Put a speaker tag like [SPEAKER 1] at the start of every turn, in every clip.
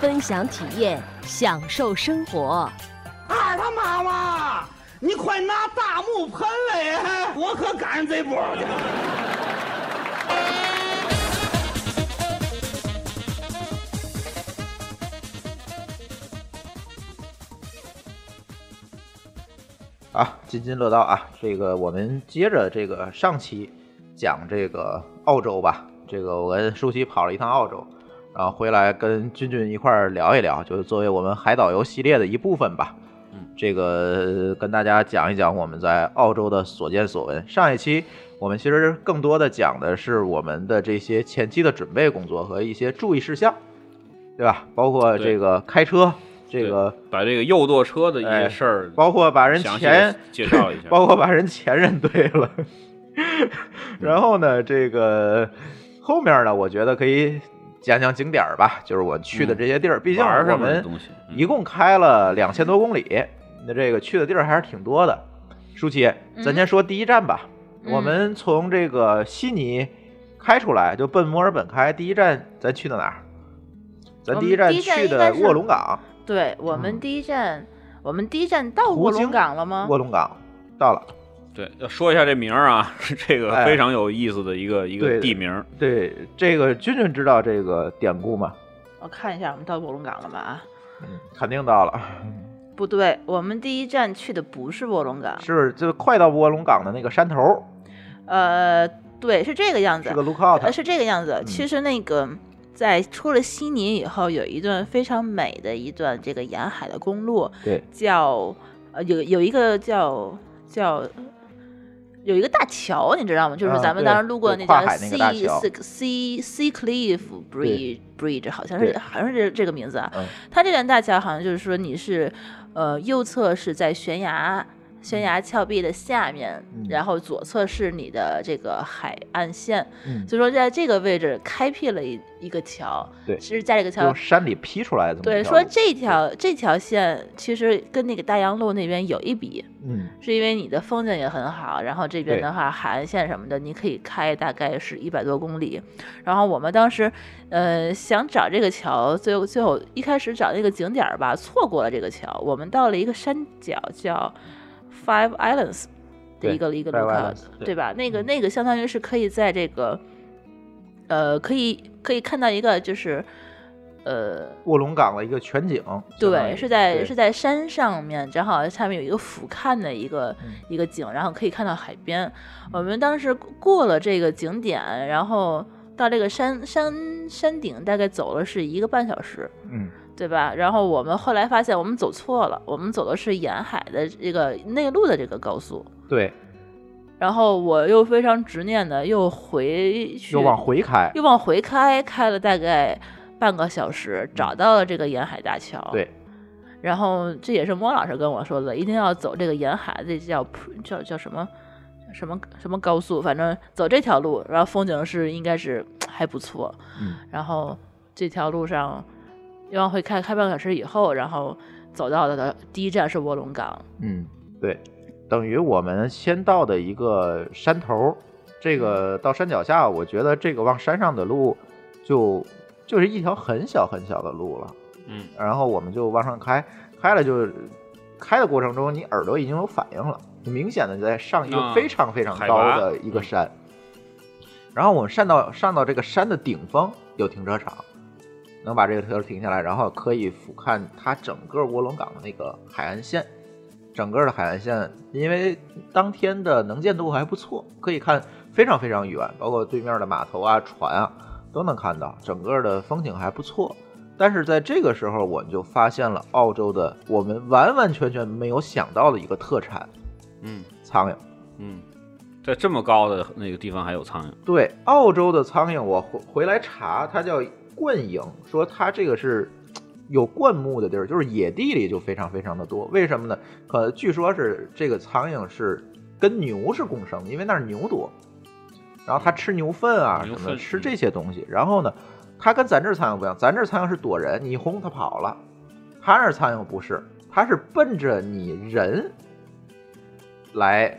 [SPEAKER 1] 分享体验，享受生活。
[SPEAKER 2] 二他妈妈，你快拿大木盆来，我可赶上这波去了。
[SPEAKER 3] 啊，津津乐道啊！这个我们接着这个上期讲这个澳洲吧。这个我跟舒淇跑了一趟澳洲，然后回来跟君君一块儿聊一聊，就是作为我们海岛游系列的一部分吧。这个跟大家讲一讲我们在澳洲的所见所闻。上一期我们其实更多的讲的是我们的这些前期的准备工作和一些注意事项，对吧？包括这个开车，这个
[SPEAKER 4] 把这个右舵车的一些事儿、
[SPEAKER 3] 哎包括把人
[SPEAKER 4] 详细
[SPEAKER 3] 前
[SPEAKER 4] 地介绍一下嗯
[SPEAKER 3] 包括把人前认对了。 然后呢，这个后面呢，我觉得可以讲讲景点儿吧，就是我去的这些地儿。毕
[SPEAKER 4] 嗯
[SPEAKER 3] 竟
[SPEAKER 4] 玩
[SPEAKER 3] 我
[SPEAKER 4] 什么的
[SPEAKER 3] 们
[SPEAKER 4] 东西，嗯
[SPEAKER 3] 一共开了两千多公里，那这个去的地儿还是挺多的。舒淇，咱先说第一站吧。
[SPEAKER 5] 嗯
[SPEAKER 3] 我们从这个悉尼开出来，就奔墨尔本开，第一站咱去的哪儿？咱
[SPEAKER 5] 我
[SPEAKER 3] 第
[SPEAKER 5] 们
[SPEAKER 3] 一站
[SPEAKER 5] 第一站
[SPEAKER 3] 去
[SPEAKER 5] 应该
[SPEAKER 3] 的
[SPEAKER 5] 是
[SPEAKER 3] 卧龙岗，
[SPEAKER 5] 对我们
[SPEAKER 3] 嗯
[SPEAKER 5] 第一站，我们第一站到
[SPEAKER 3] 途
[SPEAKER 5] 卧龙
[SPEAKER 3] 经
[SPEAKER 5] 岗了吗？
[SPEAKER 3] 卧龙岗到了。
[SPEAKER 4] 对，要说一下这名儿啊， 是这个
[SPEAKER 3] 哎
[SPEAKER 4] 非常有意思的一个、一
[SPEAKER 3] 对
[SPEAKER 4] 个地名儿。
[SPEAKER 3] 对，这个君君知道这个典故吗？
[SPEAKER 5] 我看一下，我们到卧龙岗了吗？啊，
[SPEAKER 3] 嗯，肯定到了，
[SPEAKER 5] 不对，我们第一站去的不是卧龙岗，
[SPEAKER 3] 是就快到卧龙岗的那个山头，
[SPEAKER 5] 呃，对，是这个样子
[SPEAKER 3] 是，个嗯 lookout，
[SPEAKER 5] 呃，是这个样子。其实那个在出了悉尼以后，有一段非常美的一段这个沿海的公路，
[SPEAKER 3] 对，
[SPEAKER 5] 叫呃有有一个叫叫。有一个大桥，你知道吗？就是
[SPEAKER 3] 啊
[SPEAKER 5] 咱们
[SPEAKER 3] 对
[SPEAKER 5] 当时路过的
[SPEAKER 3] 对
[SPEAKER 5] 那叫
[SPEAKER 3] 跨海那
[SPEAKER 5] Sea
[SPEAKER 3] 个大桥
[SPEAKER 5] Sea Sea Cliff Bridge
[SPEAKER 3] 对
[SPEAKER 5] Bridge，好像是
[SPEAKER 3] 对
[SPEAKER 5] 好像是这这个名字啊。
[SPEAKER 3] 嗯
[SPEAKER 5] 它这段大桥好像就是说你是，呃，右侧是在悬崖悬崖峭壁的下面，
[SPEAKER 3] 嗯
[SPEAKER 5] 然后左侧是你的这个海岸线，
[SPEAKER 3] 嗯，
[SPEAKER 5] 所以说在这个位置开辟了一一个桥，
[SPEAKER 3] 对
[SPEAKER 5] 是在这个桥
[SPEAKER 3] 用。山里劈出来的这么
[SPEAKER 5] 对，
[SPEAKER 3] 一条
[SPEAKER 5] 说
[SPEAKER 3] 路
[SPEAKER 5] 这条这条线其实跟那个大洋路那边有一比，
[SPEAKER 3] 嗯，
[SPEAKER 5] 是因为你的风景也很好，然后这边的话海岸线什么的，你可以开大概是一百多公里。然后我们当时，呃，想找这个桥，最后最后一开始找那个景点儿吧，错过了这个桥，我们到了一个山脚叫 Five Islands 的
[SPEAKER 3] 对
[SPEAKER 5] 一个一个
[SPEAKER 3] Five
[SPEAKER 5] lookout，
[SPEAKER 3] Islands，嗯
[SPEAKER 5] 对吧？那个那个相当于是可以在这个，呃，可以可以看到一个就是，呃。
[SPEAKER 3] 卧龙岗的一个全景，相当
[SPEAKER 5] 对，
[SPEAKER 3] 于
[SPEAKER 5] 是在
[SPEAKER 3] 对
[SPEAKER 5] 是在山上面，正好下面有一个俯瞰的一个、
[SPEAKER 3] 嗯
[SPEAKER 5] 一个景，然后可以看到海边。我们当时过了这个景点，然后到这个山山山顶，大概走了是一个半小时，
[SPEAKER 3] 嗯，
[SPEAKER 5] 对吧？然后我们后来发现我们走错了，我们走的是沿海的这个内陆的这个高速。
[SPEAKER 3] 对，
[SPEAKER 5] 然后我又非常执念的又回去，
[SPEAKER 3] 又往回开，
[SPEAKER 5] 又往回开，开了大概半个小时，找到了这个沿海大桥。
[SPEAKER 3] 对，
[SPEAKER 5] 然后这也是莫老师跟我说的，一定要走这个沿海，这叫 pr- 叫叫什么什么什么高速，反正走这条路，然后风景是应该是还不错。
[SPEAKER 3] 嗯，
[SPEAKER 5] 然后这条路上又往回开开半个小时以后，然后走到的第一站是卧龙岗，
[SPEAKER 3] 嗯，对，等于我们先到的一个山头，这
[SPEAKER 4] 嗯
[SPEAKER 3] 个到山脚下，我觉得这个往山上的路就就是一条很小很小的路了。
[SPEAKER 4] 嗯，
[SPEAKER 3] 然后我们就往上开，开了就开的过程中，你耳朵已经有反应了，你明显的在上一个
[SPEAKER 4] 啊
[SPEAKER 3] 非常非常
[SPEAKER 4] 海
[SPEAKER 3] 高
[SPEAKER 4] 拔嗯
[SPEAKER 3] 的一个山。然后我们上到上到这个山的顶峰有停车场，能把这个车停下来，然后可以俯瞰它整个卧龙岗的那个海岸线，整个的海岸线，因为当天的能见度还不错，可以看非常非常远，包括对面的码头啊、船啊都能看到，整个的风景还不错。但是在这个时候，我们就发现了澳洲的我们完完全全没有想到的一个特产
[SPEAKER 4] 嗯
[SPEAKER 3] ——苍蝇。
[SPEAKER 4] 嗯，在这么高的那个地方还有苍蝇，
[SPEAKER 3] 对，澳洲的苍蝇，我回回来查，它叫冠蝇，说它这个是有灌木的地儿，就是野地里就非常非常的多。为什么呢？可据说是这个苍蝇是跟牛是共生，因为那儿牛多，然后它吃牛粪啊
[SPEAKER 4] 牛
[SPEAKER 3] 什么的，
[SPEAKER 4] 粪
[SPEAKER 3] 吃
[SPEAKER 4] 嗯
[SPEAKER 3] 这些东西。然后呢，它跟咱这儿苍蝇不一样，咱这儿苍蝇是躲人，你一轰它跑了，它那儿苍蝇不是，它是奔着你人来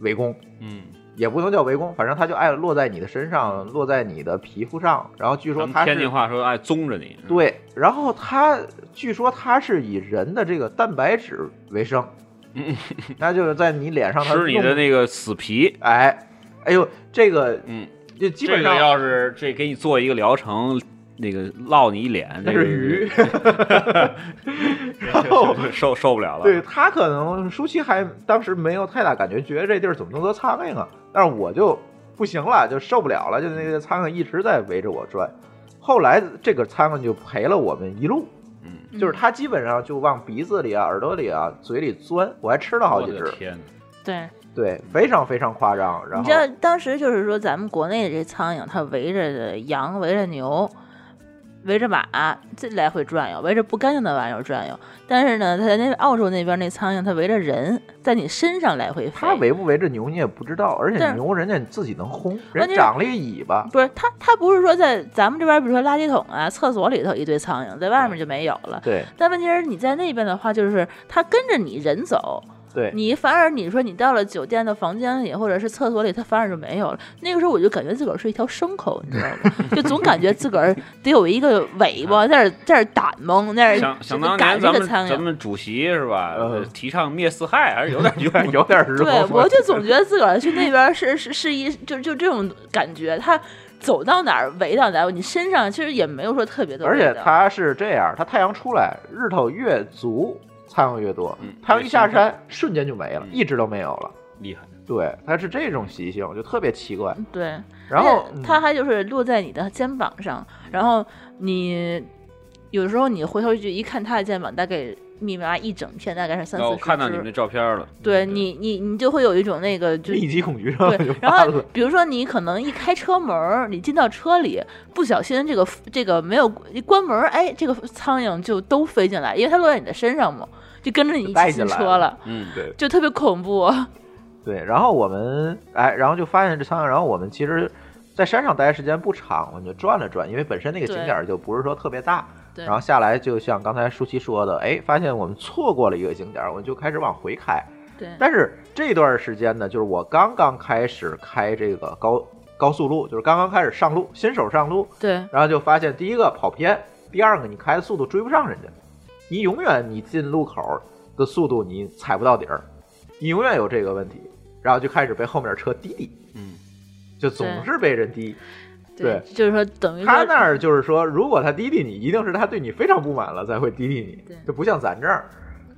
[SPEAKER 3] 围攻。
[SPEAKER 4] 嗯，
[SPEAKER 3] 也不能叫围攻，反正它就爱落在你的身上，落在你的皮肤上。然后据说
[SPEAKER 4] 咱们
[SPEAKER 3] 它是
[SPEAKER 4] 天津话说爱棕着你，，
[SPEAKER 3] 对，然后它据说它是以人的这个蛋白质为生，
[SPEAKER 4] 嗯，
[SPEAKER 3] 那就是在你脸上它
[SPEAKER 4] 吃你的
[SPEAKER 3] 弄
[SPEAKER 4] 那个死皮，
[SPEAKER 3] 哎，哎呦，这个
[SPEAKER 4] 嗯，
[SPEAKER 3] 就基
[SPEAKER 4] 这
[SPEAKER 3] 本
[SPEAKER 4] 个
[SPEAKER 3] 上、
[SPEAKER 4] 要是这给你做一个疗程，那个烙你一脸，
[SPEAKER 3] 那
[SPEAKER 4] 这个
[SPEAKER 3] 是鱼，然
[SPEAKER 4] 这
[SPEAKER 3] 后
[SPEAKER 4] 个 受受不了了，
[SPEAKER 3] 对，他可能舒淇还当时没有太大感觉，觉得这地儿怎么那么多苍蝇啊？但是我就不行了，就受不了了，就那个苍蝇一直在围着我转。后来这个苍蝇就陪了我们一路，
[SPEAKER 4] 嗯，
[SPEAKER 3] 就是它基本上就往鼻子里啊、耳朵里啊、嘴里钻，我还吃了好
[SPEAKER 4] 我
[SPEAKER 3] 几
[SPEAKER 4] 的
[SPEAKER 3] 只，
[SPEAKER 4] 天哪，
[SPEAKER 5] 对，
[SPEAKER 3] 对，非常非常夸张。然后
[SPEAKER 5] 你知道当时就是说咱们国内的这苍蝇，它围着的羊，围着牛。围着马这来回转悠，围着不干净的玩意儿转悠。但是呢，它在那澳洲那边那苍蝇，它围着人，在你身上来回飞。
[SPEAKER 3] 它围不围着牛你也不知道，而且
[SPEAKER 5] 但
[SPEAKER 3] 牛人家自己能轰，
[SPEAKER 5] 关
[SPEAKER 3] 人
[SPEAKER 5] 键是
[SPEAKER 3] 长了一尾巴，
[SPEAKER 5] 不是它，它不是说在咱们这边，比如说垃圾桶啊、厕所里头一堆苍蝇，在外面就没有了。
[SPEAKER 3] 对
[SPEAKER 5] 但问题是你在那边的话，就是它跟着你人走，
[SPEAKER 3] 对，
[SPEAKER 5] 你反而你说你到了酒店的房间里或者是厕所里，它反而就没有了。那个时候我就感觉自个儿是一条牲口，你知道吗？就总感觉自个儿得有一个尾巴在那儿在那儿掸蒙，在那
[SPEAKER 4] 想
[SPEAKER 5] 儿
[SPEAKER 4] 想当
[SPEAKER 5] 赶
[SPEAKER 4] 年咱
[SPEAKER 5] 哎这个
[SPEAKER 4] 们
[SPEAKER 5] 苍
[SPEAKER 4] 咱
[SPEAKER 5] 蝇。
[SPEAKER 4] 们主席是吧呃
[SPEAKER 3] 嗯？
[SPEAKER 4] 提倡灭四害，还是有点
[SPEAKER 3] 有 点有点肉。
[SPEAKER 5] 对，我就总觉得自个儿去那边是是是一就就这种感觉，它走到哪儿围到哪儿，你身上其实也没有说特别多
[SPEAKER 3] 而
[SPEAKER 5] 味道。
[SPEAKER 3] 且它是这样，它太阳出来，日头越足，苍蝇越多
[SPEAKER 4] 嗯。
[SPEAKER 3] 太阳一下山，瞬间就没了，
[SPEAKER 4] 嗯
[SPEAKER 3] 一只都没有了。
[SPEAKER 4] 厉害。
[SPEAKER 3] 对，它是这种习性，就特别奇怪。
[SPEAKER 5] 对，
[SPEAKER 3] 然
[SPEAKER 5] 嗯而
[SPEAKER 3] 后
[SPEAKER 5] 且
[SPEAKER 3] 嗯
[SPEAKER 5] 它还就是落在你的肩膀上，然后你有时候你回头去一看它的肩膀，大概密麻一整片，大概是三
[SPEAKER 4] 那
[SPEAKER 5] 四
[SPEAKER 4] 哦我
[SPEAKER 5] 十
[SPEAKER 4] 看到你
[SPEAKER 5] 只
[SPEAKER 4] 们那照片了，
[SPEAKER 5] 对你，你你就会有一种那个就。
[SPEAKER 3] 密集恐惧症就
[SPEAKER 5] 对，然
[SPEAKER 3] 完
[SPEAKER 5] 后
[SPEAKER 3] 了。
[SPEAKER 5] 比如说你可能一开车门儿，你进到车里，不小心这个这个没有一关门儿，哎，这个苍蝇就都飞进来，因为它落在你的身上嘛，就跟着你一
[SPEAKER 3] 带
[SPEAKER 5] 起
[SPEAKER 3] 进
[SPEAKER 5] 进
[SPEAKER 3] 来
[SPEAKER 5] 车
[SPEAKER 3] 了
[SPEAKER 5] 了，
[SPEAKER 4] 嗯，
[SPEAKER 3] 对
[SPEAKER 5] 就特别 恐怖。
[SPEAKER 3] 对，然后我们哎，然后就发现这苍蝇，然后我们其实。在山上待的时间不长，我们就转了转，因为本身那个景
[SPEAKER 5] 对
[SPEAKER 3] 点儿就不是说特别大，
[SPEAKER 5] 对
[SPEAKER 3] 然后下来就像刚才舒淇说的，哎，发现我们错过了一个景点儿，我们就开始往回开，
[SPEAKER 5] 对，
[SPEAKER 3] 但是这段时间呢，就是我刚刚开始开这个高高速路，就是刚刚开始上路，新手上路，
[SPEAKER 5] 对，
[SPEAKER 3] 然后就发现第一个跑偏，第二个你开的速度追不上人家，你永远你进路口的速度你踩不到底儿，你永远有这个问题，然后就开始被后面车滴滴，
[SPEAKER 4] 嗯，
[SPEAKER 3] 就总是被人滴。对
[SPEAKER 5] 就是说等于
[SPEAKER 3] 他
[SPEAKER 5] 说
[SPEAKER 3] 那儿就是说，如果他滴滴你，一定是他对你非常不满了才会滴滴你
[SPEAKER 5] 对，
[SPEAKER 3] 就不像咱这儿。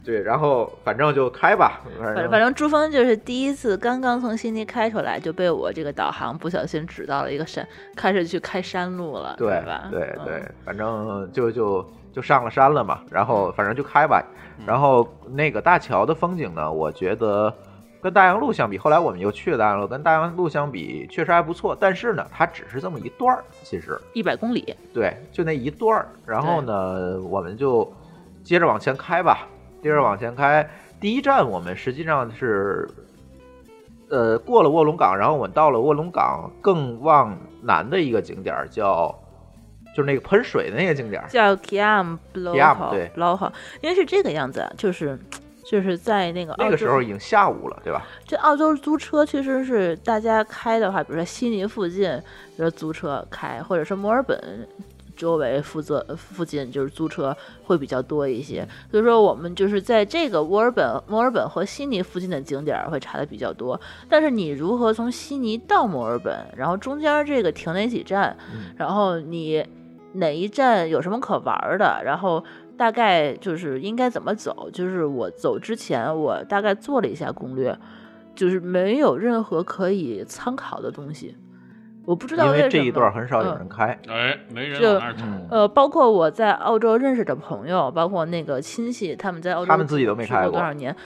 [SPEAKER 3] 对，然后反正就开吧，反
[SPEAKER 5] 反
[SPEAKER 3] 正
[SPEAKER 5] 反正珠峰就是第一次刚刚从悉尼开出来，就被我这个导航不小心指到了一个山，开始去开山路了，
[SPEAKER 3] 对
[SPEAKER 5] 是吧？
[SPEAKER 3] 对
[SPEAKER 5] 嗯
[SPEAKER 3] 对，反正就就就上了山了嘛，然后反正就开吧。
[SPEAKER 5] 嗯
[SPEAKER 3] 然后那个大桥的风景呢，我觉得跟大洋路相比，后来我们又去了大洋路，跟大洋路相比确实还不错，但是呢，它只是这么一段儿，其实
[SPEAKER 5] 一百公里，
[SPEAKER 3] 对，就那一段儿。然后呢，我们就接着往前开吧，接着往前开。第一站我们实际上是，呃，过了卧龙岗，然后我们到了卧龙岗更往南的一个景点儿叫，就是那个喷水的那个景点儿。
[SPEAKER 5] 叫 Kiam
[SPEAKER 3] Kiam，对
[SPEAKER 5] Bloho Bloho，因为是这个样子啊，就是就是在那个澳
[SPEAKER 3] 那个时候
[SPEAKER 5] 洲
[SPEAKER 3] 已经下午了，对吧？
[SPEAKER 5] 这澳洲租车其实是大家开的话，比如说悉尼附近，比如说租车开，或者是墨尔本周围负责附近就是租车会比较多一些。所以说我们就是在这个墨尔本、墨尔本和悉尼附近的景点儿会查的比较多。但是你如何从悉尼到墨尔本，然后中间这个停哪几站，
[SPEAKER 3] 嗯
[SPEAKER 5] 然后你哪一站有什么可玩儿的，然后大概就是应该怎么走。就是我走之前，我大概做了一下攻略，就是没有任何可以参考的东西。我不知道
[SPEAKER 3] 因为
[SPEAKER 5] 为
[SPEAKER 3] 这
[SPEAKER 5] 什
[SPEAKER 3] 一
[SPEAKER 5] 么
[SPEAKER 3] 段很少有
[SPEAKER 5] 嗯
[SPEAKER 3] 人开，
[SPEAKER 6] 哎，没人
[SPEAKER 5] 就
[SPEAKER 6] 往那儿走，
[SPEAKER 3] 嗯
[SPEAKER 5] 呃，包括我在澳洲认识的朋友，包括那个亲戚，他们在澳洲
[SPEAKER 3] 他们自己都没
[SPEAKER 5] 住
[SPEAKER 3] 开
[SPEAKER 5] 过
[SPEAKER 3] 过
[SPEAKER 5] 多少年，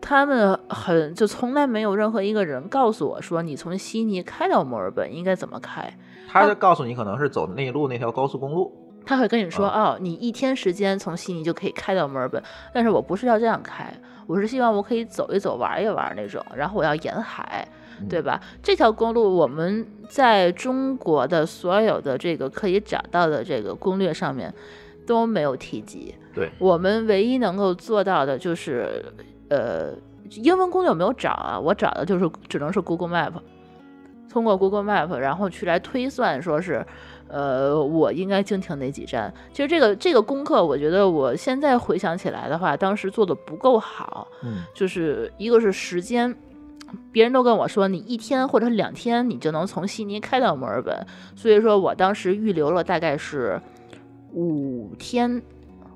[SPEAKER 5] 他们很就从来没有任何一个人告诉我说，你从悉尼开到墨尔本应该怎么开。
[SPEAKER 3] 他就告诉你可能是走内陆那条高速公路，
[SPEAKER 5] 他会跟你
[SPEAKER 3] 啊
[SPEAKER 5] 说，哦，你一天时间从悉尼就可以开到墨尔本，但是我不是要这样开，我是希望我可以走一走、玩一玩那种，然后我要沿海，
[SPEAKER 3] 嗯
[SPEAKER 5] 对吧？这条公路我们在中国的所有的这个可以找到的这个攻略上面都没有提及，
[SPEAKER 3] 对，
[SPEAKER 5] 我们唯一能够做到的就是，呃，英文攻略我没有找啊，我找的就是只能是 Google Map，通过 Google Map，然后去来推算说是，呃，我应该经停哪几站。其实这个这个功课，我觉得我现在回想起来的话，当时做的不够好，
[SPEAKER 3] 嗯，
[SPEAKER 5] 就是一个是时间。别人都跟我说，你一天或者两天，你就能从悉尼开到墨尔本。所以说我当时预留了大概是五天，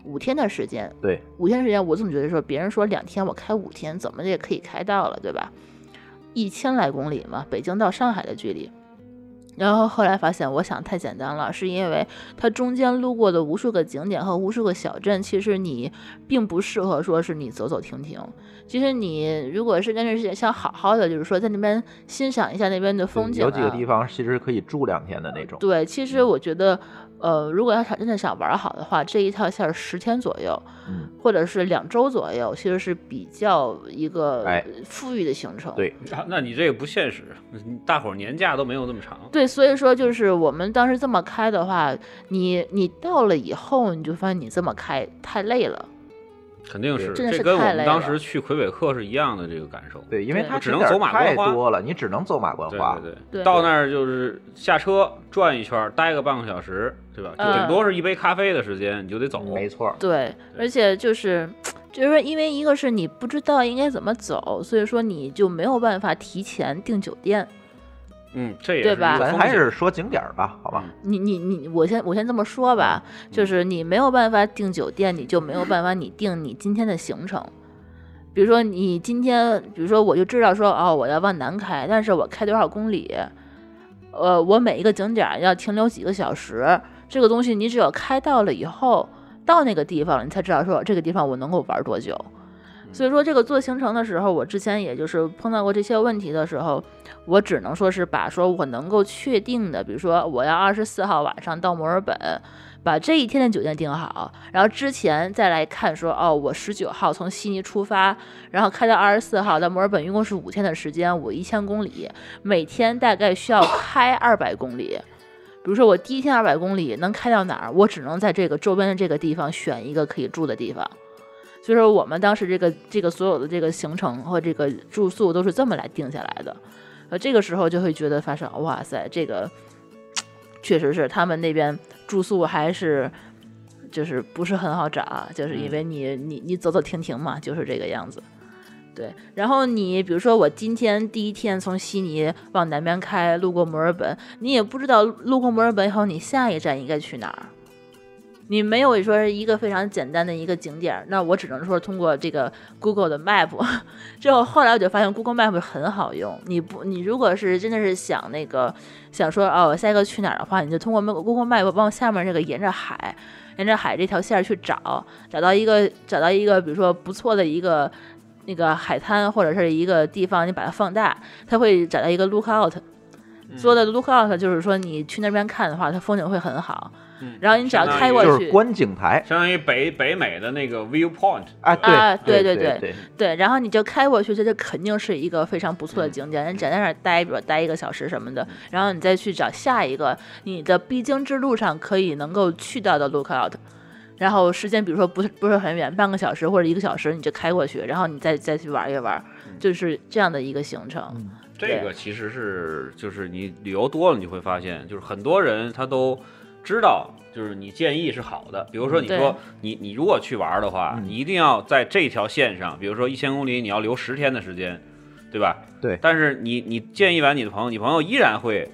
[SPEAKER 5] 五天的时间，
[SPEAKER 3] 对，
[SPEAKER 5] 五天时间，我总觉得说别人说两天，我开五天，怎么的也可以开到了，对吧？一千来公里嘛，北京到上海的距离。然后后来发现，我想太简单了，是因为它中间路过的无数个景点和无数个小镇，其实你并不适合说是你走走停停。其实你如果是真的是想好好的，就是说在那边欣赏一下那边的风景、啊，
[SPEAKER 3] 有几个地方嗯其实可以住两天的那种，
[SPEAKER 5] 对，其实我觉得，呃，如果要想真的想玩好的话，这一套线儿十天左右，
[SPEAKER 3] 嗯，
[SPEAKER 5] 或者是两周左右，其实是比较一个
[SPEAKER 3] 哎
[SPEAKER 5] 富裕的行程。
[SPEAKER 3] 对
[SPEAKER 4] 啊那你这个不现实，你大伙儿年假都没有那么长。
[SPEAKER 5] 对所以说就是我们当时这么开的话，你你到了以后，你就发现你这么开太累了。
[SPEAKER 4] 肯定是，
[SPEAKER 5] 真的
[SPEAKER 4] 这
[SPEAKER 5] 是
[SPEAKER 4] 跟我
[SPEAKER 5] 太
[SPEAKER 4] 们
[SPEAKER 5] 累
[SPEAKER 4] 当
[SPEAKER 5] 了
[SPEAKER 4] 时去魁北克是一样的这个感受。
[SPEAKER 3] 对，因为
[SPEAKER 5] 对
[SPEAKER 3] 它
[SPEAKER 4] 只
[SPEAKER 3] 景
[SPEAKER 4] 能走
[SPEAKER 3] 点
[SPEAKER 4] 马
[SPEAKER 3] 太
[SPEAKER 4] 观花
[SPEAKER 3] 多了，你只能走马观
[SPEAKER 4] 对
[SPEAKER 3] 花，
[SPEAKER 4] 对
[SPEAKER 5] 对
[SPEAKER 4] 到那儿就是下车转一圈儿，待个半个小时，对吧？就
[SPEAKER 5] 嗯
[SPEAKER 4] 顶多是一杯咖啡的时间，你就得走。
[SPEAKER 3] 嗯没错儿，
[SPEAKER 5] 对，而且就是。就是说，因为一个是你不知道应该怎么走，所以说你就没有办法提前订酒店。
[SPEAKER 4] 嗯，这也
[SPEAKER 5] 对
[SPEAKER 4] 是一
[SPEAKER 5] 吧
[SPEAKER 4] 个
[SPEAKER 3] 咱
[SPEAKER 4] 风
[SPEAKER 3] 还
[SPEAKER 4] 险
[SPEAKER 3] 是说景点儿吧，好吧？
[SPEAKER 5] 你你你，我先我先这么说吧，就是你没有办法订酒店，你就没有办法你定你今天的行程。比如说你今天，比如说我就知道说哦，我要往南开，但是我开多少公里，呃，我每一个景点儿要停留几个小时，这个东西你只有开到了以后，到那个地方了，你才知道说这个地方我能够玩多久。所以说，这个做行程的时候，我之前也就是碰到过这些问题的时候，我只能说是把说我能够确定的，比如说我要二十四号晚上到墨尔本，把这一天的酒店订好，然后之前再来看说哦，我十九号从悉尼出发，然后开到二十四号到墨尔本，一共是五天的时间，我一千公里，每天大概需要开二百公里。比如说我第一天二百公里能开到哪儿，我只能在这个周边的这个地方选一个可以住的地方。所以说我们当时这个这个所有的这个行程和这个住宿都是这么来定下来的。呃，这个时候就会觉得发生，哇塞，这个确实是他们那边住宿还是就是不是很好找啊，就是因为你、你你走走停停嘛，就是这个样子。对，然后你比如说我今天第一天从悉尼往南边开，路过墨尔本，你也不知道路过墨尔本以后你下一站应该去哪儿。你没有说是一个非常简单的一个景点儿，那我只能说通过这个 Google 的 Map，之后后来我就发现 Google Map 很好用。你不，你如果是真的是想那个想说哦，我下一个去哪儿的话，你就通过 Google Map 帮我下面这个沿着海，沿着海这条线儿去找，找到一个找到一个比如说不错的一个那个海滩或者是一个地方，你把它放大，它会找到一个 lookout。所有的 lookout 就是说，你去那边看的话，它风景会很好。
[SPEAKER 4] 嗯
[SPEAKER 5] 然后你只要
[SPEAKER 4] 相当于
[SPEAKER 5] 开过
[SPEAKER 3] 就
[SPEAKER 5] 去
[SPEAKER 3] 是观景台，
[SPEAKER 4] 相当于北北美的那个 viewpoint，
[SPEAKER 3] 啊，
[SPEAKER 5] 啊
[SPEAKER 3] 对
[SPEAKER 5] 对
[SPEAKER 3] 对
[SPEAKER 5] 对
[SPEAKER 3] 对，
[SPEAKER 5] 对，然后你就开过去，这就肯定是一个非常不错的景点。人只在那儿待，比如待一个小时什么的，然后你再去找下一个你的必经之路上可以能够去到的 lookout。然后时间，比如说不是不是很远，半个小时或者一个小时，你就开过去，然后你再再去玩一玩，就是这样的一个行程。
[SPEAKER 4] 这个其实是就是你旅游多了，你就会发现，就是很多人他都知道，就是你建议是好的。比如
[SPEAKER 3] 嗯
[SPEAKER 4] 说你
[SPEAKER 5] 对
[SPEAKER 4] 说你你如果去玩的话，你一定要在这条线上，比如说一千公里，你要留十天的时间，对吧？
[SPEAKER 3] 对
[SPEAKER 4] 但是你你建议完你的朋友，你朋友依然会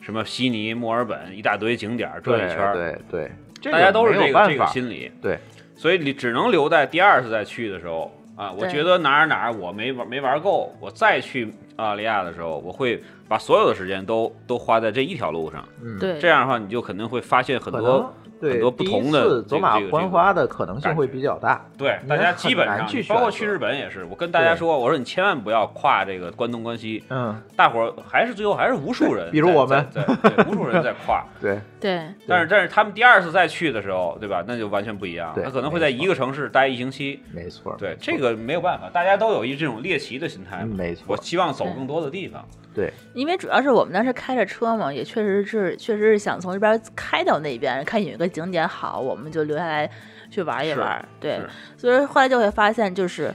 [SPEAKER 4] 什么悉尼、墨尔本一大堆景点儿转一圈儿，
[SPEAKER 3] 对对，这
[SPEAKER 4] 大家都是
[SPEAKER 3] 没
[SPEAKER 4] 这
[SPEAKER 3] 有
[SPEAKER 4] 个
[SPEAKER 3] 办
[SPEAKER 4] 这个
[SPEAKER 3] 法
[SPEAKER 4] 心理，
[SPEAKER 3] 对，
[SPEAKER 4] 所以你只能留在第二次再去的时候啊。我
[SPEAKER 5] 对
[SPEAKER 4] 觉得哪儿哪儿我没玩没玩够，我再去澳大利亚的时候，我会把所有的时间都都花在这一条路上。
[SPEAKER 3] 嗯
[SPEAKER 5] 对，
[SPEAKER 4] 这样的话，你就肯定会发现很
[SPEAKER 3] 可
[SPEAKER 4] 多
[SPEAKER 3] 能对
[SPEAKER 4] 很多不
[SPEAKER 3] 第一
[SPEAKER 4] 同的
[SPEAKER 3] 次
[SPEAKER 4] 这
[SPEAKER 3] 走
[SPEAKER 4] 个
[SPEAKER 3] 马
[SPEAKER 4] 这个
[SPEAKER 3] 观
[SPEAKER 4] 这个
[SPEAKER 3] 花的可能性
[SPEAKER 4] 感
[SPEAKER 3] 会
[SPEAKER 4] 觉
[SPEAKER 3] 比较大。
[SPEAKER 4] 对，
[SPEAKER 3] 你
[SPEAKER 4] 大
[SPEAKER 3] 还
[SPEAKER 4] 家
[SPEAKER 3] 很
[SPEAKER 4] 基本
[SPEAKER 3] 难
[SPEAKER 4] 上
[SPEAKER 3] 去，
[SPEAKER 4] 包括
[SPEAKER 3] 选
[SPEAKER 4] 去
[SPEAKER 3] 择
[SPEAKER 4] 日本也是，我跟大家
[SPEAKER 3] 对
[SPEAKER 4] 说，我说你千万不要跨这个关东关西，
[SPEAKER 3] 嗯，
[SPEAKER 4] 大伙儿还是最后还是无数人在，
[SPEAKER 3] 比如我们
[SPEAKER 4] 在，在对无数人在 跨，
[SPEAKER 3] 对，
[SPEAKER 5] 对，
[SPEAKER 4] 但是但是他们第二次再去的时候，对吧？那就完全不一样，
[SPEAKER 3] 对
[SPEAKER 4] 他可能会在一个城市待一星期，
[SPEAKER 3] 没错，
[SPEAKER 4] 对，这个没有办法，大家都有一这种猎奇的心态
[SPEAKER 3] 嗯
[SPEAKER 4] 嘛。
[SPEAKER 3] 没
[SPEAKER 4] 我
[SPEAKER 3] 错，
[SPEAKER 4] 希望走更多的地方，
[SPEAKER 3] 对，
[SPEAKER 5] 因为主要是我们当时开着车嘛，也确实是确实是想从这边开到那边，看有一个景点好，我们就留下来去玩一
[SPEAKER 4] 是
[SPEAKER 5] 玩。对
[SPEAKER 4] 是，
[SPEAKER 5] 所以后来就会发现，就是，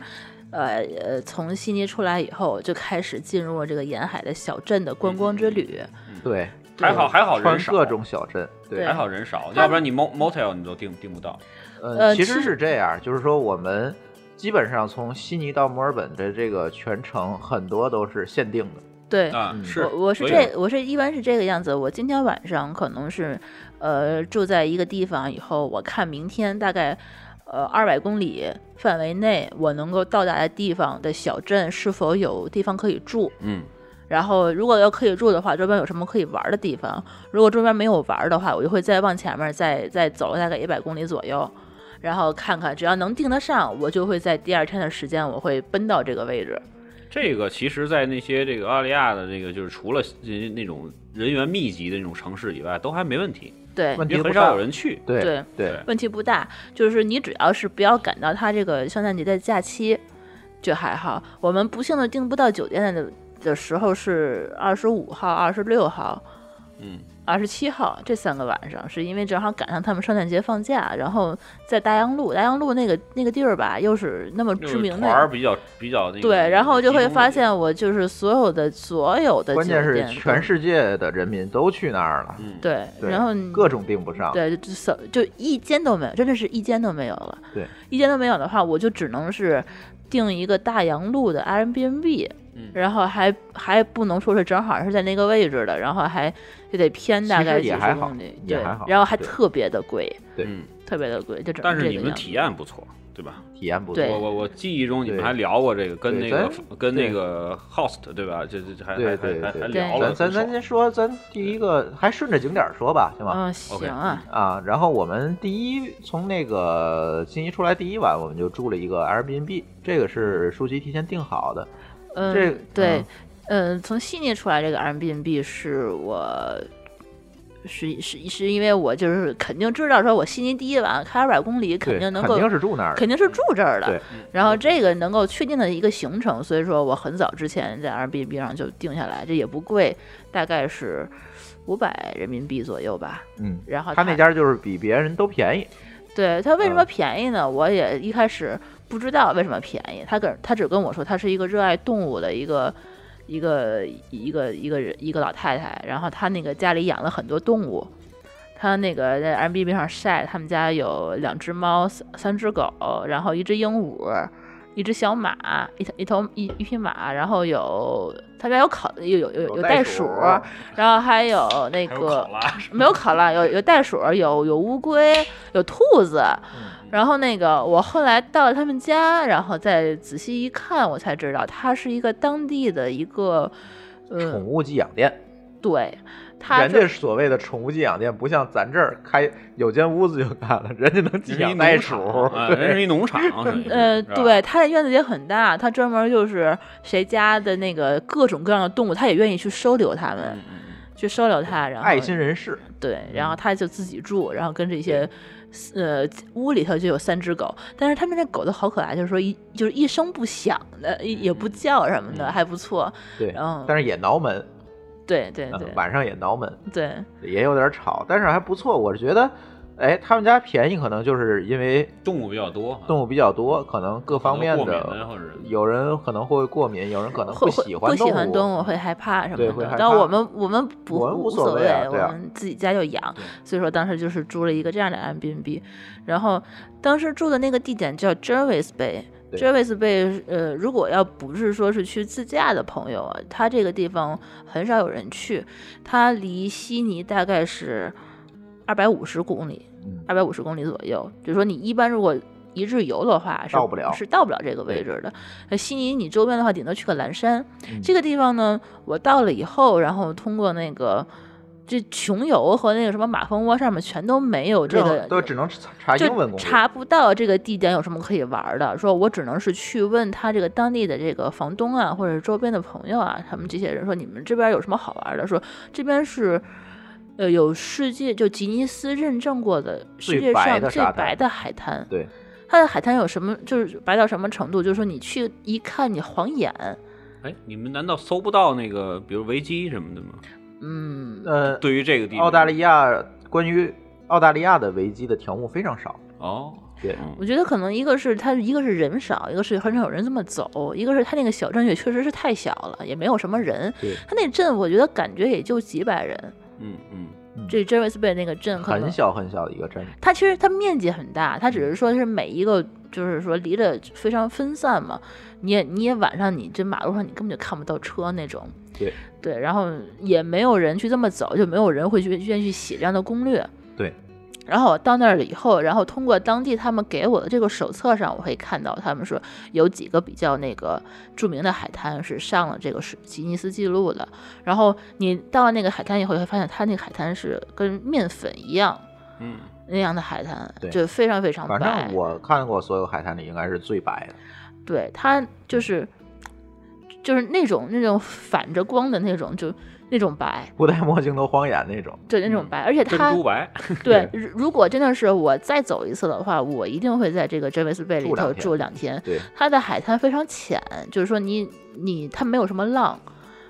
[SPEAKER 5] 呃呃，从悉尼出来以后，就开始进入了这个沿海的小镇的观光之旅。
[SPEAKER 3] 对，
[SPEAKER 4] 嗯还好还好
[SPEAKER 3] 穿
[SPEAKER 4] 人少，
[SPEAKER 3] 各种小镇，对
[SPEAKER 5] 对
[SPEAKER 4] 还好人少，
[SPEAKER 5] 他
[SPEAKER 4] 要不然你 mo- motel 你都订订不到。
[SPEAKER 3] 呃，
[SPEAKER 5] 呃
[SPEAKER 3] 其实
[SPEAKER 5] 其
[SPEAKER 3] 是这样，就是说我们基本上从悉尼到墨尔本的这个全程很多都是限定的，
[SPEAKER 5] 对，
[SPEAKER 4] 啊，
[SPEAKER 3] 嗯
[SPEAKER 4] 是，
[SPEAKER 5] 我我是
[SPEAKER 4] 所以
[SPEAKER 5] 这我是一般是这个样子。我今天晚上可能是，呃，住在一个地方以后，我看明天大概，呃，二百公里范围内我能够到达的地方的小镇是否有地方可以住。
[SPEAKER 4] 嗯，
[SPEAKER 5] 然后如果要可以住的话，周边有什么可以玩的地方？如果周边没有玩的话，我就会再往前面再再走大概一百公里左右。然后看看，只要能定得上，我就会在第二天的时间，我会奔到这个位置。
[SPEAKER 4] 这个其实，在那些这个澳大利亚的这个，就是除了呃那种人员密集的那种城市以外，都还没问题，
[SPEAKER 5] 对
[SPEAKER 3] 问
[SPEAKER 4] 因
[SPEAKER 3] 题
[SPEAKER 4] 为
[SPEAKER 3] 不
[SPEAKER 4] 很
[SPEAKER 3] 大
[SPEAKER 4] 少有人去。
[SPEAKER 3] 对
[SPEAKER 5] 对
[SPEAKER 3] 对
[SPEAKER 5] 问题不大，就是你只要是不要赶到他这个圣诞节的假期，就还好。我们不幸的订不到酒店的的时候是二十五号、二十六号、
[SPEAKER 4] 嗯，
[SPEAKER 5] 二十七号这三个晚上，是因为正好赶上他们圣诞节放假，然后在大洋路，大洋路那个那个地儿吧，又是那么知名
[SPEAKER 4] 团儿
[SPEAKER 5] 的。
[SPEAKER 4] 比较比较那个
[SPEAKER 5] 对，然后就会发，
[SPEAKER 4] 集中的地
[SPEAKER 5] 现我就是所有的所有的
[SPEAKER 3] 关键
[SPEAKER 5] 酒
[SPEAKER 3] 是
[SPEAKER 5] 店
[SPEAKER 3] 全世界的人民都去那儿了，
[SPEAKER 4] 方嗯，
[SPEAKER 5] 对，
[SPEAKER 3] 对
[SPEAKER 5] 然后你
[SPEAKER 3] 各种订不上，
[SPEAKER 5] 对，就扫就一间都没有，真的是一间都没有了。
[SPEAKER 3] 对，
[SPEAKER 5] 一间都没有的话，我就只能是订一个大洋路的 Airbnb，、
[SPEAKER 4] 嗯
[SPEAKER 5] 然后还还不能说是正好是在那个位置的，然后还就得偏大
[SPEAKER 3] 其实
[SPEAKER 5] 概
[SPEAKER 3] 也
[SPEAKER 5] 几
[SPEAKER 3] 还
[SPEAKER 5] 十
[SPEAKER 3] 好
[SPEAKER 5] 公里，
[SPEAKER 3] 也
[SPEAKER 5] 对
[SPEAKER 3] 还好，
[SPEAKER 5] 然后还
[SPEAKER 3] 对
[SPEAKER 5] 特别的贵，
[SPEAKER 3] 对
[SPEAKER 4] 嗯，
[SPEAKER 5] 特别的贵，就整
[SPEAKER 4] 但
[SPEAKER 5] 成
[SPEAKER 4] 是
[SPEAKER 5] 这
[SPEAKER 4] 你
[SPEAKER 5] 个
[SPEAKER 4] 们
[SPEAKER 5] 样子
[SPEAKER 4] 体。验不错，对吧？
[SPEAKER 3] 体验不
[SPEAKER 5] 对
[SPEAKER 4] 我
[SPEAKER 3] 错。
[SPEAKER 4] 我我记忆中你们
[SPEAKER 3] 对
[SPEAKER 4] 还聊过这个，跟那
[SPEAKER 3] 对
[SPEAKER 4] 个
[SPEAKER 3] 咱
[SPEAKER 4] 跟
[SPEAKER 3] 对
[SPEAKER 4] 那个 host 对吧？这这还还
[SPEAKER 3] 对
[SPEAKER 4] 还
[SPEAKER 3] 对
[SPEAKER 4] 还还
[SPEAKER 3] 对
[SPEAKER 4] 聊了很爽，
[SPEAKER 3] 咱咱咱先说，咱第一个还顺着景点儿说吧，行吗？
[SPEAKER 5] 嗯，
[SPEAKER 4] OK，
[SPEAKER 5] 行啊，
[SPEAKER 3] 啊，然后我们第一从那个悉尼出来第一晚，我们就住了一个 Airbnb，这个是舒淇提前订好的，
[SPEAKER 5] 嗯，
[SPEAKER 3] 这个
[SPEAKER 5] 对
[SPEAKER 3] 嗯，
[SPEAKER 5] 嗯，从悉尼出来这个 Airbnb 是我。是是是因为我就是肯定知道，说我悉尼第一晚开二百公里，肯
[SPEAKER 3] 对
[SPEAKER 5] 定能
[SPEAKER 3] 肯
[SPEAKER 5] 够
[SPEAKER 3] 定是住那儿的，嗯
[SPEAKER 5] 肯定是住这儿的。
[SPEAKER 3] 对嗯
[SPEAKER 5] 然后这个能够确定的一个行程，所以说我很早之前在 Airbnb 上就定下来，这也不贵，大概是五百人民币左右吧。
[SPEAKER 3] 嗯，
[SPEAKER 5] 然后
[SPEAKER 3] 他那家就是比别人都便宜，
[SPEAKER 5] 对它为什么
[SPEAKER 3] 嗯
[SPEAKER 5] 便宜呢？我也一开始不知道为什么便宜，他跟他只跟我说他是一个热爱动物的一个。一个一个一个人一个老太太，然后她那个家里养了很多动物，她那个在 M B B 上晒，他们家有两只猫、三三只狗，然后一只鹦鹉，一只小马，一头一头一一匹马，然后有他们家有烤有有有有袋鼠，然后还有那
[SPEAKER 4] 还
[SPEAKER 5] 个
[SPEAKER 4] 有考拉，
[SPEAKER 5] 没有考拉，有有袋鼠，有有乌龟，有兔子。然后那个我后来到了他们家，然后再仔细一看，我才知道它是一个当地的一个，
[SPEAKER 3] 宠
[SPEAKER 5] 呃，
[SPEAKER 3] 物寄养店。
[SPEAKER 5] 对，它
[SPEAKER 3] 人家
[SPEAKER 5] 是
[SPEAKER 3] 所谓的宠物寄养店，不像咱这儿开有间屋子就干了，人家能寄
[SPEAKER 4] 人是一
[SPEAKER 3] 养
[SPEAKER 4] 农
[SPEAKER 3] 袋鼠
[SPEAKER 4] 场， 啊人是一农场， 属于是
[SPEAKER 5] 呃，，对，
[SPEAKER 4] 是吧
[SPEAKER 5] 它的院子也很大，它专门就是谁家的那个各种各样的动物，它也愿意去收留它们
[SPEAKER 4] 嗯，嗯嗯
[SPEAKER 5] 去收留它，然后
[SPEAKER 3] 爱心人士。
[SPEAKER 5] 对，然后他就自己住，然后跟这些，呃，屋里头就有三只狗，但是他们那狗都好可爱，就是说一就是一声不响的，也也不叫什么的，还不错。
[SPEAKER 3] 对，
[SPEAKER 5] 嗯
[SPEAKER 3] 但是也挠门，
[SPEAKER 5] 对对
[SPEAKER 3] 嗯
[SPEAKER 5] 对
[SPEAKER 3] 晚上也挠门，
[SPEAKER 5] 对，
[SPEAKER 3] 也有点吵，但是还不错。我是觉得，哎，他们家便宜，可能就是因为
[SPEAKER 4] 动物比较多啊，
[SPEAKER 3] 动物比较多，可能各方面
[SPEAKER 4] 可能过敏的或
[SPEAKER 3] 的
[SPEAKER 4] 者是，
[SPEAKER 3] 有人可能会过敏，有人可能
[SPEAKER 5] 会
[SPEAKER 3] 喜
[SPEAKER 5] 会
[SPEAKER 3] 欢
[SPEAKER 5] 喜欢
[SPEAKER 3] 动嗯
[SPEAKER 5] 物，会害怕什
[SPEAKER 3] 对
[SPEAKER 5] 么
[SPEAKER 3] 会
[SPEAKER 5] 的
[SPEAKER 3] 害。
[SPEAKER 5] 但
[SPEAKER 3] 怕
[SPEAKER 5] 我们我们不
[SPEAKER 3] 我们无
[SPEAKER 5] 无
[SPEAKER 3] 所谓
[SPEAKER 5] 谓，
[SPEAKER 3] 啊
[SPEAKER 5] 我
[SPEAKER 3] 对啊
[SPEAKER 5] 们自己家就养
[SPEAKER 4] 对，
[SPEAKER 5] 所以说当时就是租了一个这样的 Airbnb，然后当时住的那个地点叫 Jervis Bay。
[SPEAKER 3] 对
[SPEAKER 5] Jervis Bay，呃，如果要不是说是去自驾的朋友啊，它这个地方很少有人去，它离悉尼大概是二百五十公里，
[SPEAKER 3] 嗯
[SPEAKER 5] 二百五十公里左右。就是说，你一般如果一日游的话，是
[SPEAKER 3] 到不了
[SPEAKER 5] 是到不了这个位置的。呃，悉尼你周边的话，顶多去个蓝山、
[SPEAKER 3] 嗯
[SPEAKER 5] 这个地方呢。我到了以后，然后通过那个这穷游和那个什么马蜂窝上面全都没有这个，
[SPEAKER 3] 都只能查查啊英文
[SPEAKER 5] 就
[SPEAKER 3] 攻略。
[SPEAKER 5] 查不到这个地点有什么可以玩儿的，说我只能是去问他这个当地的这个房东啊，或者是周边的朋友啊，他们这些人说你们这边有什么好玩儿的？说这边是，呃，有世界就吉尼斯认证过的世
[SPEAKER 3] 最
[SPEAKER 5] 界
[SPEAKER 3] 白
[SPEAKER 5] 上
[SPEAKER 3] 的
[SPEAKER 5] 最
[SPEAKER 3] 沙
[SPEAKER 5] 白
[SPEAKER 3] 滩
[SPEAKER 5] 的海滩。
[SPEAKER 3] 对，
[SPEAKER 5] 它的海滩有什么？就是白到什么程度？就是说你去一看，你晃眼。
[SPEAKER 4] 哎，你们难道搜不到那个，比如维基什么的吗？
[SPEAKER 5] 嗯，
[SPEAKER 3] 呃，
[SPEAKER 4] 对于这个地方，
[SPEAKER 3] 澳大利亚关于澳大利亚的维基的条目非常少。
[SPEAKER 4] 哦，
[SPEAKER 3] 对
[SPEAKER 5] 我觉得可能一个是它，一个是人少，一个是很少有人这么走，一个是它那个小镇也确实是太小了，也没有什么人。
[SPEAKER 3] 对，
[SPEAKER 5] 它那镇我觉得感觉也就几百人，
[SPEAKER 4] 嗯嗯，
[SPEAKER 5] 这 j e r v i s Bay 那个镇可能
[SPEAKER 3] 很。小很小的一个镇。
[SPEAKER 5] 它其实它面积很大，它只是说是每一个就是说离得非常分散嘛，你也你也晚上你这马路上你根本就看不到车那种，
[SPEAKER 3] 对
[SPEAKER 5] 对，然后也没有人去这么走，就没有人会去愿意去写这样的攻略。
[SPEAKER 3] 对，
[SPEAKER 5] 然后我到那儿了以后，然后通过当地他们给我的这个手册上，我会看到他们说有几个比较那个著名的海滩是上了这个是吉尼斯纪录的。然后你到了那个海滩以后，你会发现它那个海滩是跟面粉一样，
[SPEAKER 4] 嗯，
[SPEAKER 5] 那样的海滩，
[SPEAKER 3] 对
[SPEAKER 5] 就非常非常
[SPEAKER 3] 反
[SPEAKER 5] 白
[SPEAKER 3] 正。我看过所有海滩里应该是最白的。
[SPEAKER 5] 对，它就是就是那种那种反着光的那种，就那种白，
[SPEAKER 3] 不戴墨镜都晃眼那种。
[SPEAKER 5] 对那种白，而且
[SPEAKER 4] 珍
[SPEAKER 5] 它
[SPEAKER 4] 珠白，
[SPEAKER 5] 对，如如果真的是我再走一次的话，我一定会在这个真维斯贝里
[SPEAKER 3] 住两
[SPEAKER 5] 头
[SPEAKER 3] 天
[SPEAKER 5] 住两天。
[SPEAKER 3] 对，
[SPEAKER 5] 它的海滩非常浅，就是说你你它没有什么浪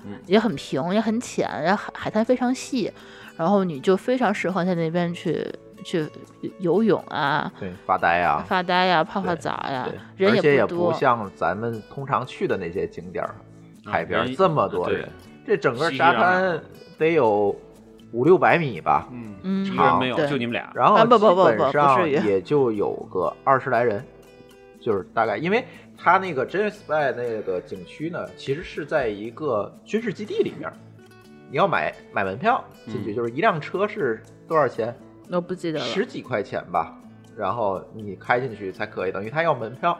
[SPEAKER 4] 嗯，
[SPEAKER 5] 也很平，也很浅，然后海海滩非常细，然后你就非常适合在那边去去游泳啊。
[SPEAKER 3] 对，发呆啊。
[SPEAKER 5] 发呆呀、泡泡
[SPEAKER 3] 对
[SPEAKER 5] 澡呀、
[SPEAKER 3] 对，
[SPEAKER 5] 人
[SPEAKER 3] 而且也
[SPEAKER 5] 多，
[SPEAKER 3] 不像咱们通常去的那些景点儿，
[SPEAKER 4] 啊
[SPEAKER 3] 海边儿
[SPEAKER 4] 人
[SPEAKER 3] 这么多
[SPEAKER 4] 对
[SPEAKER 3] 人，这整个
[SPEAKER 4] 熙熙攘
[SPEAKER 3] 沙
[SPEAKER 4] 攘
[SPEAKER 3] 滩得有五六百米吧，
[SPEAKER 4] 嗯
[SPEAKER 5] 嗯
[SPEAKER 4] 一个人没有，
[SPEAKER 5] 对
[SPEAKER 4] 就你们俩，
[SPEAKER 3] 然后
[SPEAKER 5] 啊不不
[SPEAKER 3] 基
[SPEAKER 5] 不不
[SPEAKER 3] 本
[SPEAKER 5] 不
[SPEAKER 3] 上
[SPEAKER 5] 至于
[SPEAKER 3] 也就有个二十来人，就是大概，因为它那个 James Bay 那个景区呢，其实是在一个军事基地里面儿，你要买买门票进去，
[SPEAKER 4] 嗯
[SPEAKER 3] 就是一辆车是多少钱？
[SPEAKER 5] 我不记得了。
[SPEAKER 3] 十几块钱吧，然后你开进去才可以，等于他要门票。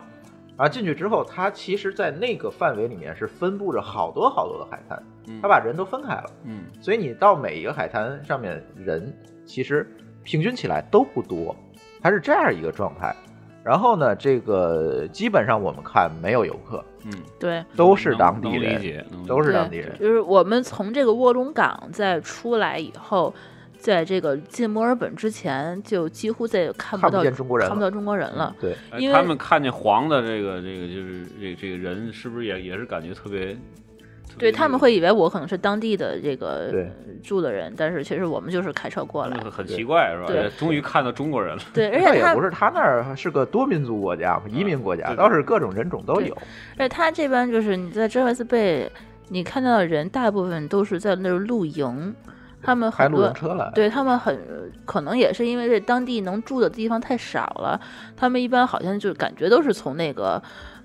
[SPEAKER 3] 然后进去之后，它其实，在那个范围里面是分布着好多好多的海滩，
[SPEAKER 4] 嗯
[SPEAKER 3] 它把人都分开了，
[SPEAKER 4] 嗯
[SPEAKER 3] 所以你到每一个海滩上面人其实平均起来都不多，它是这样一个状态。然后呢，这个基本上我们看没有游客，
[SPEAKER 4] 嗯，
[SPEAKER 5] 对，
[SPEAKER 3] 都是当地
[SPEAKER 4] 能能理
[SPEAKER 3] 人，
[SPEAKER 4] 解，能理解
[SPEAKER 3] 都是
[SPEAKER 5] 对
[SPEAKER 3] 当地人。
[SPEAKER 5] 就是我们从这个卧龙岗再出来以后，在这个进墨尔本之前，就几乎再也看
[SPEAKER 3] 看不
[SPEAKER 5] 到
[SPEAKER 3] 见中国人嗯
[SPEAKER 5] 看不到中国人了。
[SPEAKER 3] 对，
[SPEAKER 4] 哎
[SPEAKER 5] 因为
[SPEAKER 4] 他们看见黄的这个这个就是这这个人，是不是也也是感觉特别？特别
[SPEAKER 5] 对他们会以为我可能是当地的这个
[SPEAKER 3] 嗯对
[SPEAKER 5] 住的人，但是其实我们就是开车过
[SPEAKER 4] 那
[SPEAKER 5] 来
[SPEAKER 4] 个。很奇怪是吧？
[SPEAKER 5] 对
[SPEAKER 4] 哎终于看到中国人了，
[SPEAKER 5] 对，而
[SPEAKER 3] 倒
[SPEAKER 5] 且
[SPEAKER 3] 也
[SPEAKER 5] 他
[SPEAKER 3] 不是，他嗯那儿是个多民族国家，移民国家，
[SPEAKER 4] 嗯对对
[SPEAKER 3] 倒是各种人种都
[SPEAKER 5] 对
[SPEAKER 3] 有。
[SPEAKER 5] 而且他这边就是你在 Jervis Bay，你看到的人大部分都是在那儿露营，他们
[SPEAKER 3] 开
[SPEAKER 5] 很
[SPEAKER 3] 露
[SPEAKER 5] 多
[SPEAKER 3] 营车来，
[SPEAKER 5] 对他们很可能也是因为这当地能住的地方太少了，他们一般好像就感觉都是从那个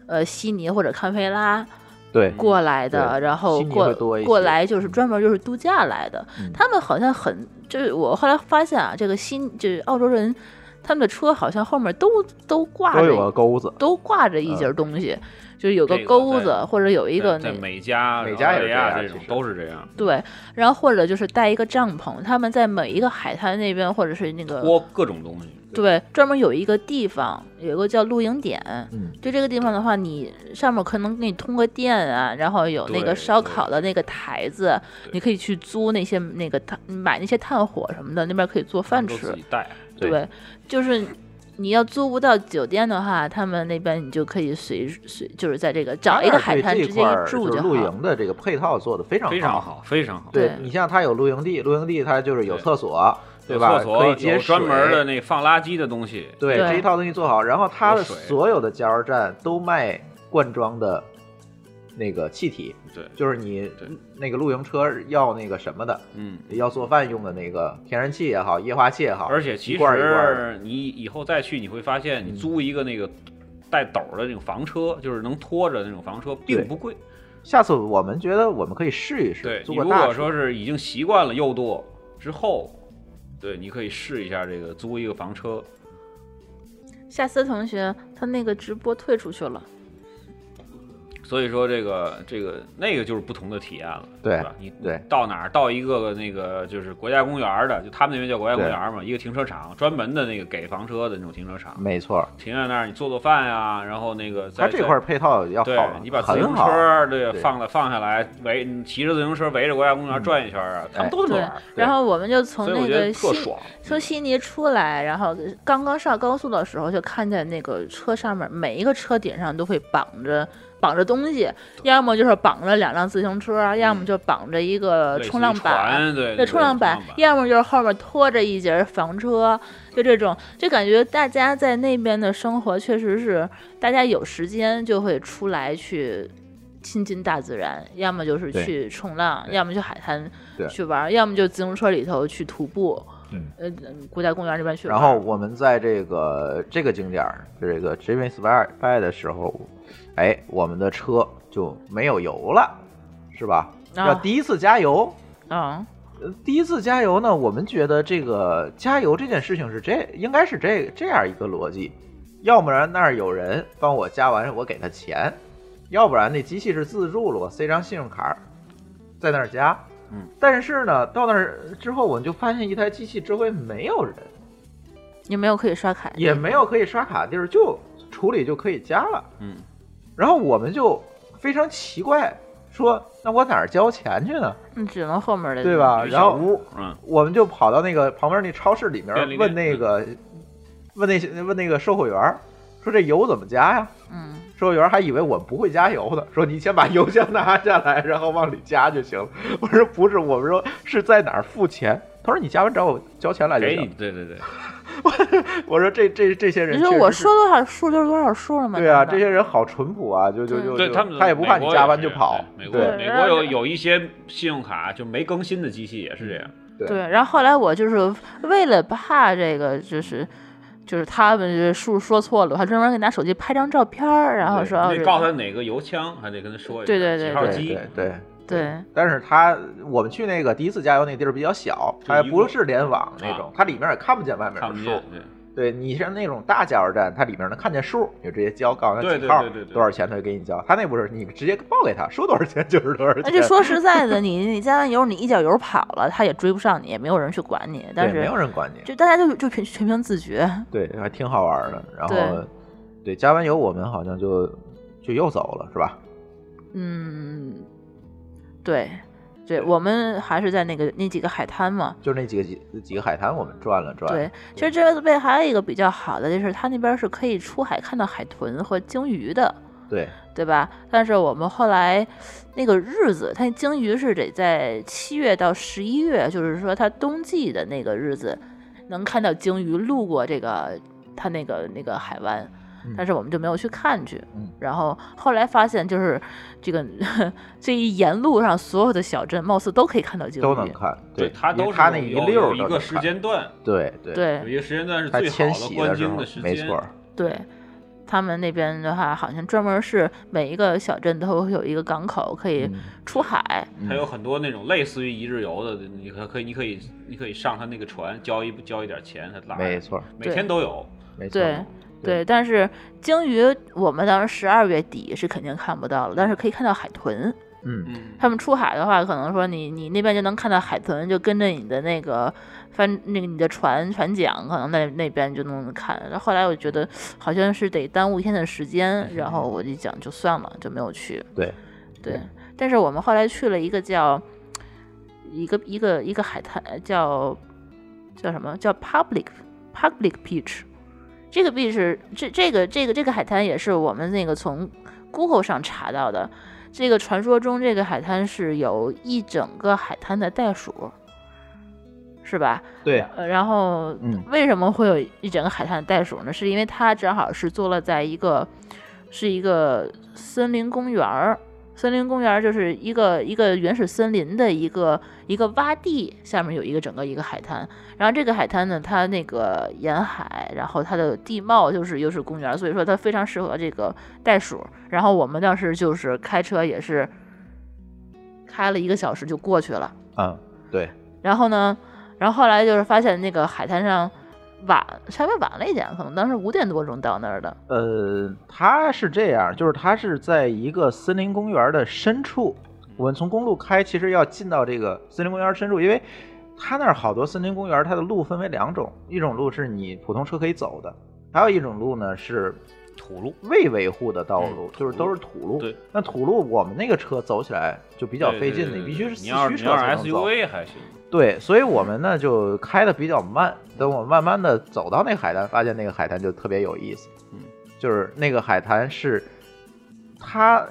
[SPEAKER 5] 呃悉尼或者堪培拉
[SPEAKER 3] 对
[SPEAKER 5] 过来的，
[SPEAKER 3] 嗯对
[SPEAKER 5] 然后
[SPEAKER 3] 悉尼
[SPEAKER 5] 过
[SPEAKER 3] 会多一些
[SPEAKER 5] 过来就是专门就是度假来的。
[SPEAKER 3] 嗯
[SPEAKER 5] 他们好像很就是我后来发现啊，这个新就是澳洲人，他们的车好像后面都都挂
[SPEAKER 3] 都有啊嗯个
[SPEAKER 5] 着
[SPEAKER 3] 钩子，
[SPEAKER 5] 都挂着一节东西，就是有个
[SPEAKER 4] 这个
[SPEAKER 5] 钩子
[SPEAKER 4] 在
[SPEAKER 5] 或者有一个那
[SPEAKER 4] 在在美加、
[SPEAKER 3] 美加
[SPEAKER 4] 澳大
[SPEAKER 3] 也是
[SPEAKER 4] 利
[SPEAKER 3] 这样
[SPEAKER 4] 亚这种
[SPEAKER 3] 其实
[SPEAKER 4] 都是这样，
[SPEAKER 5] 对，然后或者就是带一个帐篷，他们在每一个海滩那边或者是那个
[SPEAKER 4] 播各种东西。
[SPEAKER 5] 呃对，专门有一个地方，有一个叫露营点。
[SPEAKER 3] 嗯，
[SPEAKER 5] 就这个地方的话，你上面可能给你通个电啊，然后有那
[SPEAKER 4] 对
[SPEAKER 5] 个烧
[SPEAKER 4] 对
[SPEAKER 5] 烤的那个台子，你可以去租那些那个炭，买那些炭火什么的，那边可以做饭
[SPEAKER 4] 都自
[SPEAKER 5] 吃
[SPEAKER 4] 己。带，
[SPEAKER 3] 对
[SPEAKER 5] 对，就是你要租不到酒店的话，他们那边你就可以随随就是在这个找一个海滩直接一住
[SPEAKER 3] 就
[SPEAKER 5] 就
[SPEAKER 3] 露
[SPEAKER 5] 好。
[SPEAKER 3] 营的这个配套做的非常
[SPEAKER 4] 非常。好，非常好。
[SPEAKER 3] 对
[SPEAKER 5] 对
[SPEAKER 3] 你像它有露营地，露营地它就是有
[SPEAKER 4] 对
[SPEAKER 3] 厕所，对
[SPEAKER 4] 有
[SPEAKER 3] 吧？
[SPEAKER 4] 厕所
[SPEAKER 3] 可以接
[SPEAKER 4] 有专门
[SPEAKER 3] 水
[SPEAKER 4] 的那放垃圾的东西，
[SPEAKER 3] 对
[SPEAKER 5] 对
[SPEAKER 3] 这一套东西做好，然后它的
[SPEAKER 4] 有水
[SPEAKER 3] 所有的加油站都卖罐装的那个气体，
[SPEAKER 4] 对，
[SPEAKER 3] 就是你
[SPEAKER 4] 对
[SPEAKER 3] 那个露营车要那个什么的，
[SPEAKER 4] 嗯。
[SPEAKER 3] 要做饭用的那个天然气也好，液化气也好，
[SPEAKER 4] 而且其
[SPEAKER 3] 啊一罐儿一罐儿嗯的
[SPEAKER 4] 实你以后再去，你会发现你租一个那个带斗儿的那种房车，就是能拖着那种房车，并不贵。
[SPEAKER 3] 下次我们觉得我们可以试一
[SPEAKER 4] 对
[SPEAKER 3] 试，，租
[SPEAKER 4] 你
[SPEAKER 3] 个
[SPEAKER 4] 如
[SPEAKER 3] 大
[SPEAKER 4] 果
[SPEAKER 3] 车
[SPEAKER 4] 说是已经习惯了右舵之后，对，你可以试一下这个租一个房车。
[SPEAKER 5] 夏思同学他那个直播退出去了，
[SPEAKER 4] 所以说这个这个那个就是不同的体验了，
[SPEAKER 3] 对
[SPEAKER 4] 吧？你
[SPEAKER 3] 对
[SPEAKER 4] 你到哪儿到一个个那个就是国家公园儿的，就他们那边叫国家公
[SPEAKER 3] 对
[SPEAKER 4] 园儿嘛，一个停车场，专门的那个给房车的那种停车场，
[SPEAKER 3] 没错，
[SPEAKER 4] 停在那儿你做做饭呀、然后那个在
[SPEAKER 3] 它这块儿配套要
[SPEAKER 4] 对
[SPEAKER 3] 好了，
[SPEAKER 4] 你把自
[SPEAKER 3] 很
[SPEAKER 4] 行
[SPEAKER 3] 好，啊
[SPEAKER 4] 车对
[SPEAKER 3] 对
[SPEAKER 4] 放了放下来，围你骑着自行车围着国家公园转一圈
[SPEAKER 3] 嗯
[SPEAKER 4] 儿啊，
[SPEAKER 3] 哎
[SPEAKER 4] 他们都这么
[SPEAKER 5] 对
[SPEAKER 4] 玩儿，，
[SPEAKER 5] 然后我们就从
[SPEAKER 4] 所以我
[SPEAKER 5] 那
[SPEAKER 4] 觉得
[SPEAKER 5] 个
[SPEAKER 4] 特
[SPEAKER 5] 西
[SPEAKER 4] 爽。
[SPEAKER 5] 从悉尼出来，然后刚刚上高速的时候，就看见那个车上面每一个车顶上都会绑着绑着东西，要么就是绑着两辆自行车，啊要么就绑着一个
[SPEAKER 4] 嗯类似于
[SPEAKER 5] 呃冲浪板。啊
[SPEAKER 4] 船，对
[SPEAKER 5] 对
[SPEAKER 4] 对
[SPEAKER 5] 冲浪板，要么就是后面拖着一节房车，就这种，就感觉大家在那边的生活确实是，大家有时间就会出来去亲近大自然，要么就是
[SPEAKER 3] 对
[SPEAKER 5] 去冲浪，
[SPEAKER 3] 对
[SPEAKER 5] 要么去海滩
[SPEAKER 3] 对
[SPEAKER 5] 去玩，要么就自行车里头去徒步，
[SPEAKER 3] 嗯
[SPEAKER 5] 呃，国家公园那边去玩。
[SPEAKER 3] 然后我们在这个这个景点儿，这个 j i m m y Spy Spy 的时候，哎，我们的车就没有油了，是吧？
[SPEAKER 5] 啊
[SPEAKER 3] 要第一次加油，
[SPEAKER 5] 啊，
[SPEAKER 3] 呃第一次加油呢，我们觉得这个加油这件事情是这应该是这这样一个逻辑，要不然那儿有人帮我加完，我给他钱，要不然那机器是自助了，我塞张信用卡儿在那儿加。
[SPEAKER 4] 嗯，
[SPEAKER 3] 但是呢，到那儿之后，我们就发现一台机器周围没有人。
[SPEAKER 5] 也没有可以刷卡的地
[SPEAKER 3] 也
[SPEAKER 5] 方，
[SPEAKER 3] 没有可以刷卡的地儿，就处理就可以加了。
[SPEAKER 4] 嗯，
[SPEAKER 3] 然后我们就非常奇怪，说那我哪儿交钱去呢？
[SPEAKER 5] 嗯，只能后面的
[SPEAKER 3] 对？吧？
[SPEAKER 4] 有
[SPEAKER 3] 然
[SPEAKER 4] 呃小
[SPEAKER 3] 后
[SPEAKER 4] 屋，嗯，
[SPEAKER 3] 我们就跑到那个旁边那超市里面
[SPEAKER 4] 便利店嗯
[SPEAKER 3] 问那个问那些问那个售货员儿，说这油怎么加呀？
[SPEAKER 5] 嗯，
[SPEAKER 3] 售货员还以为我们不会加油呢，说你先把油箱拿下来，然后往里加就行了。我说不是，我们说是在哪儿付钱。他说你加完找我交钱来就
[SPEAKER 4] 给你
[SPEAKER 3] 行。，
[SPEAKER 4] 对对对，
[SPEAKER 3] 我说这这这些人
[SPEAKER 5] 你
[SPEAKER 3] 确实
[SPEAKER 5] 说
[SPEAKER 3] 是，
[SPEAKER 5] 我说多少数就是多少数了嘛？
[SPEAKER 3] 对啊，
[SPEAKER 5] 难道
[SPEAKER 3] 这些人好淳朴啊，就就
[SPEAKER 4] 嗯
[SPEAKER 3] 就
[SPEAKER 4] 对
[SPEAKER 3] 就
[SPEAKER 4] 他们
[SPEAKER 3] 也不怕你加班就跑，
[SPEAKER 4] 美国也是
[SPEAKER 3] 对
[SPEAKER 4] 美国美国有
[SPEAKER 5] 对
[SPEAKER 4] 有一些信用卡就没更新的机器也是这样，
[SPEAKER 3] 对
[SPEAKER 5] 对，然后后来我就是为了怕这个，就是就是他们这数说错了，我还专门给拿手机拍张照片儿，然后
[SPEAKER 3] 对
[SPEAKER 5] 说哦
[SPEAKER 4] 你
[SPEAKER 5] 这
[SPEAKER 4] 得告诉他哪个邮箱，还得跟他说一下，
[SPEAKER 5] 对对对
[SPEAKER 4] 几
[SPEAKER 5] 对
[SPEAKER 4] 号
[SPEAKER 3] 对
[SPEAKER 4] 机
[SPEAKER 3] 对，对。
[SPEAKER 5] 对
[SPEAKER 3] 但是他我们去那个第一次加油那地儿比较小，
[SPEAKER 4] 就
[SPEAKER 3] 它还
[SPEAKER 4] 一
[SPEAKER 3] 不
[SPEAKER 4] 个
[SPEAKER 3] 是联网那种，它里面也看不见外面
[SPEAKER 4] 看
[SPEAKER 3] 的
[SPEAKER 4] 不
[SPEAKER 3] 数
[SPEAKER 4] 见。，对，
[SPEAKER 3] 对，你像那种大加油站，它里面能看见数，你就直接交，告诉他
[SPEAKER 4] 对
[SPEAKER 3] 几
[SPEAKER 4] 对
[SPEAKER 3] 号
[SPEAKER 4] 对对对
[SPEAKER 3] 多少钱，他就给你交。他那不是，你直接报给他，说多少钱就是多少钱。
[SPEAKER 5] 而且说实 在的，你你加完油，你一脚油跑了，他也追不上你，也没有人去管你。但
[SPEAKER 3] 对，
[SPEAKER 5] 是
[SPEAKER 3] 没有人管你。
[SPEAKER 5] 就大家就就全全凭自觉。
[SPEAKER 3] 对，还挺好玩的。然后
[SPEAKER 5] 对，
[SPEAKER 3] 对，加完油我们好像就就又走了，是吧？
[SPEAKER 5] 嗯，对对，我们还是在那个那几个海滩嘛。
[SPEAKER 3] 就那几个几几个海滩我们转了转。
[SPEAKER 5] 对，其实这个贝还有一个比较好的，就是它那边是可以出海看到海豚和鲸鱼的。
[SPEAKER 3] 对
[SPEAKER 5] 对吧？但是我们后来那个日子，它鲸鱼是得在七月到十一月，就是说它冬季的那个日子，能看到鲸鱼路过这个它那个那个海湾
[SPEAKER 3] 嗯。
[SPEAKER 5] 但是我们就没有去看去，
[SPEAKER 3] 嗯
[SPEAKER 5] 然后后来发现就是这个 这一沿路上所有的小镇，貌似都可以看到鲸鱼，
[SPEAKER 3] 都能看，
[SPEAKER 4] 对他
[SPEAKER 3] 他
[SPEAKER 4] 都是
[SPEAKER 3] 他那一
[SPEAKER 4] 有
[SPEAKER 3] 溜
[SPEAKER 4] 有
[SPEAKER 3] 儿
[SPEAKER 4] 一
[SPEAKER 3] 都
[SPEAKER 4] 个
[SPEAKER 3] 能
[SPEAKER 4] 时
[SPEAKER 3] 看，
[SPEAKER 4] 间段，
[SPEAKER 3] 对对，
[SPEAKER 4] 有
[SPEAKER 5] 对
[SPEAKER 4] 一个时间段是
[SPEAKER 3] 他
[SPEAKER 4] 最好
[SPEAKER 3] 迁
[SPEAKER 4] 的
[SPEAKER 3] 徙
[SPEAKER 4] 观
[SPEAKER 3] 时候
[SPEAKER 4] 鲸时，间，
[SPEAKER 3] 没错儿，
[SPEAKER 5] 对，他们那边的话，好像专门是每一个小镇都会有一个港口可以
[SPEAKER 3] 嗯
[SPEAKER 5] 出海，
[SPEAKER 4] 它有很多那种类似于一日游的，你可可以，你可以，你可以上他那个船，交一交一点钱，他拉。
[SPEAKER 3] 没，错儿，
[SPEAKER 4] 每天都有。
[SPEAKER 3] 没错
[SPEAKER 5] 对
[SPEAKER 3] 儿，对
[SPEAKER 5] 对，但是鲸鱼我们当时十二月底是肯定看不到了，但是可以看到海豚。
[SPEAKER 3] 嗯，
[SPEAKER 4] 嗯，
[SPEAKER 5] 他们出海的话，可能说你你那边就能看到海豚，就跟着你的那个帆那个你的船船桨，可能在那边就能看。然后后来我觉得好像是得耽误一天的时间，然后我就讲就算了，就没有去。
[SPEAKER 3] 对
[SPEAKER 5] 对
[SPEAKER 3] 对，
[SPEAKER 5] 但是我们后来去了一个叫一个一个一个海滩，叫叫什么叫 public public beach。这个 beach 这这个这个这个海滩也是我们那个从 Google 上查到的。这个传说中这个海滩是有一整个海滩的袋鼠，是吧？
[SPEAKER 3] 对啊
[SPEAKER 5] 呃，然后
[SPEAKER 3] 嗯
[SPEAKER 5] 为什么会有一整个海滩的袋鼠呢？是因为它正好是坐落在一个是一个森林公园儿，森林公园儿就是一个一个原始森林的一个一个洼地，下面有一个整个一个海滩。然后这个海滩呢，它那个沿海，然后它的地貌就是又是公园儿，所以说它非常适合这个袋鼠。然后我们当时就是开车也是开了一个小时就过去了。
[SPEAKER 3] 嗯对
[SPEAKER 5] 然后呢，然后后来就是发现那个海滩上晚，稍微晚了一点，可能当时五点多钟到那儿的。
[SPEAKER 3] 呃，它是这样，就是它是在一个森林公园的深处。我们从公路开，其实要进到这个森林公园深处，因为它那儿好多森林公园，它的路分为两种，一种路是你普通车可以走的，还有一种路呢是
[SPEAKER 4] 土路
[SPEAKER 3] 未维护的道路，
[SPEAKER 4] 嗯
[SPEAKER 3] 就是都是土路。
[SPEAKER 4] 对，
[SPEAKER 3] 那土路我们那个车走起来就比
[SPEAKER 4] 比
[SPEAKER 3] 较费劲的，你必须是四
[SPEAKER 4] 你要
[SPEAKER 3] 驱
[SPEAKER 4] 是你
[SPEAKER 3] 车
[SPEAKER 4] 要是
[SPEAKER 3] 才能走。
[SPEAKER 4] SUV 还行，
[SPEAKER 3] 对，所以我们呢就开的比较慢。等我慢慢的走到那个海滩，发现那个海滩就特别有意思。
[SPEAKER 4] 嗯，
[SPEAKER 3] 就是那个海滩是它，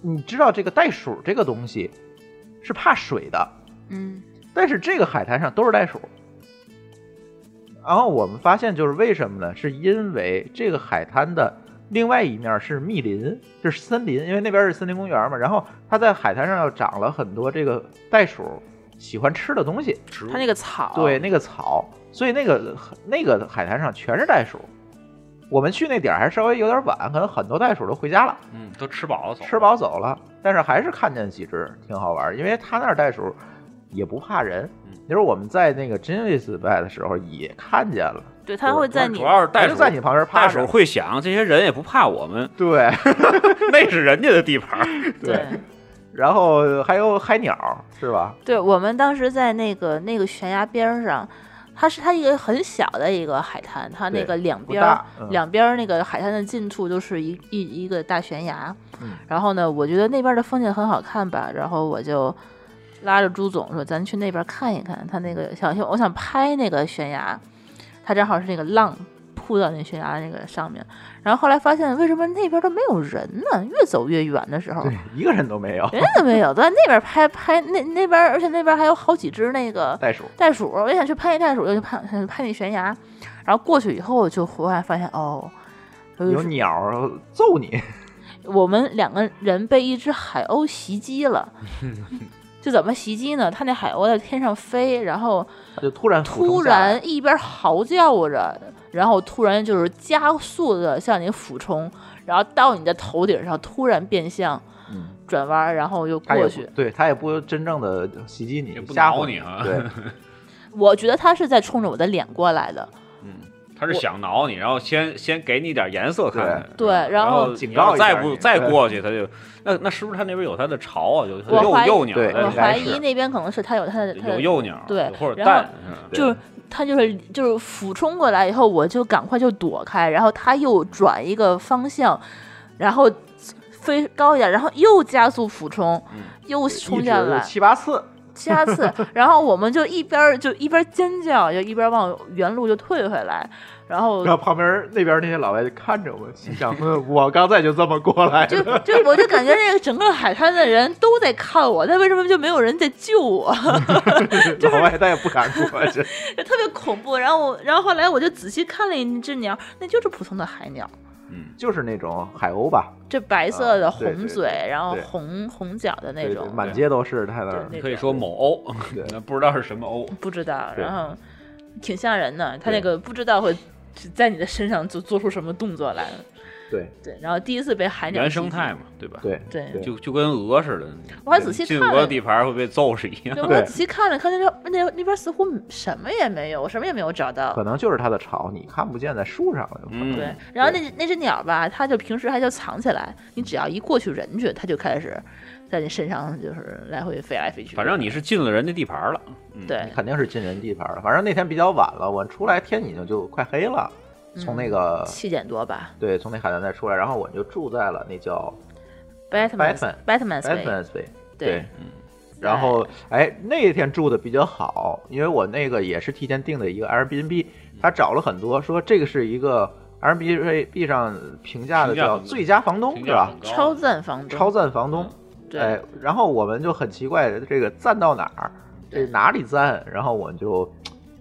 [SPEAKER 3] 你知道这个袋鼠这个东西是怕水的，
[SPEAKER 5] 嗯，
[SPEAKER 3] 但是这个海滩上都是袋鼠。然后我们发现就是为什么呢？是因为这个海滩的另外一面是密林，就是森林，因为那边是森林公园嘛。然后它在海滩上又长了很多这个袋鼠喜欢吃的东西，
[SPEAKER 4] 植物
[SPEAKER 5] 它那个草，
[SPEAKER 3] 对，，那个草，所以那个那个海滩上全是袋鼠。我们去那点儿还稍微有点晚，可能很多袋鼠都回家了，
[SPEAKER 4] 嗯都吃饱了走，
[SPEAKER 3] 吃饱走了，但是还是看见几只，挺好玩儿。因为它那儿袋鼠也不怕人
[SPEAKER 4] 嗯，
[SPEAKER 3] 就是我们在那个 g e n i s b a 的时候也看见了，
[SPEAKER 5] 对，它会在你
[SPEAKER 4] 主要是
[SPEAKER 3] 它
[SPEAKER 4] 袋
[SPEAKER 3] 就
[SPEAKER 4] 鼠
[SPEAKER 3] 在你旁边趴
[SPEAKER 4] 袋鼠
[SPEAKER 3] 着。
[SPEAKER 4] 会想，这些人也不怕我们，
[SPEAKER 3] 对，
[SPEAKER 4] 那是人家的地盘儿。
[SPEAKER 5] 对
[SPEAKER 3] 然后还有海鸟，是吧？
[SPEAKER 5] 对，我们当时在那个那个悬崖边儿上，它是它一个很小的一个海滩，它那
[SPEAKER 3] 对
[SPEAKER 5] 个两
[SPEAKER 3] 不
[SPEAKER 5] 边儿
[SPEAKER 3] 大嗯
[SPEAKER 5] 两边儿那个海滩的近处就是一一一个大悬崖。
[SPEAKER 3] 嗯
[SPEAKER 5] 然后呢，我觉得那边的风景很好看吧，然后我就拉着朱总说：“咱去那边看一看。”他那个想，我想拍那个悬崖，它正好是那个浪扑到那悬崖那个上面。然后后来发现，为什么那边都没有人呢？越走越远的时候，
[SPEAKER 3] 对，一个人都没
[SPEAKER 4] 哎
[SPEAKER 3] 有。
[SPEAKER 5] 人都没有，都在那边拍拍那那边，而且那边还有好几只那个
[SPEAKER 3] 袋鼠，
[SPEAKER 5] 袋鼠，我也想去拍那袋鼠，就去拍想去拍那悬崖，然后过去以后我就忽然发现哦，有一
[SPEAKER 3] 有
[SPEAKER 5] 只
[SPEAKER 3] 鸟儿揍你，
[SPEAKER 5] 我们两个人被一只海鸥袭击 了，就怎么袭击呢？它那海鸥在天上飞，然后
[SPEAKER 3] 它就突然俯
[SPEAKER 5] 突
[SPEAKER 3] 冲下来
[SPEAKER 5] 然一边嚎叫着，然后突然就是加速的向你俯冲，然后到你的头顶上突然变向
[SPEAKER 3] 嗯
[SPEAKER 5] 转弯，然后又
[SPEAKER 3] 它也
[SPEAKER 5] 过
[SPEAKER 3] 不
[SPEAKER 5] 去。
[SPEAKER 3] 对它也不真正的袭击你
[SPEAKER 4] 也，不
[SPEAKER 3] 吓
[SPEAKER 4] 挠
[SPEAKER 3] 唬
[SPEAKER 4] 你啊
[SPEAKER 3] 对，
[SPEAKER 5] 我觉得它是在冲着我的脸过来的。
[SPEAKER 4] 嗯，他是想挠你，然后先先给你点颜色看看。嗯
[SPEAKER 5] 对对
[SPEAKER 4] 然
[SPEAKER 5] 然后
[SPEAKER 3] 警
[SPEAKER 4] 你
[SPEAKER 3] 告
[SPEAKER 4] 要
[SPEAKER 3] 一下
[SPEAKER 4] 再不
[SPEAKER 3] 你
[SPEAKER 4] 再
[SPEAKER 3] 对
[SPEAKER 4] 过去，他就那那是不是他那边有他的巢啊？有
[SPEAKER 5] 我
[SPEAKER 4] 有
[SPEAKER 5] 怀疑
[SPEAKER 4] 幼鸟
[SPEAKER 3] 对
[SPEAKER 4] 在那
[SPEAKER 5] 我
[SPEAKER 3] 应
[SPEAKER 4] 边，
[SPEAKER 5] 怀
[SPEAKER 3] 该
[SPEAKER 5] 疑
[SPEAKER 3] 是
[SPEAKER 5] 那边可能是它有它的它
[SPEAKER 4] 有
[SPEAKER 5] 的
[SPEAKER 4] 幼鸟，
[SPEAKER 5] 对
[SPEAKER 4] 或者
[SPEAKER 5] 然后
[SPEAKER 4] 蛋，嗯
[SPEAKER 5] 就是他就是就是俯冲过来以后，我就赶快就躲开，然后他又转一个方向，然后飞高一点，然后又加速俯冲，
[SPEAKER 4] 嗯
[SPEAKER 5] 又
[SPEAKER 3] 一
[SPEAKER 5] 冲下
[SPEAKER 3] 直
[SPEAKER 5] 来
[SPEAKER 3] 是 七八次，
[SPEAKER 5] 七八次，然后我们就一边儿就一边尖叫，就一边往原路就退回来，然后
[SPEAKER 3] 然后旁边那边那些老外就看着我，心想： 嗯我刚才就这么过来
[SPEAKER 5] 就
[SPEAKER 3] 的，
[SPEAKER 5] 就我就感觉那个整个海滩的人都在看我，但为什么就没有人在救我？
[SPEAKER 3] 老外他也不敢过去。
[SPEAKER 5] 就特别恐怖。然后我，然后后来我就仔细看了一只鸟，那就是普通的海鸟。
[SPEAKER 4] 嗯，
[SPEAKER 3] 就是那种海鸥吧，
[SPEAKER 5] 这白色的
[SPEAKER 3] 啊对
[SPEAKER 5] 红
[SPEAKER 3] 对
[SPEAKER 5] 嘴，
[SPEAKER 3] 对
[SPEAKER 5] 然后
[SPEAKER 3] 对
[SPEAKER 5] 红红脚的那
[SPEAKER 3] 对对
[SPEAKER 5] 种，
[SPEAKER 3] 满街都是他那
[SPEAKER 5] 对
[SPEAKER 3] 儿。
[SPEAKER 5] 那
[SPEAKER 4] 可以
[SPEAKER 5] 种
[SPEAKER 4] 说某欧
[SPEAKER 3] 对，
[SPEAKER 4] 那不知道是什么欧，
[SPEAKER 5] 不知道，
[SPEAKER 3] 对
[SPEAKER 5] 然后挺吓人的，他
[SPEAKER 3] 对
[SPEAKER 5] 那个不知道会在你的身上做做出什么动作来。
[SPEAKER 3] 对
[SPEAKER 5] 对，然后第一次被海鸟
[SPEAKER 4] 原
[SPEAKER 5] 袭
[SPEAKER 4] 生
[SPEAKER 5] 击
[SPEAKER 4] 态，嘛，对吧？
[SPEAKER 3] 对
[SPEAKER 5] 对
[SPEAKER 3] 对
[SPEAKER 4] 就就跟鹅似的，
[SPEAKER 5] 我还仔细
[SPEAKER 4] 进
[SPEAKER 5] 看
[SPEAKER 4] 鹅
[SPEAKER 5] 了。
[SPEAKER 4] 地盘会被揍是一样
[SPEAKER 5] 对，。我
[SPEAKER 3] 对
[SPEAKER 5] 仔细看了看那边那那边似乎什么也没有，我什么也没有找到
[SPEAKER 3] 可。能就是他的巢，你看不见，在树上了。
[SPEAKER 4] 嗯，
[SPEAKER 5] 对，然后那只那只鸟吧，它就平时它就藏起来，你只要一过去人去，它就开始在你身上就是来回飞来飞去。
[SPEAKER 4] 反正你是进了人家地盘了，嗯，
[SPEAKER 5] 对，
[SPEAKER 3] 肯定是进人地盘了。反正那天比较晚了，我出来天已经就快黑了。
[SPEAKER 5] 嗯
[SPEAKER 3] 从那个、
[SPEAKER 5] 七点多吧
[SPEAKER 3] 对，从那海南再出来，然后我就住在了那叫
[SPEAKER 5] ，Batman
[SPEAKER 3] Batman-
[SPEAKER 5] Batman
[SPEAKER 3] b a t m a n s Bay。
[SPEAKER 5] 对，
[SPEAKER 3] 嗯然后哎，那天住的比较好，因为我那个也是提前订的一个 Airbnb，他
[SPEAKER 5] 嗯
[SPEAKER 3] 找了很多，说这个是一个 Airbnb 上评价的
[SPEAKER 4] 评价
[SPEAKER 3] 叫
[SPEAKER 4] 很高
[SPEAKER 3] 最佳房东
[SPEAKER 4] 评
[SPEAKER 3] 是
[SPEAKER 4] 价
[SPEAKER 3] 吧
[SPEAKER 4] 很？高
[SPEAKER 5] 超赞房东，
[SPEAKER 3] 超赞房东。
[SPEAKER 5] 嗯对、
[SPEAKER 3] 哎，然后我们就很奇怪，这个赞到哪儿？这
[SPEAKER 5] 对
[SPEAKER 3] 哪里赞？然后我们就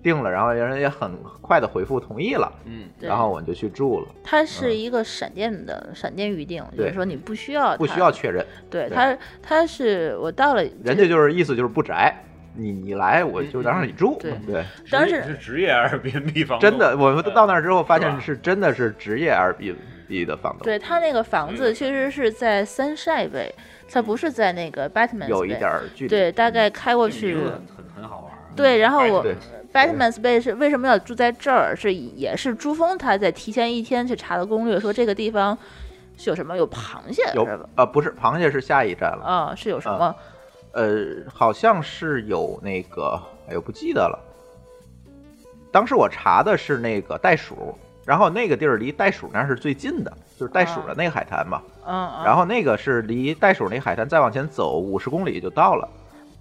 [SPEAKER 3] 定了，然后人也很快的回复同意了，
[SPEAKER 4] 嗯，
[SPEAKER 5] 对
[SPEAKER 3] 然后我们就去住了，
[SPEAKER 5] 它是一个闪电的、闪电预定，就
[SPEAKER 3] 对
[SPEAKER 5] 是说你不需要
[SPEAKER 3] 不
[SPEAKER 5] 它
[SPEAKER 3] 需要确认，
[SPEAKER 5] 对
[SPEAKER 3] 对
[SPEAKER 5] 它它是我到了
[SPEAKER 3] 人家就是意思就是不宅，你你来我就让你住，
[SPEAKER 5] 嗯对
[SPEAKER 3] 对。
[SPEAKER 5] 当
[SPEAKER 4] 职业
[SPEAKER 5] 时
[SPEAKER 4] 是职业 Airbnb 房东
[SPEAKER 3] 真的，我们到那儿之后发现
[SPEAKER 4] 吧
[SPEAKER 3] 是真的是职业 Airbnb 的房东，
[SPEAKER 5] 对它那个房
[SPEAKER 4] 对
[SPEAKER 3] 嗯
[SPEAKER 5] 子其实是在三晒贝，它不是在那个 Batman
[SPEAKER 3] 有一点儿距离。
[SPEAKER 5] 对，大概开过
[SPEAKER 4] 这名
[SPEAKER 5] 去
[SPEAKER 4] 字很很好玩啊，
[SPEAKER 5] 对，然后我
[SPEAKER 3] 哎对
[SPEAKER 5] Batman Space 为什么要住在这儿？是也是珠峰他在提前一天去查的攻略，说这个地方是有什么有螃蟹
[SPEAKER 3] 有
[SPEAKER 5] 是吧？
[SPEAKER 3] 啊，不是螃蟹是下一站了，
[SPEAKER 5] 啊、是有什
[SPEAKER 3] 啊
[SPEAKER 5] 么？
[SPEAKER 3] 呃，好像是有那个，哎呦不记得了。当时我查的是那个袋鼠，然后那个地儿离袋鼠那儿是最近的，就是袋
[SPEAKER 5] 哦
[SPEAKER 3] 鼠的那个海滩嘛。
[SPEAKER 5] 嗯嗯，
[SPEAKER 3] 然后那个是离袋鼠那海滩再往前走五十公里就到了。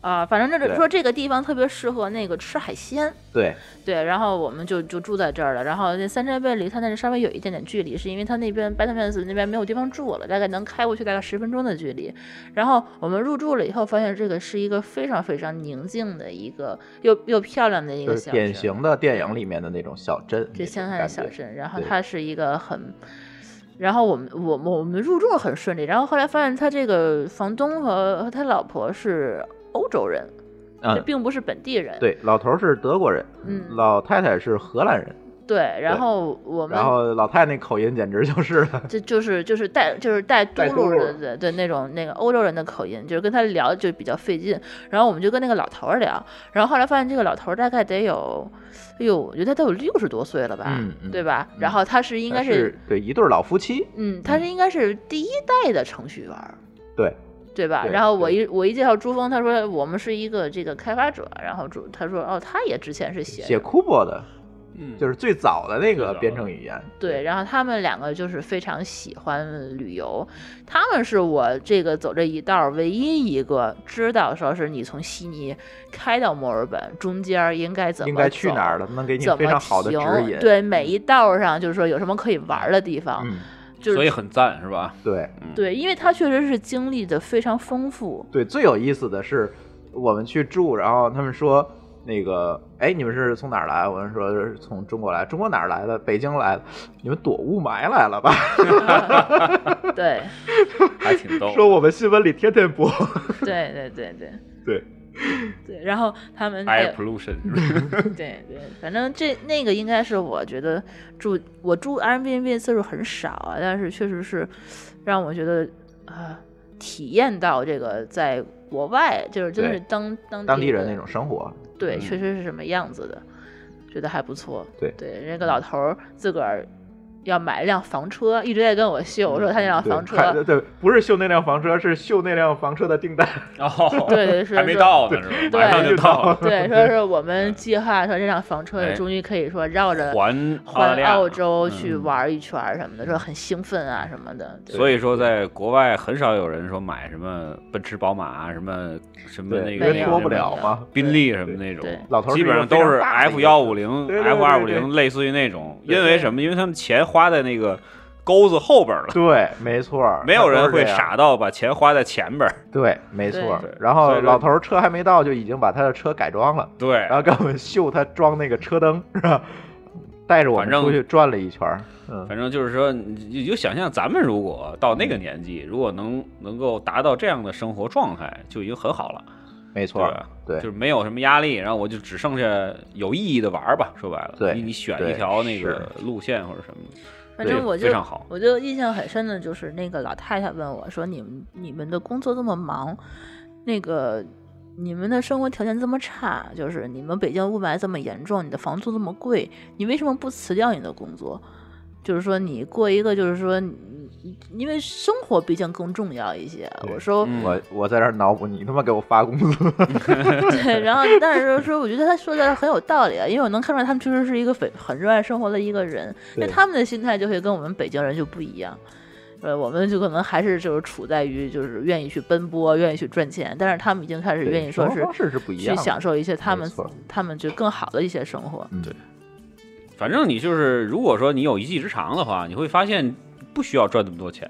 [SPEAKER 5] 啊、反正就是
[SPEAKER 3] 对
[SPEAKER 5] 说这个地方特别适合那个吃海鲜。
[SPEAKER 3] 对，
[SPEAKER 5] 对，然后我们就就住在这儿了。然后那三山背离它那稍微有一点点距离，是因为它那边 Batman 那边没有地方住了，大概能开过去大概十分钟的距离。然后我们入住了以后，发现这个是一个非常非常宁静的一个又又漂亮的一
[SPEAKER 3] 就
[SPEAKER 5] 个
[SPEAKER 3] 是
[SPEAKER 5] 小
[SPEAKER 3] 典
[SPEAKER 5] 镇，
[SPEAKER 3] 型的电影里面的那种小镇，
[SPEAKER 5] 这乡下的小镇。然后
[SPEAKER 3] 对
[SPEAKER 5] 它是一个很。然后我们我们我们入住很顺利，然后后来发现他这个房东和和他老婆是欧洲人，这
[SPEAKER 3] 嗯，
[SPEAKER 5] 并不是本地人。
[SPEAKER 3] 对，老头儿是德国人，
[SPEAKER 5] 嗯
[SPEAKER 3] 老太太是荷兰人，
[SPEAKER 5] 对，然
[SPEAKER 3] 对
[SPEAKER 5] 后我们
[SPEAKER 3] 然后老太太那口音简直就是了，
[SPEAKER 5] 这就是就是带就是带嘟
[SPEAKER 3] 带
[SPEAKER 5] 噜
[SPEAKER 3] 嘟噜
[SPEAKER 5] 的对对那种那个欧洲人的口音，就是跟他聊就比较费劲。然后我们就跟那个老头儿聊，然后后来发现这个老头儿大概得有，哎呦，我觉得他都有六十多岁了吧，
[SPEAKER 3] 嗯嗯
[SPEAKER 5] 对吧？
[SPEAKER 3] 嗯
[SPEAKER 5] 然后他 是应该
[SPEAKER 3] 还
[SPEAKER 5] 是
[SPEAKER 3] 是对一对儿老夫妻，
[SPEAKER 5] 嗯，他是应该是第一代的程序员儿。
[SPEAKER 3] 对，
[SPEAKER 5] 对吧？
[SPEAKER 3] 对
[SPEAKER 5] 然后我一我一介绍朱峰，他说我们是一个这个开发者，然后朱他说哦，他也之前是写
[SPEAKER 3] 写库珀的，
[SPEAKER 4] 嗯，
[SPEAKER 3] 就是最早的那
[SPEAKER 4] 最早
[SPEAKER 3] 个
[SPEAKER 4] 的
[SPEAKER 3] 编程语言，
[SPEAKER 5] 对，然后他们两个就是非常喜欢旅游，他们是我这个走这一道儿唯一一个知道说是你从悉尼开到墨尔本中间儿应该怎么
[SPEAKER 3] 应该去哪儿
[SPEAKER 5] 走，
[SPEAKER 3] 了，能给你
[SPEAKER 5] 怎
[SPEAKER 3] 非
[SPEAKER 5] 么
[SPEAKER 3] 常好的指
[SPEAKER 5] 停
[SPEAKER 3] 引，
[SPEAKER 5] 对，每一道儿上就是说有什么可以玩儿的地方，
[SPEAKER 3] 嗯，
[SPEAKER 5] 就是
[SPEAKER 4] 所以很赞是吧？
[SPEAKER 3] 对
[SPEAKER 5] 对，因为他确实是经历的非常丰富，
[SPEAKER 3] 对，最有意思的是我们去住，然后他们说。那个，哎，你们是从哪儿来？我们说是从中国来，中国哪儿来的？北京来的，你们躲雾霾来了吧？。
[SPEAKER 5] 对
[SPEAKER 4] 还挺逗
[SPEAKER 3] 说我们新闻里天天播，
[SPEAKER 5] 嗯 对对对对
[SPEAKER 3] 对，
[SPEAKER 5] 对，然后他们还有
[SPEAKER 4] air pollution 是不是？
[SPEAKER 5] 对对，反正这那个应该是我觉得住我住 Airbnb 的次数很少啊，但是确实是让我觉得啊、体验到这个在国外就是真的是
[SPEAKER 3] 对
[SPEAKER 5] 当当
[SPEAKER 3] 当地
[SPEAKER 5] 的
[SPEAKER 3] 人那种生活，
[SPEAKER 5] 对，
[SPEAKER 4] 嗯
[SPEAKER 5] 确实是什么样子的，觉得还不错。
[SPEAKER 3] 对
[SPEAKER 5] 对，那个老头儿自个儿要买一辆房车，一直在跟我秀，我说他那辆
[SPEAKER 3] 嗯对
[SPEAKER 5] 房车。
[SPEAKER 3] 还对，不是秀那辆房车，是秀那辆房车的 订单。
[SPEAKER 4] 哦，
[SPEAKER 5] 对是
[SPEAKER 4] 还没
[SPEAKER 5] 是
[SPEAKER 4] 到呢是吧？
[SPEAKER 5] 对
[SPEAKER 4] 马上就到了。
[SPEAKER 5] 对，说是我
[SPEAKER 3] 嗯
[SPEAKER 5] 们计划说这辆房车
[SPEAKER 4] 哎
[SPEAKER 5] 终于可以说绕着
[SPEAKER 4] 环澳大
[SPEAKER 5] 环
[SPEAKER 4] 利亚
[SPEAKER 5] 澳洲去玩一圈儿什么的，说很兴奋啊什么的。对
[SPEAKER 4] 所以说，在国外很少有人说买什么奔驰、宝马啊，什么什么那
[SPEAKER 3] 因
[SPEAKER 4] 个
[SPEAKER 3] 为
[SPEAKER 4] 那
[SPEAKER 3] 脱
[SPEAKER 4] 个
[SPEAKER 3] 不了嘛。
[SPEAKER 4] 宾利什么那
[SPEAKER 5] 对
[SPEAKER 4] 种，
[SPEAKER 3] 老头儿
[SPEAKER 4] 基本上
[SPEAKER 3] 是一
[SPEAKER 4] 都
[SPEAKER 3] 个
[SPEAKER 4] 是
[SPEAKER 3] 非常大的一
[SPEAKER 4] F
[SPEAKER 3] 个
[SPEAKER 4] 幺五零、
[SPEAKER 3] 对对对
[SPEAKER 4] F 二五
[SPEAKER 3] 对
[SPEAKER 4] 零，类似于那种。
[SPEAKER 3] 对
[SPEAKER 4] 因为什么？因为他们钱花在那个钩子后边了，
[SPEAKER 3] 对，没错儿，
[SPEAKER 4] 没有人会
[SPEAKER 3] 他都是这样。
[SPEAKER 4] 傻到把钱花在前 边儿。
[SPEAKER 3] 对，没错儿
[SPEAKER 4] 对对。
[SPEAKER 3] 然
[SPEAKER 4] 所
[SPEAKER 3] 后
[SPEAKER 4] 以说
[SPEAKER 3] 老头儿车还没到，就已经把他的车改装了，
[SPEAKER 4] 对
[SPEAKER 3] 然，后给我们秀他装那个车灯，是吧？带着我
[SPEAKER 4] 反
[SPEAKER 3] 们
[SPEAKER 4] 正
[SPEAKER 3] 出去转了一圈儿。嗯，
[SPEAKER 4] 反正就是说，你你就想象咱们如果到那个年纪，如果能能够达到这样的生活状态，就已经很好了。
[SPEAKER 3] 没错儿，
[SPEAKER 4] 对吧，啊就
[SPEAKER 3] 对
[SPEAKER 4] 是没有什么压力，然后我就只剩下有意义的玩儿吧。说白了，
[SPEAKER 3] 对
[SPEAKER 4] 你你选
[SPEAKER 3] 对
[SPEAKER 4] 一条那个
[SPEAKER 3] 是
[SPEAKER 4] 路线或者什么，
[SPEAKER 5] 反正
[SPEAKER 4] 对
[SPEAKER 5] 我就
[SPEAKER 4] 非常好
[SPEAKER 5] 我就印象很深的就是那个老太太问我说：“你们你们的工作这么忙，那个你们的生活条件这么差，就是你们北京雾霾这么严重，你的房租这么贵，你为什么不辞掉你的工作？就是说你过一个就是说你，你因为生活毕竟更重要一些。”
[SPEAKER 3] 对
[SPEAKER 5] 我说。
[SPEAKER 4] 嗯
[SPEAKER 3] 我我在这儿脑补，你他妈给我发工资，
[SPEAKER 5] 对，然后但是说，我觉得他说的很有道理啊，因为我能看出来他们确实是一个很很热爱生活的一个人，那
[SPEAKER 3] 对
[SPEAKER 5] 他们的心态就会跟我们北京人就不一样。呃，我们就可能还是就是处在于就是愿意去奔波，愿意去赚钱，但是他们已经开始
[SPEAKER 3] 对
[SPEAKER 5] 愿意说
[SPEAKER 3] 生活
[SPEAKER 5] 是
[SPEAKER 3] 方式是不一
[SPEAKER 5] 去
[SPEAKER 3] 样的
[SPEAKER 5] 享受一些他们
[SPEAKER 3] 没错
[SPEAKER 5] 他们就更好的一些生活。
[SPEAKER 3] 对，
[SPEAKER 4] 反正你就是，如果说你有一技之长的话，你会发现不需要赚那么多钱。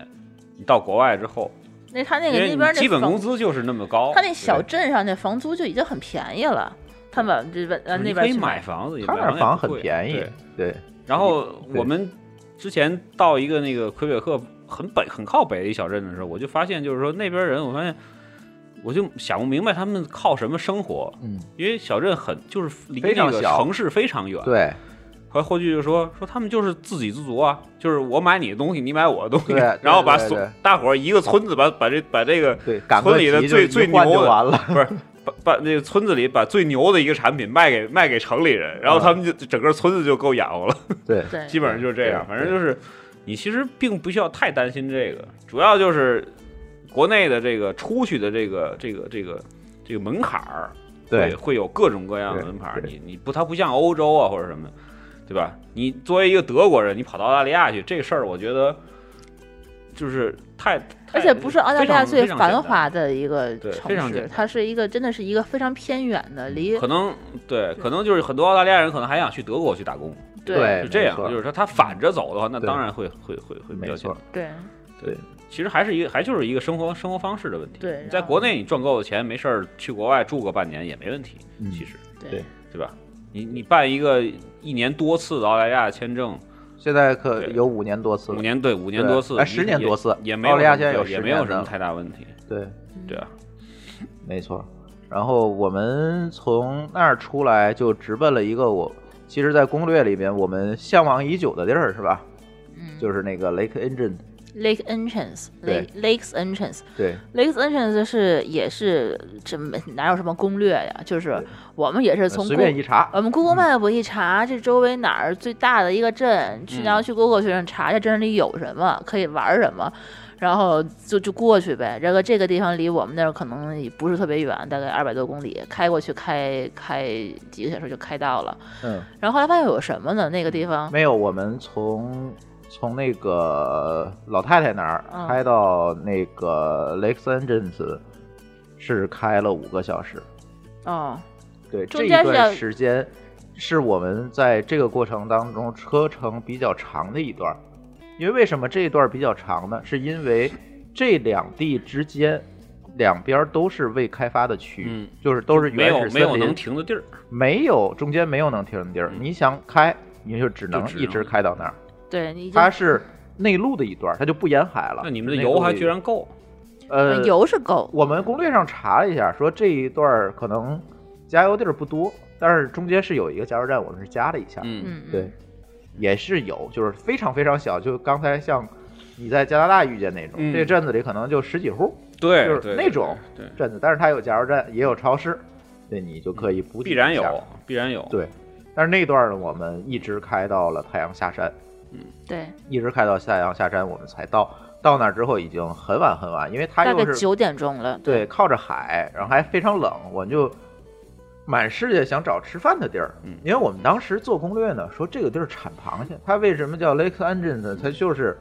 [SPEAKER 4] 你到国外之后，
[SPEAKER 5] 那他那
[SPEAKER 4] 因
[SPEAKER 5] 个
[SPEAKER 4] 为
[SPEAKER 5] 那
[SPEAKER 4] 你
[SPEAKER 5] 边儿那
[SPEAKER 4] 基本
[SPEAKER 5] 房
[SPEAKER 4] 工资就是那么高，
[SPEAKER 5] 他那小镇上那房租就已经很便宜了，他们往这边
[SPEAKER 4] 对
[SPEAKER 5] 呃那
[SPEAKER 4] 你
[SPEAKER 5] 边
[SPEAKER 4] 可以
[SPEAKER 5] 去
[SPEAKER 4] 买房子，也
[SPEAKER 3] 他那
[SPEAKER 4] 买
[SPEAKER 3] 儿房
[SPEAKER 4] 也不
[SPEAKER 3] 很
[SPEAKER 4] 贵
[SPEAKER 3] 便宜
[SPEAKER 4] 对。
[SPEAKER 3] 对，
[SPEAKER 4] 然后
[SPEAKER 3] 对
[SPEAKER 4] 我们之前到一个那个魁北克很北很靠北的一小镇的时候，我就发现就是说那边人，我发现我就想不明白他们靠什么生活，
[SPEAKER 3] 嗯，
[SPEAKER 4] 因为小镇很就是离
[SPEAKER 3] 非常
[SPEAKER 4] 那个
[SPEAKER 3] 小
[SPEAKER 4] 城市非常远。
[SPEAKER 3] 对
[SPEAKER 4] 后来霍炬就说说他们就是自给自足啊，就是我买你的东西，你买我的东西，
[SPEAKER 3] 对对
[SPEAKER 4] 然后把
[SPEAKER 3] 对
[SPEAKER 4] 所
[SPEAKER 3] 对
[SPEAKER 4] 大伙儿一个村子把把这把这个
[SPEAKER 3] 对，赶
[SPEAKER 4] 村
[SPEAKER 3] 个
[SPEAKER 4] 里的
[SPEAKER 3] 集就
[SPEAKER 4] 最
[SPEAKER 3] 一
[SPEAKER 4] 最
[SPEAKER 3] 换
[SPEAKER 4] 牛
[SPEAKER 3] 就
[SPEAKER 4] 的
[SPEAKER 3] 完了。
[SPEAKER 4] 不是把把那个村子里把最牛的一个产品卖给卖给城里人，
[SPEAKER 3] 嗯
[SPEAKER 4] 然后他们就整个村子就够养活了，
[SPEAKER 3] 对，
[SPEAKER 5] 对，
[SPEAKER 4] 基本上就是这样。
[SPEAKER 3] 对
[SPEAKER 4] 反正就是你其实并不需要太担心这个，主要就是国内的这个出去的这个这个这个这个门槛儿，
[SPEAKER 3] 对
[SPEAKER 4] 会，会有各种各样的
[SPEAKER 3] 对
[SPEAKER 4] 门牌儿。
[SPEAKER 3] 对
[SPEAKER 4] 你你不，它不像欧洲啊或者什么，对吧？你作为一个德国人，你跑到澳大利亚去，这事儿我觉得就是太，
[SPEAKER 5] 而
[SPEAKER 4] 太
[SPEAKER 5] 且不是澳大利亚最
[SPEAKER 4] 非
[SPEAKER 5] 繁，
[SPEAKER 4] 常非常
[SPEAKER 5] 华的一个
[SPEAKER 4] 对
[SPEAKER 5] 城
[SPEAKER 4] 非常
[SPEAKER 5] 市
[SPEAKER 4] 简，单嗯
[SPEAKER 5] 它是一个真的是一个非常偏远的，离
[SPEAKER 4] 简单可能对，可能就是很多澳大利亚人可能还想去德国去打工，
[SPEAKER 5] 对
[SPEAKER 4] 是这样
[SPEAKER 3] 哎没，错
[SPEAKER 4] 就是说他反着走的话，那
[SPEAKER 3] 对
[SPEAKER 4] 当然会会会会比
[SPEAKER 3] 没
[SPEAKER 4] 较简
[SPEAKER 3] 错
[SPEAKER 4] 单。，
[SPEAKER 5] 对
[SPEAKER 4] 其实还是一个还就是一个生活生活方式的问题。
[SPEAKER 5] 对
[SPEAKER 4] 你在
[SPEAKER 5] 然后
[SPEAKER 4] 国内你赚够了钱，没事儿去国外住个半年也没问题，
[SPEAKER 3] 嗯
[SPEAKER 4] 其实
[SPEAKER 3] 对
[SPEAKER 4] 对吧？你你办一个一年多次的澳大利亚签证，
[SPEAKER 3] 现在可
[SPEAKER 4] 对
[SPEAKER 3] 有五年多次了
[SPEAKER 4] 五，年对五年
[SPEAKER 3] 对
[SPEAKER 4] 多次，
[SPEAKER 3] 哎
[SPEAKER 4] 你
[SPEAKER 3] 10年
[SPEAKER 4] 也
[SPEAKER 3] 多次
[SPEAKER 4] 也没有
[SPEAKER 3] 澳大利
[SPEAKER 4] 什么
[SPEAKER 3] 亚现在有
[SPEAKER 4] 对也
[SPEAKER 3] 10
[SPEAKER 4] 没有
[SPEAKER 3] 年
[SPEAKER 4] 什么
[SPEAKER 3] 的嗯
[SPEAKER 4] 太大问题，
[SPEAKER 3] 对，
[SPEAKER 4] 对啊，
[SPEAKER 3] 没错。然后我们从那儿出来就直奔了一个我，其实，在攻略里边我们向往已久的地儿是吧？
[SPEAKER 5] 嗯
[SPEAKER 3] 就是那个 Lake Engine，
[SPEAKER 5] Lake Entrance
[SPEAKER 3] 对
[SPEAKER 5] Lake Lakes Entrance
[SPEAKER 3] 对
[SPEAKER 5] Lakes Entrance 是也是这没哪有什么攻略呀，就是我们也
[SPEAKER 4] 呃
[SPEAKER 5] 是从
[SPEAKER 3] 呃随便
[SPEAKER 5] 公
[SPEAKER 3] 一查，
[SPEAKER 5] 呃我们 Google Map 一查，这周围哪儿最大的一个镇，
[SPEAKER 4] 嗯
[SPEAKER 5] 去然后去 Google 去上查这镇里有什么，可以玩什么，然后就就过去呗。这个这个地方离我们那儿可能也不是特别远，大概二百多公里，开过去开开几个小时就开到了。
[SPEAKER 3] 嗯，
[SPEAKER 5] 然后后来发现有什么呢？那个地方
[SPEAKER 3] 没有，我们从从那个老太太那儿
[SPEAKER 5] 嗯
[SPEAKER 3] 开到那个 Lake Engine，是开了五个小时。
[SPEAKER 5] 哦，
[SPEAKER 3] 对，
[SPEAKER 5] 中
[SPEAKER 3] 这一
[SPEAKER 5] 间是要
[SPEAKER 3] 段时间是我们在这个过程当中车程比较长的一段儿。因为为什么这一段儿比较长呢？是因为这两地之间两边儿都是未开发的区域，
[SPEAKER 4] 嗯
[SPEAKER 3] 就是都是
[SPEAKER 4] 没
[SPEAKER 3] 原
[SPEAKER 4] 有
[SPEAKER 3] 始
[SPEAKER 4] 没有
[SPEAKER 3] 森
[SPEAKER 4] 能
[SPEAKER 3] 林，
[SPEAKER 4] 停的地儿，
[SPEAKER 3] 没有中间没有能停的地儿。
[SPEAKER 4] 嗯
[SPEAKER 3] 你想开，你就只能
[SPEAKER 4] 就只能
[SPEAKER 3] 一直开到那儿。
[SPEAKER 5] 对，你就
[SPEAKER 3] 它是内陆的一段儿，它就不沿海了。
[SPEAKER 4] 那你们的
[SPEAKER 3] 内陆
[SPEAKER 4] 油还
[SPEAKER 3] 一
[SPEAKER 4] 居然够，
[SPEAKER 3] 呃
[SPEAKER 5] 油是够，
[SPEAKER 3] 我们攻略上查了一下，说这一段儿可能加油地儿不多，但是中间是有一个加油站，我们是加了一下。
[SPEAKER 4] 嗯，
[SPEAKER 5] 嗯，嗯
[SPEAKER 3] 对，，也是有，就是非常非常小，就刚才像你在加拿大遇见那种，
[SPEAKER 4] 嗯
[SPEAKER 3] 这镇子里可能就十几户
[SPEAKER 4] 对，
[SPEAKER 3] 就是
[SPEAKER 4] 对
[SPEAKER 3] 那
[SPEAKER 4] 对
[SPEAKER 3] 种
[SPEAKER 4] 对，
[SPEAKER 3] 镇子，但是它有加油站，也有超市，对你就可以补给
[SPEAKER 4] 必然
[SPEAKER 3] 一下
[SPEAKER 4] 有，必然有，
[SPEAKER 3] 对，但是那段儿呢，我们一直开到了太阳下山，
[SPEAKER 5] 对，
[SPEAKER 3] 一直开到太阳下山，我们才到。到那儿之后已经很晚很晚，因为它
[SPEAKER 5] 大概
[SPEAKER 3] 又是
[SPEAKER 5] 九点钟了，
[SPEAKER 3] 对，靠着海，然后还非常冷，我们就满世界想找吃饭的地儿。
[SPEAKER 4] 嗯
[SPEAKER 3] 因为我们当时做攻略呢，说这个地儿产螃蟹，它为什么叫 Lake Engine 呢？它就是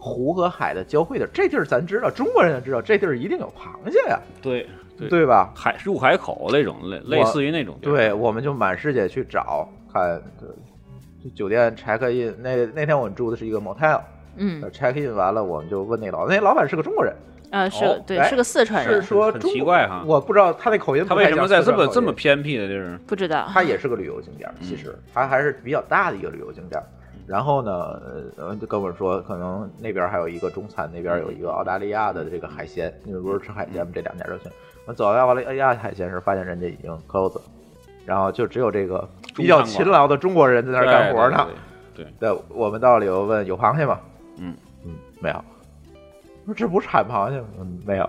[SPEAKER 3] 湖和海的交汇点儿。这地儿咱知道，中国人也知道，这地儿一定有螃蟹呀，
[SPEAKER 4] 对
[SPEAKER 3] 对
[SPEAKER 4] 对
[SPEAKER 3] 吧？
[SPEAKER 4] 海入海口那种类类似于那种地儿，
[SPEAKER 3] 对，我们就满世界去找，看这酒店 check in。那那天我们住的是一个 motel。
[SPEAKER 5] 嗯
[SPEAKER 3] check in 完了，我们就问那老那老板是个中国人，
[SPEAKER 5] 啊是
[SPEAKER 4] 哦
[SPEAKER 5] 个对
[SPEAKER 3] 哎
[SPEAKER 5] 是个四川
[SPEAKER 3] 是
[SPEAKER 5] 人，
[SPEAKER 3] 说
[SPEAKER 4] 很
[SPEAKER 3] 中
[SPEAKER 4] 奇
[SPEAKER 3] 国
[SPEAKER 4] 怪哈
[SPEAKER 3] 我不知道他的口音不
[SPEAKER 4] 他
[SPEAKER 3] 太
[SPEAKER 4] 为什
[SPEAKER 3] 像
[SPEAKER 4] 么在
[SPEAKER 3] 四
[SPEAKER 4] 这
[SPEAKER 3] 川
[SPEAKER 4] 么
[SPEAKER 3] 口
[SPEAKER 4] 这么
[SPEAKER 3] 音
[SPEAKER 4] 偏僻的地儿？
[SPEAKER 5] 不知道，
[SPEAKER 3] 它也是个旅游景点儿，其
[SPEAKER 4] 嗯
[SPEAKER 3] 实它还是比较大的一个旅游景点儿。然后呢，呃，然后就跟我说，可能那边儿还有一个中餐，那
[SPEAKER 4] 嗯
[SPEAKER 3] 边儿有一个澳大利亚的这个海鲜，你们不是吃海鲜吗？这两家都行。我走到澳大利亚海鲜时，发现人家已经 close 了，然后就只有这个比较勤劳的中国人在那儿干活呢。对，我们到了以后问有螃蟹吗？
[SPEAKER 4] 嗯
[SPEAKER 3] 嗯，没有。我说这不是产螃蟹吗？嗯，没有。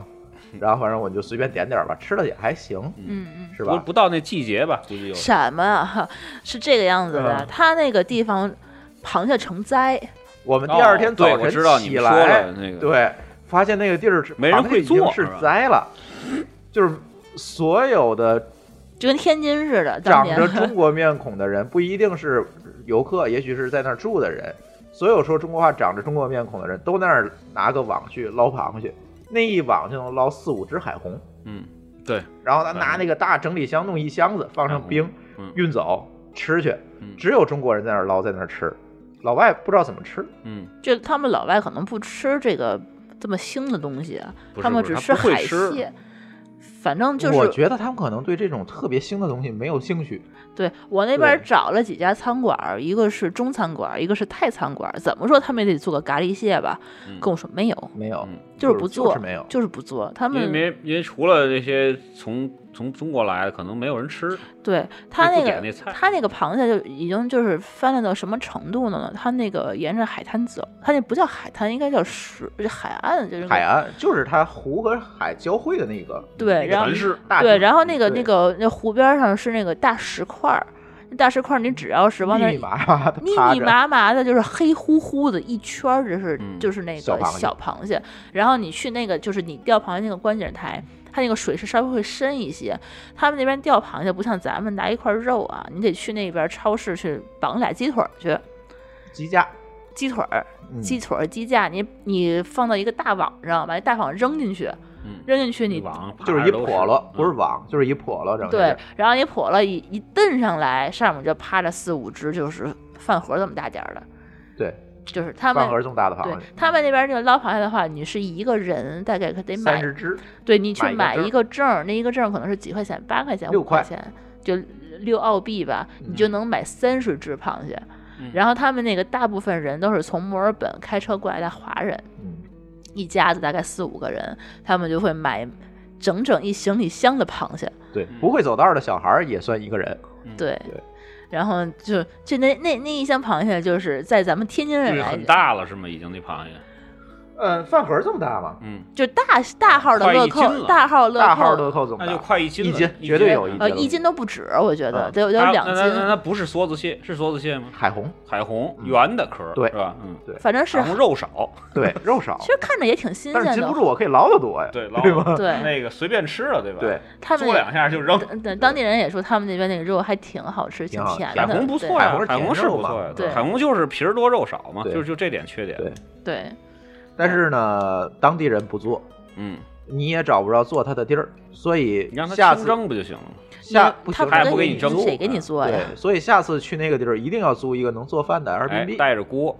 [SPEAKER 3] 然后反正我就随便点点儿吧，吃的也还行，
[SPEAKER 5] 嗯嗯。
[SPEAKER 3] 是
[SPEAKER 4] 对，
[SPEAKER 3] 吧
[SPEAKER 4] 不？不到那季节吧，估计有。
[SPEAKER 5] 什么啊？是这个样子的，
[SPEAKER 3] 嗯
[SPEAKER 5] 它那个地方螃蟹成灾，
[SPEAKER 3] 我们第二天
[SPEAKER 4] 哦
[SPEAKER 3] 早
[SPEAKER 4] 对我知
[SPEAKER 3] 晨起来，
[SPEAKER 4] 道你们说了那个，
[SPEAKER 3] 对，发现那个地儿是
[SPEAKER 4] 没人会做
[SPEAKER 3] 螃蟹已经是栽了，就是所有的
[SPEAKER 5] 就跟天津似的，当
[SPEAKER 3] 长
[SPEAKER 5] 年
[SPEAKER 3] 着中国面孔的人，不一定是游客，也许是在那儿住的人。所有说中国话、长着中国面孔的人都那儿拿个网去捞螃蟹，那一网就能捞四五只海虹。
[SPEAKER 4] 嗯，对，
[SPEAKER 3] 然后他拿那个大整理箱弄一箱子，放上冰
[SPEAKER 4] 嗯，
[SPEAKER 3] 运走吃去
[SPEAKER 4] 嗯。
[SPEAKER 3] 只有中国人在那儿捞，在那儿吃，老外不知道怎么吃。
[SPEAKER 4] 嗯，
[SPEAKER 5] 就他们老外可能不吃这个这么腥的东西，啊
[SPEAKER 4] 不是
[SPEAKER 5] 他们
[SPEAKER 4] 不
[SPEAKER 5] 只
[SPEAKER 4] 是他不会
[SPEAKER 5] 海
[SPEAKER 4] 吃
[SPEAKER 5] 蟹。反正就是
[SPEAKER 3] 我觉得他们可能对这种特别腥的东西没有兴趣。
[SPEAKER 5] 对我那边
[SPEAKER 3] 对
[SPEAKER 5] 找了几家餐馆儿，一个是中餐馆儿，一个是泰餐馆儿，怎么说他们也得做个咖喱蟹吧？
[SPEAKER 4] 嗯
[SPEAKER 5] 跟我说没有，
[SPEAKER 3] 没有，
[SPEAKER 4] 嗯
[SPEAKER 5] 就是不做，
[SPEAKER 3] 是没有。
[SPEAKER 5] 嗯就是不做。他
[SPEAKER 4] 因为
[SPEAKER 5] 们
[SPEAKER 4] 没因为除了这些从从中国来的，可能没有人吃。
[SPEAKER 5] 对它
[SPEAKER 4] 那
[SPEAKER 5] 那
[SPEAKER 4] 不点
[SPEAKER 5] 个
[SPEAKER 4] 那菜
[SPEAKER 5] 它那个螃蟹就已经就是翻烂到什么程度了呢？它那个沿着海滩走，它那不叫海滩，应该叫水海岸，就是
[SPEAKER 3] 海岸就是它湖和海交汇的那个
[SPEAKER 5] 对然后
[SPEAKER 3] 城市大
[SPEAKER 5] 对，
[SPEAKER 3] 地嗯
[SPEAKER 5] 然后那个
[SPEAKER 3] 对
[SPEAKER 5] 那个那湖边上是那个大石块儿，那大石块儿你只要是往那儿
[SPEAKER 3] 密密麻麻的
[SPEAKER 5] 密
[SPEAKER 3] 趴
[SPEAKER 5] 密
[SPEAKER 3] 着，
[SPEAKER 5] 麻麻的，就是黑乎乎的一圈儿，就是、
[SPEAKER 4] 嗯
[SPEAKER 5] 就是那
[SPEAKER 3] 小
[SPEAKER 5] 个
[SPEAKER 3] 螃蟹
[SPEAKER 5] 小螃蟹。然后你去那个就是你钓螃蟹那个观景台，它那个水是稍微会深一些。他们那边钓螃蟹不像咱们拿一块肉啊，你得去那边超市去绑俩鸡腿儿去，
[SPEAKER 3] 鸡架，
[SPEAKER 5] 鸡腿儿、
[SPEAKER 3] 嗯
[SPEAKER 5] 鸡腿儿、鸡架，你你放到一个大网上，把那大网扔进去，
[SPEAKER 4] 嗯，
[SPEAKER 5] 扔进去你
[SPEAKER 4] 网爬
[SPEAKER 3] 就是
[SPEAKER 4] 着
[SPEAKER 3] 一
[SPEAKER 4] 都
[SPEAKER 3] 笸箩，不是
[SPEAKER 4] 嗯
[SPEAKER 3] 网，就是一笸箩，整个
[SPEAKER 5] 对
[SPEAKER 3] 是，
[SPEAKER 5] 然后你破了一一蹬上来，上面就趴着四五只，就是饭盒这么大点儿的，
[SPEAKER 3] 对，
[SPEAKER 5] 就是他们
[SPEAKER 3] 饭盒这么大的
[SPEAKER 5] 对
[SPEAKER 3] 螃蟹，
[SPEAKER 5] 他们那边那个捞螃蟹的话，你是一个人大概可得
[SPEAKER 3] 三
[SPEAKER 5] 买，
[SPEAKER 3] 十只，
[SPEAKER 5] 对你去
[SPEAKER 3] 买
[SPEAKER 5] 买
[SPEAKER 3] 一个
[SPEAKER 5] 一个证儿，那一个证儿可能是几块钱，八块钱、
[SPEAKER 3] 六
[SPEAKER 5] 五
[SPEAKER 3] 块
[SPEAKER 5] 块钱，就六澳币吧，你就能买三十只螃蟹。
[SPEAKER 4] 嗯
[SPEAKER 5] 然后他们那个大部分人都是从墨尔本开车过来的华人，
[SPEAKER 3] 嗯，
[SPEAKER 5] 一家子大概四五个人，他们就会买整整一行李箱的螃蟹。
[SPEAKER 3] 对，
[SPEAKER 4] 嗯
[SPEAKER 3] 不会走道的小孩儿也算一个人，
[SPEAKER 5] 对
[SPEAKER 3] 嗯对，
[SPEAKER 5] 然后就就那那那一箱螃蟹，就是在咱们天津人
[SPEAKER 4] 对，
[SPEAKER 5] 来
[SPEAKER 4] 很
[SPEAKER 5] 讲，
[SPEAKER 4] 大了是吗？已经那螃蟹，呃
[SPEAKER 3] 嗯，饭盒这么大吗？
[SPEAKER 4] 嗯，
[SPEAKER 5] 就大大号的
[SPEAKER 4] 快一
[SPEAKER 5] 乐
[SPEAKER 4] 斤
[SPEAKER 5] 扣，
[SPEAKER 4] 了
[SPEAKER 5] 大号乐
[SPEAKER 3] 大号
[SPEAKER 5] 扣，
[SPEAKER 3] 乐扣这么
[SPEAKER 4] 那就
[SPEAKER 3] 大，
[SPEAKER 4] 快一斤了，
[SPEAKER 3] 一斤绝对有一斤
[SPEAKER 5] 呃
[SPEAKER 3] 了
[SPEAKER 5] 一斤都不止，我觉得
[SPEAKER 3] 嗯
[SPEAKER 5] 得有
[SPEAKER 4] 还有
[SPEAKER 5] 得有两
[SPEAKER 4] 啊那那那
[SPEAKER 5] 斤，
[SPEAKER 4] 那不是梭子蟹，是梭子蟹吗？
[SPEAKER 3] 海红，
[SPEAKER 4] 海虹
[SPEAKER 3] 嗯
[SPEAKER 4] 圆的壳儿，
[SPEAKER 3] 对
[SPEAKER 4] 是吧？嗯，
[SPEAKER 5] 反正是
[SPEAKER 4] 海虹肉少，
[SPEAKER 3] 对，肉少
[SPEAKER 5] 其，实看着也挺新
[SPEAKER 3] 但是
[SPEAKER 5] 鲜
[SPEAKER 3] 禁不
[SPEAKER 5] 的。
[SPEAKER 3] 住我可以捞得多呀，
[SPEAKER 4] 对，
[SPEAKER 3] 对吧？
[SPEAKER 5] 对
[SPEAKER 4] 那个随便吃了，对吧？
[SPEAKER 3] 对，
[SPEAKER 5] 他们
[SPEAKER 4] 嘬两下就扔。
[SPEAKER 5] 当当当地人也说他们那边那个肉还挺好吃，
[SPEAKER 3] 挺
[SPEAKER 5] 挺
[SPEAKER 3] 好
[SPEAKER 5] 甜
[SPEAKER 4] 海
[SPEAKER 5] 的。
[SPEAKER 4] 虹不错
[SPEAKER 3] 海
[SPEAKER 4] 呀
[SPEAKER 3] 虹是，
[SPEAKER 4] 海
[SPEAKER 3] 甜
[SPEAKER 4] 虹是
[SPEAKER 3] 肉
[SPEAKER 4] 不
[SPEAKER 3] 嘛
[SPEAKER 4] 错呀，
[SPEAKER 5] 对
[SPEAKER 4] 海虹就是皮儿多肉少嘛，
[SPEAKER 3] 对
[SPEAKER 4] 就就这点缺点。
[SPEAKER 3] 对
[SPEAKER 5] 对
[SPEAKER 3] 但是呢，当地人不做，
[SPEAKER 4] 嗯，
[SPEAKER 3] 你也找不着做它的地儿，所以
[SPEAKER 4] 你让他
[SPEAKER 3] 下
[SPEAKER 4] 清
[SPEAKER 3] 次
[SPEAKER 4] 蒸不就行了吗？
[SPEAKER 3] 下
[SPEAKER 5] 对，
[SPEAKER 3] 不
[SPEAKER 5] 他
[SPEAKER 3] 行，
[SPEAKER 4] 他也不
[SPEAKER 5] 给
[SPEAKER 4] 给你蒸
[SPEAKER 5] 谁给你做呀？
[SPEAKER 3] 对，所以下次去那个地儿一定要租一个能做饭的
[SPEAKER 4] 哎
[SPEAKER 3] Airbnb，、
[SPEAKER 4] 带着锅，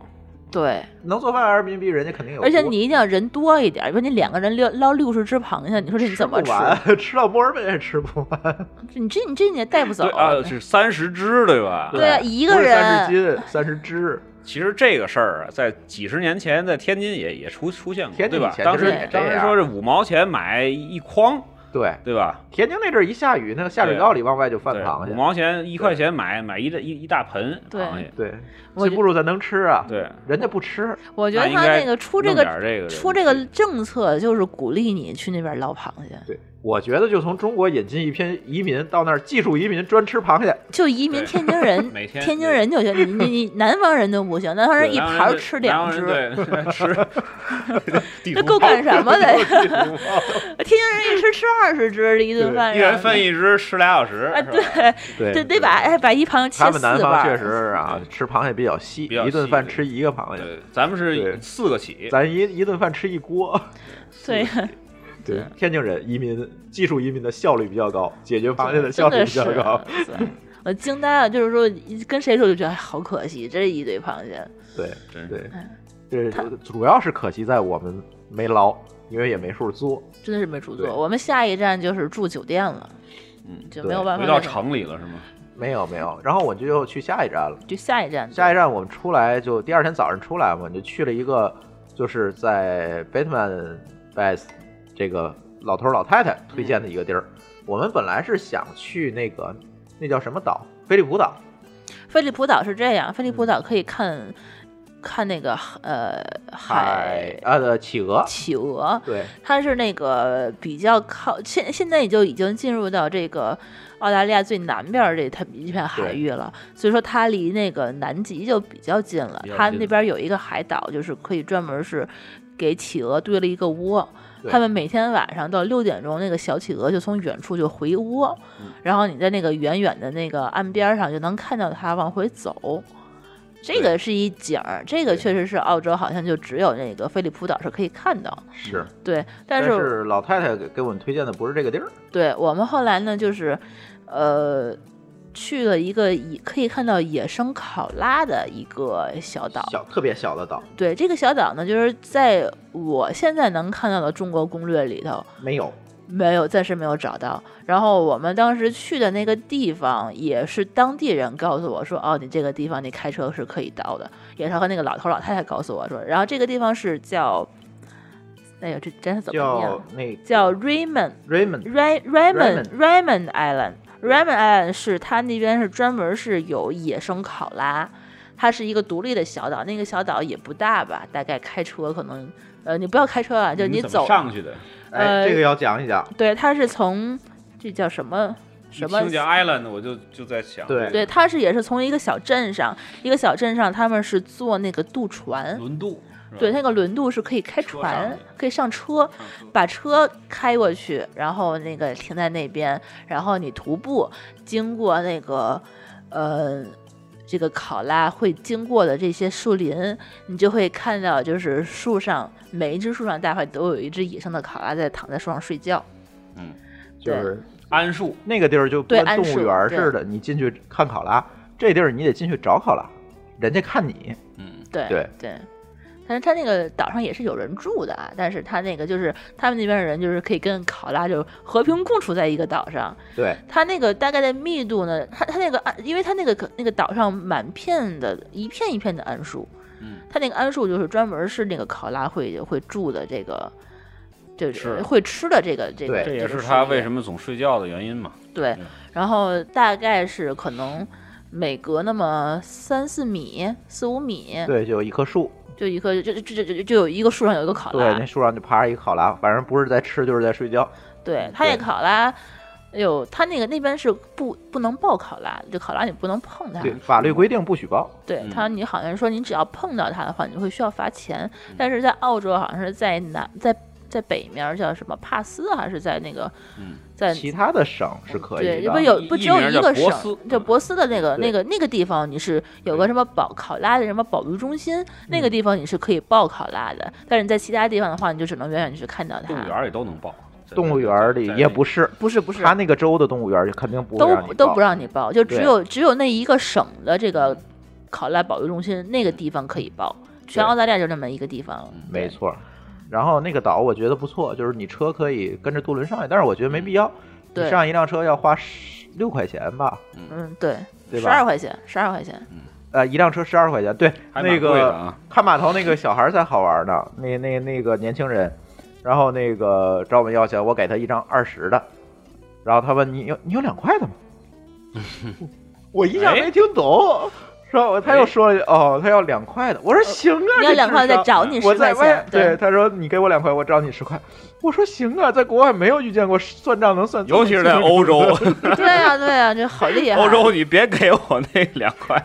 [SPEAKER 5] 对，
[SPEAKER 3] 能做饭的 Airbnb 人家肯定有锅，
[SPEAKER 5] 而且你一定要人多一点，比如你两个人捞捞六十只螃蟹，你说这你
[SPEAKER 3] 吃
[SPEAKER 5] 怎么
[SPEAKER 3] 不完， 吃到墨尔本也吃不完，
[SPEAKER 5] 你这你这你也带不走
[SPEAKER 4] 对。啊，是三十只，对吧？
[SPEAKER 5] 对啊一个
[SPEAKER 3] 三十
[SPEAKER 5] 人
[SPEAKER 3] 斤，三十只，
[SPEAKER 4] 其实这个事儿啊，在几十年前在天津也也出出现过，
[SPEAKER 3] 天津
[SPEAKER 4] 对
[SPEAKER 3] 以
[SPEAKER 4] 吧？
[SPEAKER 3] 前
[SPEAKER 4] 当
[SPEAKER 3] 就是
[SPEAKER 4] 时
[SPEAKER 3] 也这
[SPEAKER 4] 当时
[SPEAKER 3] 样
[SPEAKER 4] 说是五毛钱买一筐，
[SPEAKER 3] 对。
[SPEAKER 4] 对吧？
[SPEAKER 3] 天津那阵儿一下雨，那个下水道里往外就泛
[SPEAKER 4] 对
[SPEAKER 3] 螃
[SPEAKER 4] 五
[SPEAKER 3] 蟹，
[SPEAKER 4] 毛钱一块钱买买一大一一大盆
[SPEAKER 5] 对
[SPEAKER 4] 螃蟹，
[SPEAKER 3] 对，
[SPEAKER 5] 我
[SPEAKER 3] 禁不住咱能吃啊，
[SPEAKER 4] 对，
[SPEAKER 3] 人家不吃，
[SPEAKER 5] 我觉得
[SPEAKER 4] 那应
[SPEAKER 5] 他
[SPEAKER 4] 该
[SPEAKER 5] 那个出这
[SPEAKER 4] 弄
[SPEAKER 5] 个
[SPEAKER 4] 点这个
[SPEAKER 5] 出这个政策就是鼓励你去那边捞螃蟹，
[SPEAKER 3] 对，我觉得就从中国引进一批移民到那儿，技术移民专吃螃蟹，
[SPEAKER 5] 就移民
[SPEAKER 4] 对
[SPEAKER 5] 天津人，
[SPEAKER 4] 每天
[SPEAKER 5] 天津人就觉得你你 你南方人都不行，南方人一盘儿吃两只，
[SPEAKER 4] 对， 吃地
[SPEAKER 5] 那
[SPEAKER 4] 图
[SPEAKER 5] 够
[SPEAKER 4] 炮
[SPEAKER 5] 干什么 的呀？ 天津人一吃吃二十只一顿饭，
[SPEAKER 4] 一人
[SPEAKER 5] 然后
[SPEAKER 4] 分一只，吃俩小时，
[SPEAKER 5] 啊，
[SPEAKER 4] 是吧
[SPEAKER 3] 对
[SPEAKER 5] 对，就得把哎把一螃蟹
[SPEAKER 3] 他
[SPEAKER 5] 切
[SPEAKER 3] 们
[SPEAKER 5] 四
[SPEAKER 3] 南
[SPEAKER 5] 瓣
[SPEAKER 3] 方确
[SPEAKER 5] 儿，
[SPEAKER 3] 实是啊，吃螃蟹比较稀，
[SPEAKER 4] 比较
[SPEAKER 3] 一顿
[SPEAKER 4] 稀
[SPEAKER 3] 饭
[SPEAKER 4] 对
[SPEAKER 3] 吃一个螃蟹，
[SPEAKER 4] 对，咱们
[SPEAKER 3] 对
[SPEAKER 4] 是四个起，
[SPEAKER 3] 咱一一顿饭吃一锅。
[SPEAKER 5] 对，
[SPEAKER 3] 对， 天津人移民技术移民的效率比较高，解决螃蟹的效
[SPEAKER 5] 真
[SPEAKER 3] 率
[SPEAKER 5] 的
[SPEAKER 3] 比
[SPEAKER 5] 是
[SPEAKER 3] 较
[SPEAKER 5] 啊
[SPEAKER 3] 高。。
[SPEAKER 5] 对我惊呆了，就是说跟谁说就觉得哎好可惜，这一堆螃蟹。
[SPEAKER 3] 对
[SPEAKER 4] 真
[SPEAKER 5] 嗯
[SPEAKER 4] 是
[SPEAKER 3] 对，这主要是可惜在我们没捞，因为也没处做。
[SPEAKER 5] 真的是没处
[SPEAKER 3] 对
[SPEAKER 5] 做，我们下一站就是住酒店了，
[SPEAKER 4] 嗯，
[SPEAKER 5] 就
[SPEAKER 3] 对
[SPEAKER 5] 没有办法
[SPEAKER 4] 回到
[SPEAKER 5] 再
[SPEAKER 4] 城里了是吗？
[SPEAKER 3] 没有没有，然后我就又去下一站了。
[SPEAKER 5] 就下一站，
[SPEAKER 3] 下一
[SPEAKER 5] 一
[SPEAKER 3] 站我们出来就第二天早上出来嘛，就去了一个就是在 Batman Best 这个老头老太太推荐的一个地儿。我们本来是想去那个那叫什么岛，菲利普岛，
[SPEAKER 5] 菲利普岛是这样，菲利普岛可以看看那个呃海
[SPEAKER 3] 啊的企鹅，
[SPEAKER 5] 企鹅，嗯
[SPEAKER 3] 对
[SPEAKER 5] 它是那个比较靠现现在也就已经进入到这个澳大利亚最南边儿这它一片海域了，所以说它离那个南极就比较近了
[SPEAKER 4] 比较。近
[SPEAKER 5] 它那边有一个海岛，就是可以专门是给企鹅堆了一个窝。
[SPEAKER 3] 对
[SPEAKER 5] 它们每天晚上到六点钟，那个小企鹅就从远处就回窝，
[SPEAKER 4] 嗯
[SPEAKER 5] 然后你在那个远远的那个岸边上就能看到它往回走。这个是一景儿，这个
[SPEAKER 3] 对
[SPEAKER 5] 确实是澳洲，好像就只有那个菲利普岛是可以看到。
[SPEAKER 3] 是，
[SPEAKER 5] 对，但
[SPEAKER 3] 但
[SPEAKER 5] 是
[SPEAKER 3] 老太太给给我们推荐的不是这个地儿，
[SPEAKER 5] 对我们后来呢，就是，呃，去了一个野可以看到野生考拉的一个小岛。
[SPEAKER 3] 小特别小的岛
[SPEAKER 5] 对，这个小岛呢，就是在我现在能看到的中国攻略里头
[SPEAKER 3] 没有，
[SPEAKER 5] 没有，暂时没有找到。然后我们当时去的那个地方，也是当地人告诉我说，哦，你这个地方你开车是可以到的，也是和那个老头老太太告诉我说，然后这个地方是叫。哎呦，这真是怎么
[SPEAKER 3] 叫
[SPEAKER 5] 念？
[SPEAKER 3] 那
[SPEAKER 5] 叫 Raymond
[SPEAKER 3] Raymond，
[SPEAKER 5] Ray Raymond
[SPEAKER 3] Raymond
[SPEAKER 5] Raymond Island。Raymond Island 是它那边是专门是有野生考拉，它是一个独立的小岛，那个小岛也不大吧，大概开车可能，呃，你不要开车啊，就是
[SPEAKER 4] 你怎么
[SPEAKER 5] 走，
[SPEAKER 4] 上去的？
[SPEAKER 3] 哎，
[SPEAKER 5] 呃
[SPEAKER 3] 这个要讲一讲，
[SPEAKER 5] 对，它是从这叫什么什么
[SPEAKER 4] 听见 island 我就就在想，
[SPEAKER 3] 对
[SPEAKER 5] 对，它是也是从一个小镇上，一个小镇上，他们是坐那个渡船，
[SPEAKER 4] 轮渡，是吧嗯
[SPEAKER 5] 对，那个轮渡是可以开
[SPEAKER 4] 车上
[SPEAKER 5] 船
[SPEAKER 4] 去，
[SPEAKER 5] 可以上车，把车开过去，然后那个停在那边，然后你徒步经过那个，呃，这个考拉会经过的这些树林，你就会看到，就是树上每一只树上大概都有一只野生的考拉在躺在树上睡觉。
[SPEAKER 3] 就是
[SPEAKER 4] 桉树，
[SPEAKER 3] 那个地儿就
[SPEAKER 5] 对
[SPEAKER 3] 跟动
[SPEAKER 5] 桉
[SPEAKER 3] 物
[SPEAKER 5] 树
[SPEAKER 3] 园
[SPEAKER 5] 对
[SPEAKER 3] 似的，你进去看考拉，这地儿你得进去找考拉，人家看你，
[SPEAKER 4] 嗯，
[SPEAKER 5] 对
[SPEAKER 3] 对
[SPEAKER 5] 但是他那个岛上也是有人住的啊，但是他那个就是他们那边的人就是可以跟考拉就和平共处在一个岛上。
[SPEAKER 3] 对，
[SPEAKER 5] 它那个大概的密度呢，它它那个桉，因为它那个那个岛上满片的一片一片的桉树，
[SPEAKER 4] 嗯，
[SPEAKER 5] 它那个桉树就是专门是那个考拉会会住的这个，这
[SPEAKER 4] 是
[SPEAKER 5] 个会吃的这个这
[SPEAKER 3] 对
[SPEAKER 5] 个，
[SPEAKER 4] 这也是他
[SPEAKER 5] 他
[SPEAKER 4] 为什么总睡觉的原因嘛。
[SPEAKER 5] 对
[SPEAKER 4] 嗯，
[SPEAKER 5] 然后大概是可能每隔那么三四米、四五米，
[SPEAKER 3] 对，就有一棵树，
[SPEAKER 5] 就一棵就就就就就有一个树上有一个考
[SPEAKER 3] 对，那
[SPEAKER 5] 拉，
[SPEAKER 3] 树上就趴着一个考拉，反正不是在吃就是在睡觉，
[SPEAKER 5] 对，它那
[SPEAKER 3] 对
[SPEAKER 5] 考拉，哎呦，它那个那边是不不能抱考拉，就考拉你不能碰它，
[SPEAKER 3] 对，法律规定不许抱，
[SPEAKER 5] 对
[SPEAKER 4] 嗯
[SPEAKER 5] 它你好像说你只要碰到它的话，你会需要罚钱，
[SPEAKER 4] 嗯
[SPEAKER 5] 但是在澳洲好像是在南在在北面叫什么帕斯还是在那个
[SPEAKER 4] 嗯
[SPEAKER 5] 在
[SPEAKER 3] 其他的省是可
[SPEAKER 5] 对，
[SPEAKER 3] 以
[SPEAKER 5] 不
[SPEAKER 3] 的。
[SPEAKER 5] 有
[SPEAKER 4] 一
[SPEAKER 5] 不
[SPEAKER 4] 一
[SPEAKER 5] 只有
[SPEAKER 4] 名
[SPEAKER 5] 一
[SPEAKER 4] 叫
[SPEAKER 5] 个
[SPEAKER 4] 博
[SPEAKER 5] 省
[SPEAKER 4] 斯，嗯
[SPEAKER 5] 就博斯的那个那
[SPEAKER 3] 对
[SPEAKER 5] 个那个地方，你是有个
[SPEAKER 4] 对
[SPEAKER 5] 什么保考拉的什么保育中心，
[SPEAKER 4] 嗯
[SPEAKER 5] 那个地方你是可以报考拉的，但是你在其他地方的话，你就只能远远去看到它。
[SPEAKER 4] 动物园儿也都能抱，在
[SPEAKER 3] 啊动物园里也不，是，
[SPEAKER 5] 不是不是，
[SPEAKER 3] 他那个州的动物园就肯定不会
[SPEAKER 5] 都
[SPEAKER 3] 让你
[SPEAKER 5] 不都
[SPEAKER 3] 抱
[SPEAKER 5] 不让你报，就只
[SPEAKER 3] 对
[SPEAKER 5] 有只有那一个省的这个考拉保育中心那个地方可以报，全
[SPEAKER 3] 对
[SPEAKER 5] 澳大利亚就那么一个地方。
[SPEAKER 3] 没
[SPEAKER 5] 对，
[SPEAKER 3] 错。然后那个岛我觉得不错，就是你车可以跟着渡轮上去，但是我觉得没必要。你
[SPEAKER 5] 嗯对
[SPEAKER 3] 上一辆车要花十六块钱吧？
[SPEAKER 5] 嗯，对，
[SPEAKER 3] 对
[SPEAKER 5] 十二
[SPEAKER 3] 吧？
[SPEAKER 5] 块钱，十二块钱，
[SPEAKER 3] 呃，一辆车十二块钱。对，
[SPEAKER 4] 还蛮
[SPEAKER 3] 那
[SPEAKER 4] 贵的
[SPEAKER 3] 个
[SPEAKER 4] 啊
[SPEAKER 3] 看码头那个小孩儿才好玩呢，那那那个年轻人，然后那个找我们要钱，我给他一张二十的，然后他问你有你有两块的吗？ 我一下没听懂，说我他又说了一句 哦，他要两块的，我说行啊，
[SPEAKER 5] 你
[SPEAKER 3] 这
[SPEAKER 5] 呃要两块
[SPEAKER 3] 智
[SPEAKER 5] 再
[SPEAKER 3] 商
[SPEAKER 5] 找你
[SPEAKER 3] 我
[SPEAKER 5] 十
[SPEAKER 3] 在
[SPEAKER 5] 块
[SPEAKER 3] 外
[SPEAKER 5] 钱，，
[SPEAKER 3] 他说你给我两块，我找你十块。我说行啊，在国外没有遇见过算账能算，
[SPEAKER 4] 尤其是啊在欧 洲，
[SPEAKER 5] 对呀对呀，这好 厉害。
[SPEAKER 4] 欧洲你别给我那两块，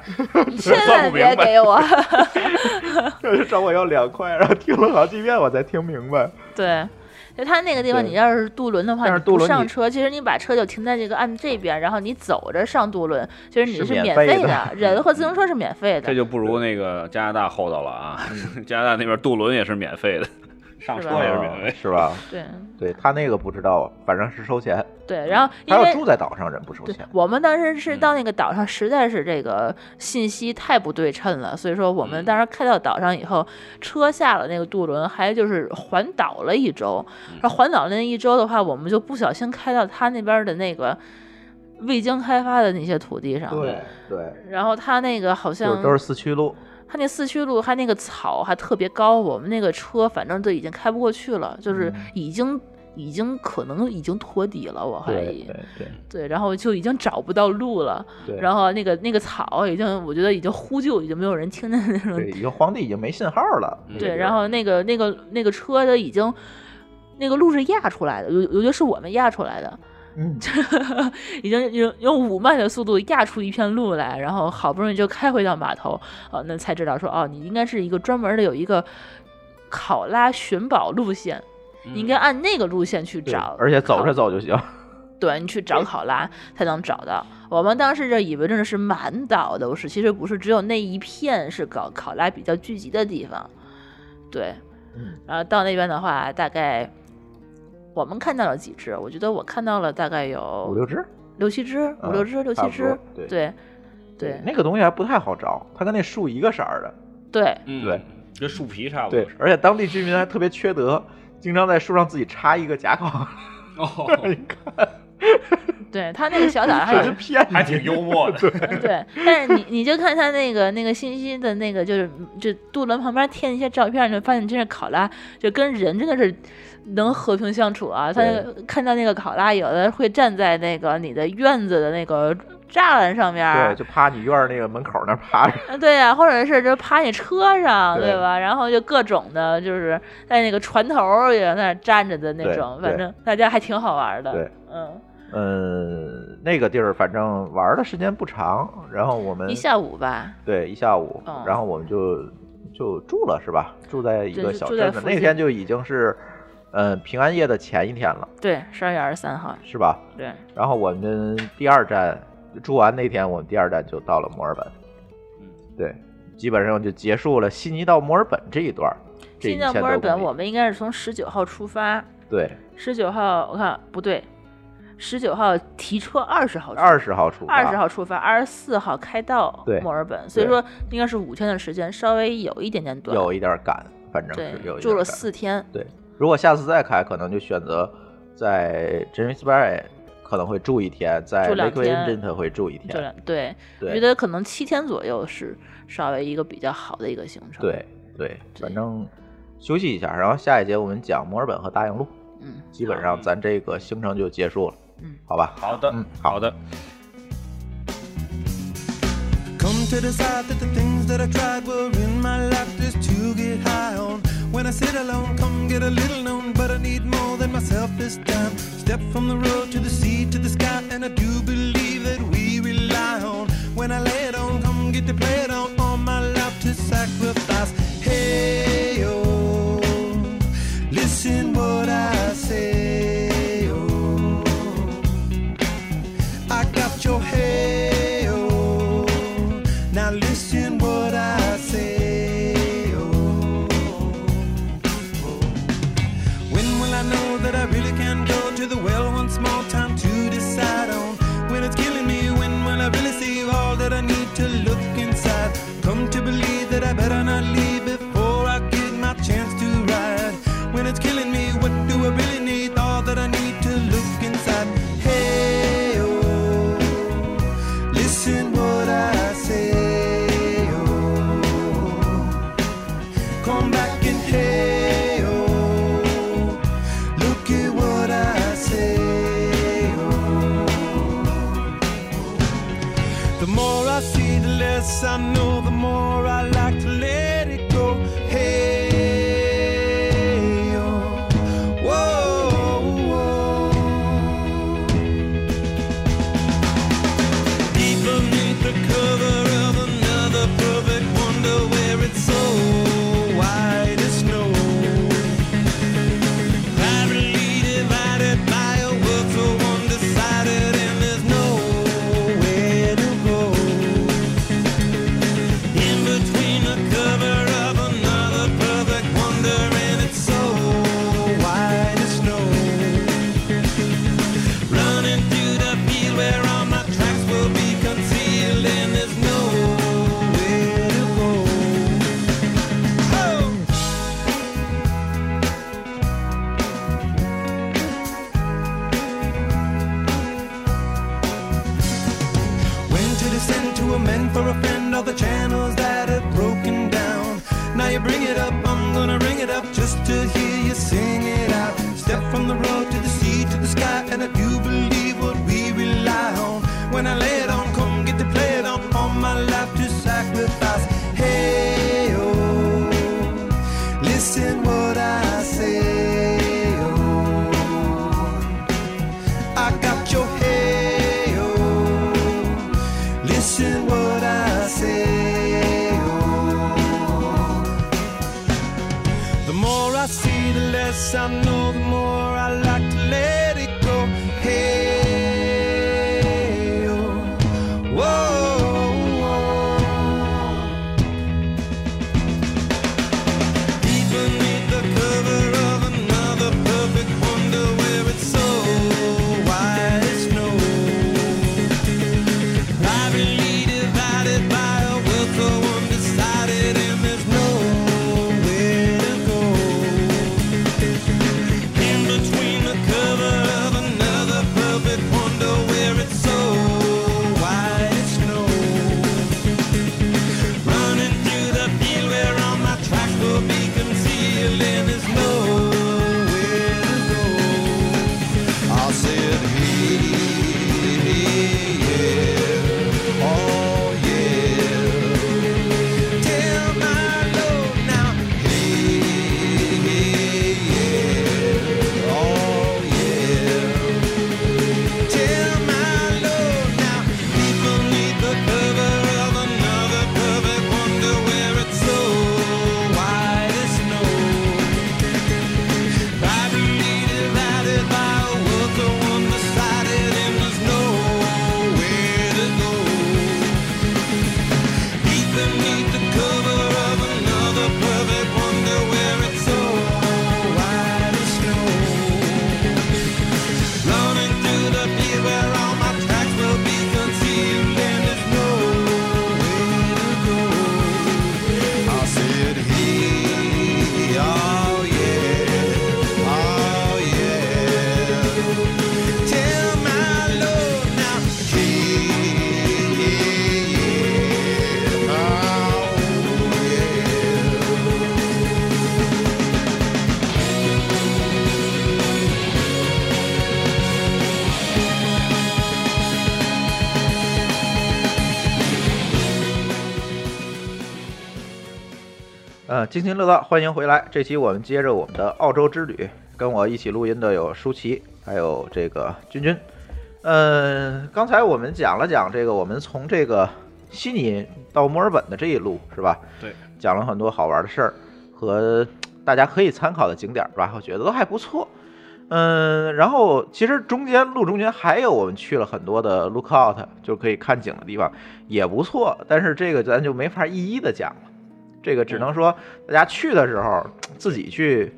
[SPEAKER 5] 千
[SPEAKER 4] 算
[SPEAKER 5] 万
[SPEAKER 4] 不明
[SPEAKER 5] 别
[SPEAKER 4] 白。
[SPEAKER 5] 给我，
[SPEAKER 3] 他 就找我要两块，然后听了好几遍我才听明白。
[SPEAKER 5] 对。就他那个地方，
[SPEAKER 3] 对
[SPEAKER 5] 你要是渡轮的话，
[SPEAKER 3] 但
[SPEAKER 5] 你
[SPEAKER 3] 是渡
[SPEAKER 5] 不
[SPEAKER 3] 轮
[SPEAKER 5] 上
[SPEAKER 3] 你
[SPEAKER 5] 车，其实你把车就停在这个岸这边，然后你走着上渡轮，其实你
[SPEAKER 3] 是
[SPEAKER 5] 是
[SPEAKER 3] 免
[SPEAKER 5] 免
[SPEAKER 3] 费
[SPEAKER 5] 费
[SPEAKER 3] 的 嗯
[SPEAKER 5] 的，人和自行车是免费
[SPEAKER 4] 这
[SPEAKER 5] 的，
[SPEAKER 4] 就不如那个加拿大厚道了啊！
[SPEAKER 3] 嗯
[SPEAKER 4] 加拿大那边渡轮也是免费的，上车
[SPEAKER 5] 是吧
[SPEAKER 4] 也是免费。
[SPEAKER 3] 啊是吧？
[SPEAKER 5] 对
[SPEAKER 3] 对他那个不知道，反正是收钱。
[SPEAKER 5] 对。然后因
[SPEAKER 3] 他要
[SPEAKER 5] 为
[SPEAKER 3] 住在岛上人不收
[SPEAKER 5] 对
[SPEAKER 3] 钱，，
[SPEAKER 5] 我们当时是
[SPEAKER 4] 嗯
[SPEAKER 5] 到那个岛上，实在是这个信息太不对称了，所以说我们当
[SPEAKER 3] 嗯
[SPEAKER 5] 时开到岛上以后，车下了那个渡轮，还就是环岛了一周。
[SPEAKER 3] 嗯
[SPEAKER 5] 然后环岛那一周的话，我们就不小心开到他那边的那个未经开发的那些土地上。。
[SPEAKER 3] 对，
[SPEAKER 5] 然后他那个好
[SPEAKER 3] 就
[SPEAKER 5] 像
[SPEAKER 3] 是都是四驱路，
[SPEAKER 5] 他那四驱路，他那个草还特别高，我们那个车反正都已经开不过去了，
[SPEAKER 3] 嗯
[SPEAKER 5] 就是已经已经可能已经脱底了，我怀
[SPEAKER 3] 对
[SPEAKER 5] 疑。
[SPEAKER 3] 对对
[SPEAKER 5] 对，然后就已经找不到路了。
[SPEAKER 3] 对，
[SPEAKER 5] 然
[SPEAKER 3] 后
[SPEAKER 5] 后那个那个草已经，我觉得已经呼救，已经没有人听见那种。
[SPEAKER 3] 对，已嗯经皇帝已经没信号了。那个
[SPEAKER 5] 对
[SPEAKER 3] 地儿
[SPEAKER 5] 然后那个那个那个车都已经，那个路是压出来的，有有的是我们压出来的，
[SPEAKER 3] 嗯，
[SPEAKER 5] 已经用用五迈的速度压出一片路来，然后好不容易就开回到码头，哦，那才知道说哦，你应该是一个专门的有一个考拉寻宝路线，你应该按那个路线去
[SPEAKER 3] 嗯对
[SPEAKER 5] 找，
[SPEAKER 3] 而且走着走就行。
[SPEAKER 5] 对你去找考拉才能找到。我们当时就以为真的是满岛都是，其实不是，只有那一片是搞考拉比较聚集的地方。对，
[SPEAKER 3] 嗯，
[SPEAKER 5] 然后到那边的话，大概我们看到了几只，我觉得我看到了大概
[SPEAKER 3] 五
[SPEAKER 5] 有
[SPEAKER 3] 六只，
[SPEAKER 5] 六七只，五
[SPEAKER 3] 嗯
[SPEAKER 5] 六只，六
[SPEAKER 3] 差
[SPEAKER 5] 七
[SPEAKER 3] 不
[SPEAKER 5] 只
[SPEAKER 3] 多，对
[SPEAKER 5] 对，对，
[SPEAKER 3] 那个东西还不太好找，它跟那树一个色儿的。
[SPEAKER 5] 对，
[SPEAKER 4] 嗯
[SPEAKER 3] 对，
[SPEAKER 4] 跟树皮差不多
[SPEAKER 3] 对
[SPEAKER 4] 是。，
[SPEAKER 3] 而且当地居民还特别缺 德，经常在树上自己插一个假考。
[SPEAKER 4] 哦，
[SPEAKER 3] 你看，
[SPEAKER 5] 对他那个小岛 上还
[SPEAKER 6] 这
[SPEAKER 5] 有
[SPEAKER 6] 是骗你，
[SPEAKER 7] 还挺幽默 的。
[SPEAKER 5] 对，但是你你就看他那个那个信息的那个，就是就渡轮旁边贴那些照片，你就发现真是考拉，就跟人真的是能和平相处啊。他
[SPEAKER 3] 对
[SPEAKER 5] 看到那个考拉，有的会站在那个你的院子的那个栅栏上面
[SPEAKER 3] 对，
[SPEAKER 5] 儿，
[SPEAKER 3] 就趴你院儿那个门口那儿趴着，
[SPEAKER 5] 嗯对呀、或者是就趴你车上，
[SPEAKER 3] 对
[SPEAKER 5] 对吧？然后就各种的，就是在那个船头儿也在那儿站着的那
[SPEAKER 3] 对
[SPEAKER 5] 种，
[SPEAKER 3] 对
[SPEAKER 5] 反正大家还挺好玩儿的。
[SPEAKER 3] 对，
[SPEAKER 5] 嗯，
[SPEAKER 3] 嗯，那个地儿反正玩儿的时间不长，然后我们
[SPEAKER 5] 一下午吧，
[SPEAKER 3] 对一下午，
[SPEAKER 5] 哦
[SPEAKER 3] 然后我们就就住了是吧？住在一
[SPEAKER 5] 对
[SPEAKER 3] 个
[SPEAKER 5] 就
[SPEAKER 3] 小
[SPEAKER 5] 住在
[SPEAKER 3] 镇子，
[SPEAKER 5] 附
[SPEAKER 3] 那
[SPEAKER 5] 近
[SPEAKER 3] 天就已经是嗯平安夜的前一天了，
[SPEAKER 5] 对，十二月二十三号，
[SPEAKER 3] 是吧？
[SPEAKER 5] 对，
[SPEAKER 3] 然后我们第二站住完那天，我们第二站就到了墨尔本。
[SPEAKER 7] 嗯，
[SPEAKER 3] 对，基本上就结束了悉尼到墨尔本这一段儿。这
[SPEAKER 5] 进到墨尔
[SPEAKER 3] 1000多
[SPEAKER 5] 本，
[SPEAKER 3] 公里
[SPEAKER 5] 我们应该是从十九号出发，
[SPEAKER 3] 对
[SPEAKER 5] 十九号，我看不对，十九号提车二十号出，
[SPEAKER 3] 二十号出发，
[SPEAKER 5] 二十号出发，二十四号开到
[SPEAKER 3] 对
[SPEAKER 5] 墨尔本，所以
[SPEAKER 3] 对
[SPEAKER 5] 说应该是五天的时间，稍微有一点点短。
[SPEAKER 3] 有一点赶，反正是有
[SPEAKER 5] 对，
[SPEAKER 3] 一点
[SPEAKER 5] 住了
[SPEAKER 3] 赶
[SPEAKER 5] 四天，
[SPEAKER 3] 对，如果下次再开，可能就选择在 James Bay 可能会住一天，在
[SPEAKER 5] 住两
[SPEAKER 3] Lake v i n
[SPEAKER 5] 天
[SPEAKER 3] g e n t 会住一
[SPEAKER 5] 就
[SPEAKER 3] 天。
[SPEAKER 5] 两对，我
[SPEAKER 3] 对
[SPEAKER 5] 觉得可能七天左右是稍微一个比较好的一个行程。
[SPEAKER 3] 对，对，反正休息一下，然后下一节我们讲墨尔本和大洋路，
[SPEAKER 5] 嗯，
[SPEAKER 3] 基本上咱这个行程就结束了，
[SPEAKER 5] 嗯，
[SPEAKER 3] 好吧？
[SPEAKER 7] 好的，
[SPEAKER 3] 嗯，好
[SPEAKER 4] 好的，
[SPEAKER 8] Come to decide that the things that I tried were in my life just to get high on. When I sit alone, come get a little known, but I need more than myself this time. Step from the road to the sea to the sky, and I do believe that we rely on. When I lay it on, come get to play it on, all my life to sacrifice. Hey, oh, listen what I say, oh. I got your hail. Now listen what I say. Oh, When will I know that I really can go to the well once more? Time to decide on when it's killing me. When will I really see all that I need to look inside? Come to believe that I better not leave before I get my chance to ride. When it's killing me, what do I really need? All that I need to look inside. Hey, oh, listen what I say. Oh come back and hey oh look at what I say oh. the more I see the less I know the more I like to let it go hey oh whoa, whoa. Deep beneath the cover of another perfect wonder where it's so white as snow. Privately divided by a world so undecided and there's nowhere to go. In between the cover of another perfect wonder and it's so white as snow. Running through the field where all my tracks will be concealed and there's nowhere to go. Ho! When to descend to amend for a friend all the channels that have broken down. Now you bring it up, I'm gonna ring it up just to hear you sing it out. Step from the road to the sea to the sky, and I do believe what we rely on. When I lay it on, come get to play it on. All my life to sacrifice. Hey, oh, listen what I say. Oh. I got your hey oh. Listen what I say oh. The more I see, the less I know. The more I like to let it go. Hey oh. Whoa. Deep beneath the cover of another perfect wonder, where it's so white as snow. Privately divided by a world so undecided, and there's nowhere to go. In between the cover Oh, Oh,
[SPEAKER 3] 呃，津津乐道，欢迎回来。这期我们接着我们的澳洲之旅，跟我一起录音的有舒淇，还有这个君君。嗯，刚才我们讲了讲这个，我们从这个悉尼到墨尔本的这一路是吧？
[SPEAKER 4] 对，
[SPEAKER 3] 讲了很多好玩的事儿和大家可以参考的景点儿吧，我觉得都还不错。嗯，然后其实中间路中间还有我们去了很多的 lookout，就可以看景的地方，也不错。但是这个咱就没法一一的讲了，这个只能说大家去的时候自己去，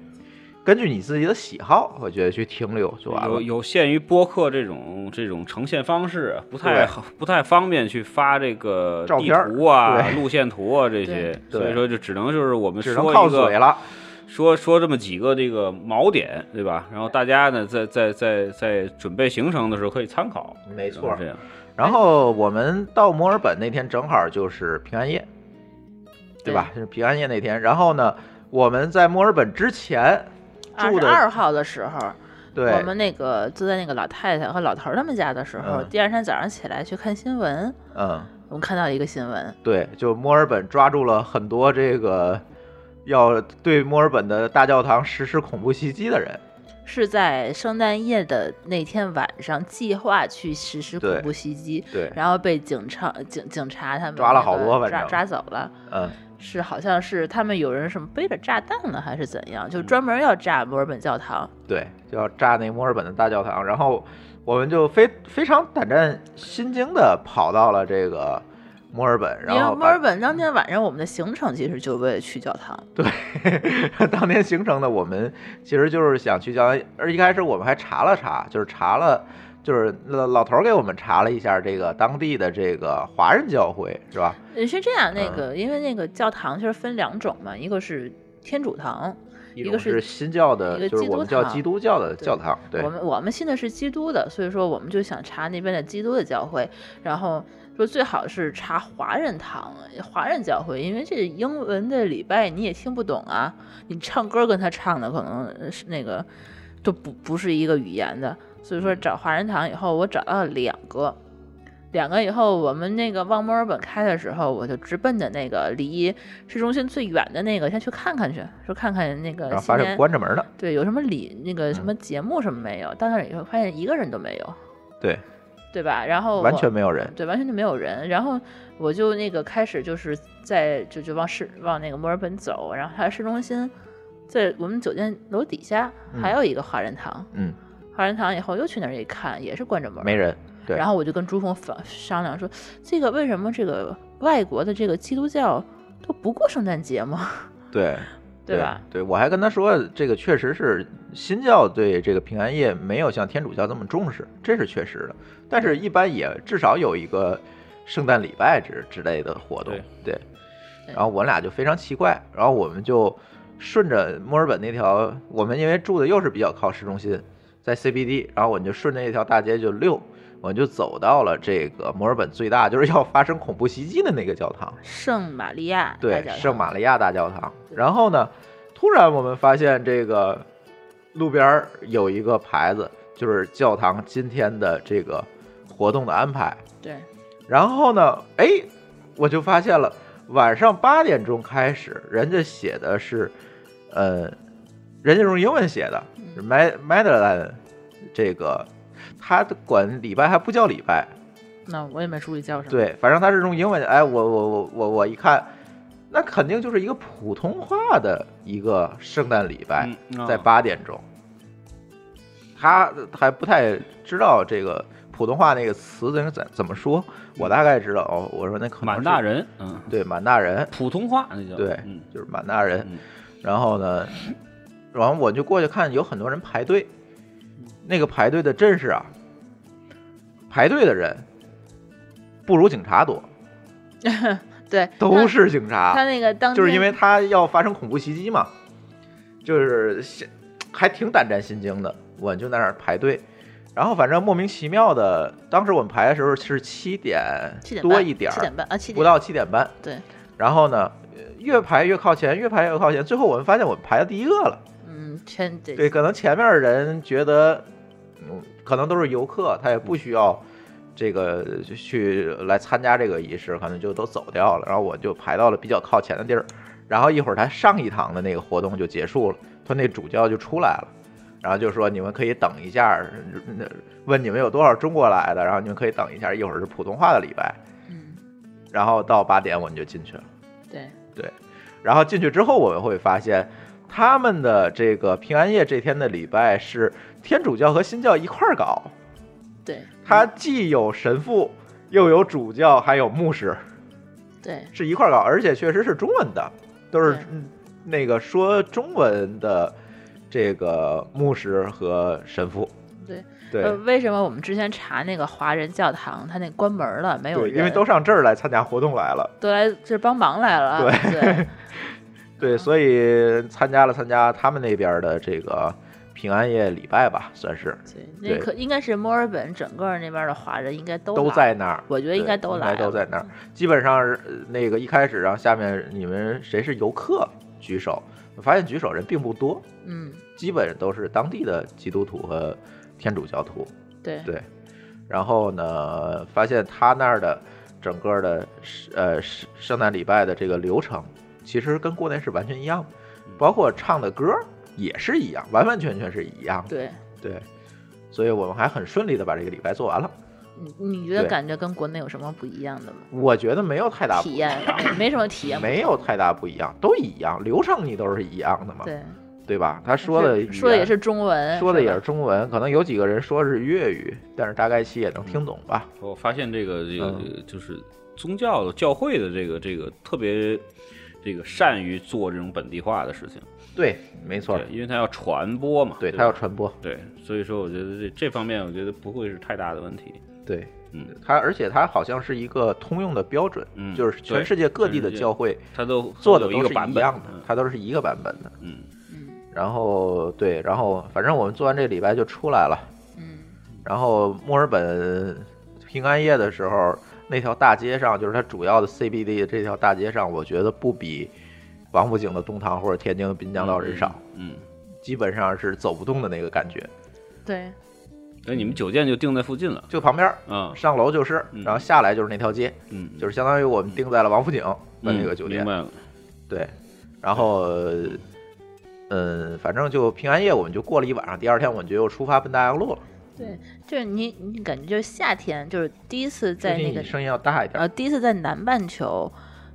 [SPEAKER 3] 根据你自己的喜好，我觉得去停留就完了
[SPEAKER 4] 有。有限于播客这种这种呈现方式，不
[SPEAKER 3] 对
[SPEAKER 4] 太好，不太方便去发这个
[SPEAKER 3] 照
[SPEAKER 4] 地
[SPEAKER 3] 片儿
[SPEAKER 4] 图啊、
[SPEAKER 3] 对
[SPEAKER 4] 路线图啊这些，
[SPEAKER 3] 对
[SPEAKER 4] 所以说就只能就是我们
[SPEAKER 3] 只
[SPEAKER 4] 说
[SPEAKER 3] 能靠
[SPEAKER 4] 一个
[SPEAKER 3] 嘴了，
[SPEAKER 4] 说说这么几个这个锚点，对吧？然后大家呢，在在在在准备行程的时候可以参考，
[SPEAKER 3] 没
[SPEAKER 4] 然
[SPEAKER 5] 嗯
[SPEAKER 4] 后这样
[SPEAKER 3] 然后我们到墨尔本那天正好就是平安夜，对吧？就是平安夜那天。然后呢，我们在墨尔本之前
[SPEAKER 5] 二
[SPEAKER 3] 住
[SPEAKER 5] 十
[SPEAKER 3] 的
[SPEAKER 5] 二号的时候，
[SPEAKER 3] 对
[SPEAKER 5] 我们那个坐在那个老太太和老头儿他们家的时候，
[SPEAKER 3] 嗯
[SPEAKER 5] 第二天早上起来去看新闻，
[SPEAKER 3] 嗯，
[SPEAKER 5] 我们看到一个新闻，
[SPEAKER 3] 对，就墨尔本抓住了很多这个要对墨尔本的大教堂实施恐怖袭击的人。
[SPEAKER 5] 是在圣诞夜的那天晚上计划去实施
[SPEAKER 3] 对
[SPEAKER 5] 恐怖袭击，
[SPEAKER 3] 对，
[SPEAKER 5] 然后被警察警警察他们
[SPEAKER 3] 抓了
[SPEAKER 5] 那个
[SPEAKER 3] 好多反
[SPEAKER 5] 抓
[SPEAKER 3] 正
[SPEAKER 5] 抓走了。
[SPEAKER 3] 嗯，
[SPEAKER 5] 是，好像是他们有人什么背着炸弹了，还是怎样，就专门要炸墨尔本教堂。
[SPEAKER 3] 对，就要炸那墨尔本的大教堂。然后我们就非非常胆战心惊的跑到了这个墨尔本，然
[SPEAKER 5] 因
[SPEAKER 3] 后
[SPEAKER 5] 为墨尔
[SPEAKER 3] 把
[SPEAKER 5] 本当天晚上我们的行程其实就为了去教堂，
[SPEAKER 3] 对， 当天行程呢，我们其实就是想去教堂，而一开始我们还查了查，就是查了，就是老老头儿给我们查了一下这个当地的这个华人教会是吧？
[SPEAKER 5] 也呃是这样。那
[SPEAKER 3] 嗯
[SPEAKER 5] 个、因为那个教堂其实分两种嘛，一个是天主堂，
[SPEAKER 3] 一
[SPEAKER 5] 一个
[SPEAKER 3] 种
[SPEAKER 5] 是
[SPEAKER 3] 是新教
[SPEAKER 5] 一
[SPEAKER 3] 的，
[SPEAKER 5] 个
[SPEAKER 3] 就是
[SPEAKER 5] 基
[SPEAKER 3] 我
[SPEAKER 5] 督
[SPEAKER 3] 们叫
[SPEAKER 5] 堂
[SPEAKER 3] 基督教的
[SPEAKER 5] 对
[SPEAKER 3] 教堂，对
[SPEAKER 5] 我，们我们信的是基督的，所以说我们就想查那边的基督的教会，然后说最好是查华人堂、华人教会，因为这英文的礼拜你也听不懂啊，你唱歌跟他唱的可能呃是那个都不不是一个语言的，所以
[SPEAKER 3] 嗯
[SPEAKER 5] 说找华人堂以后，我找到了两个。两个以后，我们那个往墨尔本开的时候，我就直奔着那个离市中心最远的那个，先去看看去，说看看那个
[SPEAKER 3] 然后
[SPEAKER 5] 新
[SPEAKER 3] 发
[SPEAKER 5] 年
[SPEAKER 3] 现关着门呢，
[SPEAKER 5] 对，有什么礼那个什
[SPEAKER 3] 嗯
[SPEAKER 5] 么节目什么没有？到那儿以后发现一个人都没有，
[SPEAKER 3] 对，
[SPEAKER 5] 对吧？然后
[SPEAKER 3] 完
[SPEAKER 5] 我
[SPEAKER 3] 全没有人，
[SPEAKER 5] 对，完全就没有人。然后我就那个开始就是在就就往市往那个墨尔本走，然后它市中心在我们酒店楼底下还
[SPEAKER 3] 嗯
[SPEAKER 5] 有一个华人堂，
[SPEAKER 3] 嗯，
[SPEAKER 5] 华人堂以后又去那儿一看，也是关着门儿，
[SPEAKER 3] 没人，对
[SPEAKER 5] 然后我就跟朱峰反商量说，这个为什么这个外国的这个基督教都不过圣诞节吗？
[SPEAKER 3] 对。
[SPEAKER 5] 对吧？？
[SPEAKER 3] 对，我还跟他说，这个确实是新教对这个平安夜没有像天主教这么重视，这是确实的。但是，一般也至少有一个圣诞礼拜之之类的活动，对。然后我俩就非常奇怪，然后我们就顺着墨尔本那条，我们因为住的又是比较靠市中心，在 CBD，然后我们就顺着那条大街就溜，我们就走到了这个墨尔本最大就是要发生恐怖袭击的那个教堂。
[SPEAKER 5] 圣玛利亚大
[SPEAKER 3] 对
[SPEAKER 5] 教，
[SPEAKER 3] 圣
[SPEAKER 5] 堂
[SPEAKER 3] 玛利亚大教堂。然后呢，突然我们发现这个路边儿有一个牌子，就是教堂今天的这个活动的安排。
[SPEAKER 5] 对，
[SPEAKER 3] 然后呢，哎，我就发现了，晚上八点钟开始，人家写的是，呃，人家用英文写的，Mad Madeline 这个，他管礼拜还不叫礼拜，
[SPEAKER 5] 那我也没注意叫什么。
[SPEAKER 3] 对，反正他是用英文的。哎，我我我我我一看，那肯定就是一个普通话的一个圣诞礼拜，
[SPEAKER 4] 嗯啊
[SPEAKER 3] 在八点钟。他还不太知道这个普通话那个词怎怎怎么说，我大概知道哦。我说那可能
[SPEAKER 4] 满
[SPEAKER 3] 是
[SPEAKER 4] 大，人，嗯，
[SPEAKER 3] 对满大人，
[SPEAKER 4] 普通话那叫
[SPEAKER 3] 对，哎
[SPEAKER 4] 嗯，
[SPEAKER 3] 就是满大人。
[SPEAKER 4] 嗯
[SPEAKER 3] 然后呢，然后我就过去看，有很多人排队。那个排队的阵势啊，排队的人不如警察多，
[SPEAKER 5] 对，
[SPEAKER 3] 都
[SPEAKER 5] 他
[SPEAKER 3] 是警
[SPEAKER 5] 他
[SPEAKER 3] 察，
[SPEAKER 5] 那个当
[SPEAKER 3] 就是因
[SPEAKER 5] 天
[SPEAKER 3] 为他要发生恐怖袭击嘛，就是先还挺胆战心惊的。我就在那儿排队，然后反正莫名其妙的，当时我们排的时候是七点
[SPEAKER 5] 七点
[SPEAKER 3] 多
[SPEAKER 5] 半
[SPEAKER 3] 一点儿
[SPEAKER 5] 七，点半啊，七点
[SPEAKER 3] 不到七点半。
[SPEAKER 5] 对，
[SPEAKER 3] 然后呢，呃越排越靠前，越排越靠前，最后我们发现我们排到第一个了。
[SPEAKER 5] 嗯，全得
[SPEAKER 3] 对，可能前面的人觉得，嗯，可能都是游客，他也不需要这个去来参加这个仪式，可能就都走掉了。然后我就排到了比较靠前的地儿，然后一会儿他上一堂的那个活动就结束了，他那主教就出来了，然后就说你们可以等一下，那问你们有多少中国来的，然后你们可以等一下，一会儿是普通话的礼拜，
[SPEAKER 5] 嗯，
[SPEAKER 3] 然后到八点我们就进去了。
[SPEAKER 5] 对，
[SPEAKER 3] 然后进去之后，我们会发现他们的这个平安夜这天的礼拜是天主教和新教一块儿搞，
[SPEAKER 5] 对，
[SPEAKER 3] 它既有神父，又有主教，还有牧师，
[SPEAKER 5] 对，
[SPEAKER 3] 是一块儿搞，而且确实是中文的，都是
[SPEAKER 5] 对
[SPEAKER 3] 嗯那个说中文的这个牧师和神父。
[SPEAKER 5] 对
[SPEAKER 3] 对
[SPEAKER 5] 呃，为什么我们之前查那个华人教堂，他那关门了，没有
[SPEAKER 3] 对，
[SPEAKER 5] 人，
[SPEAKER 3] 因为都上这儿来参加活动来了。
[SPEAKER 5] 都来这帮忙来了啊，
[SPEAKER 3] 对
[SPEAKER 5] 对嗯
[SPEAKER 3] 对，所以参加了参加他们那边的这个平安夜礼拜吧，算是
[SPEAKER 5] 对，
[SPEAKER 3] 对
[SPEAKER 5] 那可应该是墨尔本整个那边的华人应该都
[SPEAKER 3] 都
[SPEAKER 5] 来
[SPEAKER 3] 在那儿。
[SPEAKER 5] 我觉得应
[SPEAKER 3] 对
[SPEAKER 5] 该都来了，嗯
[SPEAKER 3] 都在那儿。基本上是呃那个一开始，然后下面你们谁是游客举手，我发现举手人并不多，
[SPEAKER 5] 嗯，
[SPEAKER 3] 基本都是当地的基督徒和天主教徒。
[SPEAKER 5] 对
[SPEAKER 3] 对，然后呢，发现他那儿的整个的呃圣圣诞礼拜的这个流程，其实跟国内是完全一样的，包括唱的歌儿也是一样，完完全全是一样的。
[SPEAKER 5] 对，
[SPEAKER 3] 对，所以我们还很顺利的把这个礼拜做完了。
[SPEAKER 5] 你你觉得
[SPEAKER 3] 对
[SPEAKER 5] 感觉跟国内有什么不一样的吗？
[SPEAKER 3] 我觉得没有太大不
[SPEAKER 5] 体
[SPEAKER 3] 一
[SPEAKER 5] 验没没什么体验，
[SPEAKER 3] 没有太大不一样，都一样，流程你都是一样的嘛，
[SPEAKER 5] 对，
[SPEAKER 3] 对吧？他说的
[SPEAKER 5] 是说的也是中文，
[SPEAKER 3] 说的也
[SPEAKER 5] 吧
[SPEAKER 3] 是中文，可能有几个人说是粤语，但是大概其也能听懂吧。
[SPEAKER 4] 我发现这个这个、
[SPEAKER 3] 嗯
[SPEAKER 4] 就是宗教的教会的这个这个特别这个善于做这种本地化的事情，
[SPEAKER 5] 嗯
[SPEAKER 3] 对，没错，
[SPEAKER 4] 对，因为他要传播嘛，
[SPEAKER 3] 对
[SPEAKER 4] 吧
[SPEAKER 3] 他要传播，
[SPEAKER 4] 对，所以说我觉得这这方面我觉得不会是太大的问题。
[SPEAKER 3] 对
[SPEAKER 4] 嗯，
[SPEAKER 3] 他，而且他好像是一个通用的标准，
[SPEAKER 4] 嗯
[SPEAKER 3] 就是全
[SPEAKER 4] 对
[SPEAKER 3] 世界各地的
[SPEAKER 4] 全世界
[SPEAKER 3] 教会
[SPEAKER 4] 他都
[SPEAKER 3] 做的
[SPEAKER 4] 有一
[SPEAKER 3] 都
[SPEAKER 4] 个
[SPEAKER 3] 是
[SPEAKER 4] 版
[SPEAKER 3] 一
[SPEAKER 4] 本
[SPEAKER 3] 样的，它都是一个版本的。
[SPEAKER 4] 嗯，
[SPEAKER 5] 嗯
[SPEAKER 3] 然后对，然后反正我们做完这个礼拜就出来了，
[SPEAKER 5] 嗯，
[SPEAKER 3] 然后墨尔本平安夜的时候，那条大街上，就是它主要的 CBD 的这条大街上，我觉得不比王府井的东堂或者天津的滨江道人少，
[SPEAKER 4] 嗯，
[SPEAKER 3] 基本上是走不动的那个感觉。
[SPEAKER 5] 对
[SPEAKER 4] 那你们酒店就定在附近了
[SPEAKER 3] 就旁边儿
[SPEAKER 4] 啊？
[SPEAKER 3] 上楼就是，
[SPEAKER 4] 嗯
[SPEAKER 3] 然后下来就是那条街，
[SPEAKER 4] 嗯，
[SPEAKER 3] 就是是相当于我们定在了王府井的那个酒店
[SPEAKER 4] 明。白了。
[SPEAKER 3] 对，然后，嗯，反正就平安夜我们就过了一晚上，第二天我们就又出发奔大洋路了。
[SPEAKER 5] 对，就是你你感觉就是夏天，就是第一次在
[SPEAKER 3] 最
[SPEAKER 5] 那
[SPEAKER 3] 近
[SPEAKER 5] 个
[SPEAKER 3] 你声音要大一点
[SPEAKER 5] 呃，第一次在南半球。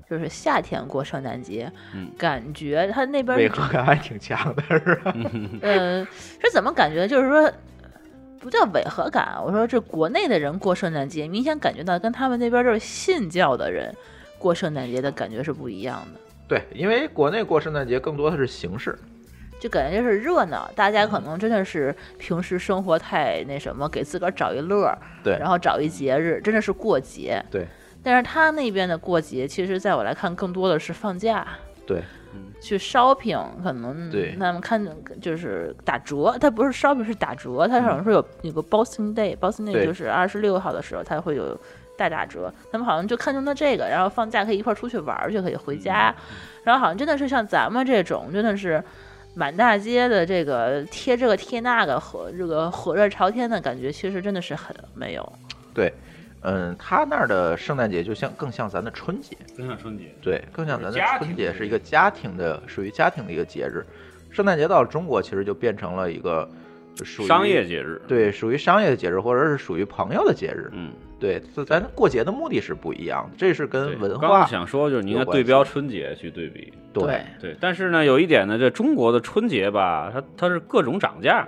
[SPEAKER 5] 就是夏天过圣诞节，
[SPEAKER 4] 嗯
[SPEAKER 5] 感觉他
[SPEAKER 4] 呃
[SPEAKER 5] 那边
[SPEAKER 3] 违和感还挺强的，是吧？
[SPEAKER 5] 呃，是怎么感觉？就是说，不叫违和感啊。我说这国内的人过圣诞节，明显感觉到跟他们那边就是信教的人过圣诞节的感觉是不一样的，
[SPEAKER 3] 对，因为国内过圣诞节更多的是形式，
[SPEAKER 5] 就感觉就是热闹。大家可能真的是平时生活太那什么，给自个儿找一乐儿，
[SPEAKER 3] 对
[SPEAKER 5] 然后找一节日，真的是过节。
[SPEAKER 3] 对
[SPEAKER 5] 但是他那边的过节，其实在我来看，更多的是放假。
[SPEAKER 3] 对
[SPEAKER 5] 去 shopping，可能
[SPEAKER 3] 对
[SPEAKER 5] 他们看就是打折，它不是 shopping 是打折，它好像说有有个 Boxing Day，Boxing Day
[SPEAKER 3] 对
[SPEAKER 5] 就是二十六号的时候它会有大打折，他们好像就看中了这个，然后放假可以一块儿出去玩儿去，可以回家，
[SPEAKER 3] 嗯
[SPEAKER 5] 然后好像真的是像咱们这种真的是。满大街的这个贴这个贴那个火这个火热朝天的感觉，其实真的是很没有。
[SPEAKER 3] 对，嗯，他那儿的圣诞节就像更像咱的春节，
[SPEAKER 4] 分享春节，
[SPEAKER 3] 对，更像咱的
[SPEAKER 4] 家
[SPEAKER 3] 春
[SPEAKER 4] 庭
[SPEAKER 3] 节
[SPEAKER 4] 节
[SPEAKER 3] 是一个家庭的，属于家庭的一个节日。圣诞节到了中国其实就变成了一个属于
[SPEAKER 4] 商业，节日，，
[SPEAKER 3] 对，属于商业的节日，或者是属于朋友的节日。
[SPEAKER 4] 嗯，
[SPEAKER 3] 对，所以咱过节的目的是不一样的，这是
[SPEAKER 4] 对
[SPEAKER 3] 跟文
[SPEAKER 4] 刚刚
[SPEAKER 3] 化
[SPEAKER 4] 想说就是你应该
[SPEAKER 3] 有关系
[SPEAKER 4] 对标春节去对比，
[SPEAKER 3] 对
[SPEAKER 4] 对，但是呢，有一点呢，这中国的春节吧，它它是各种涨价，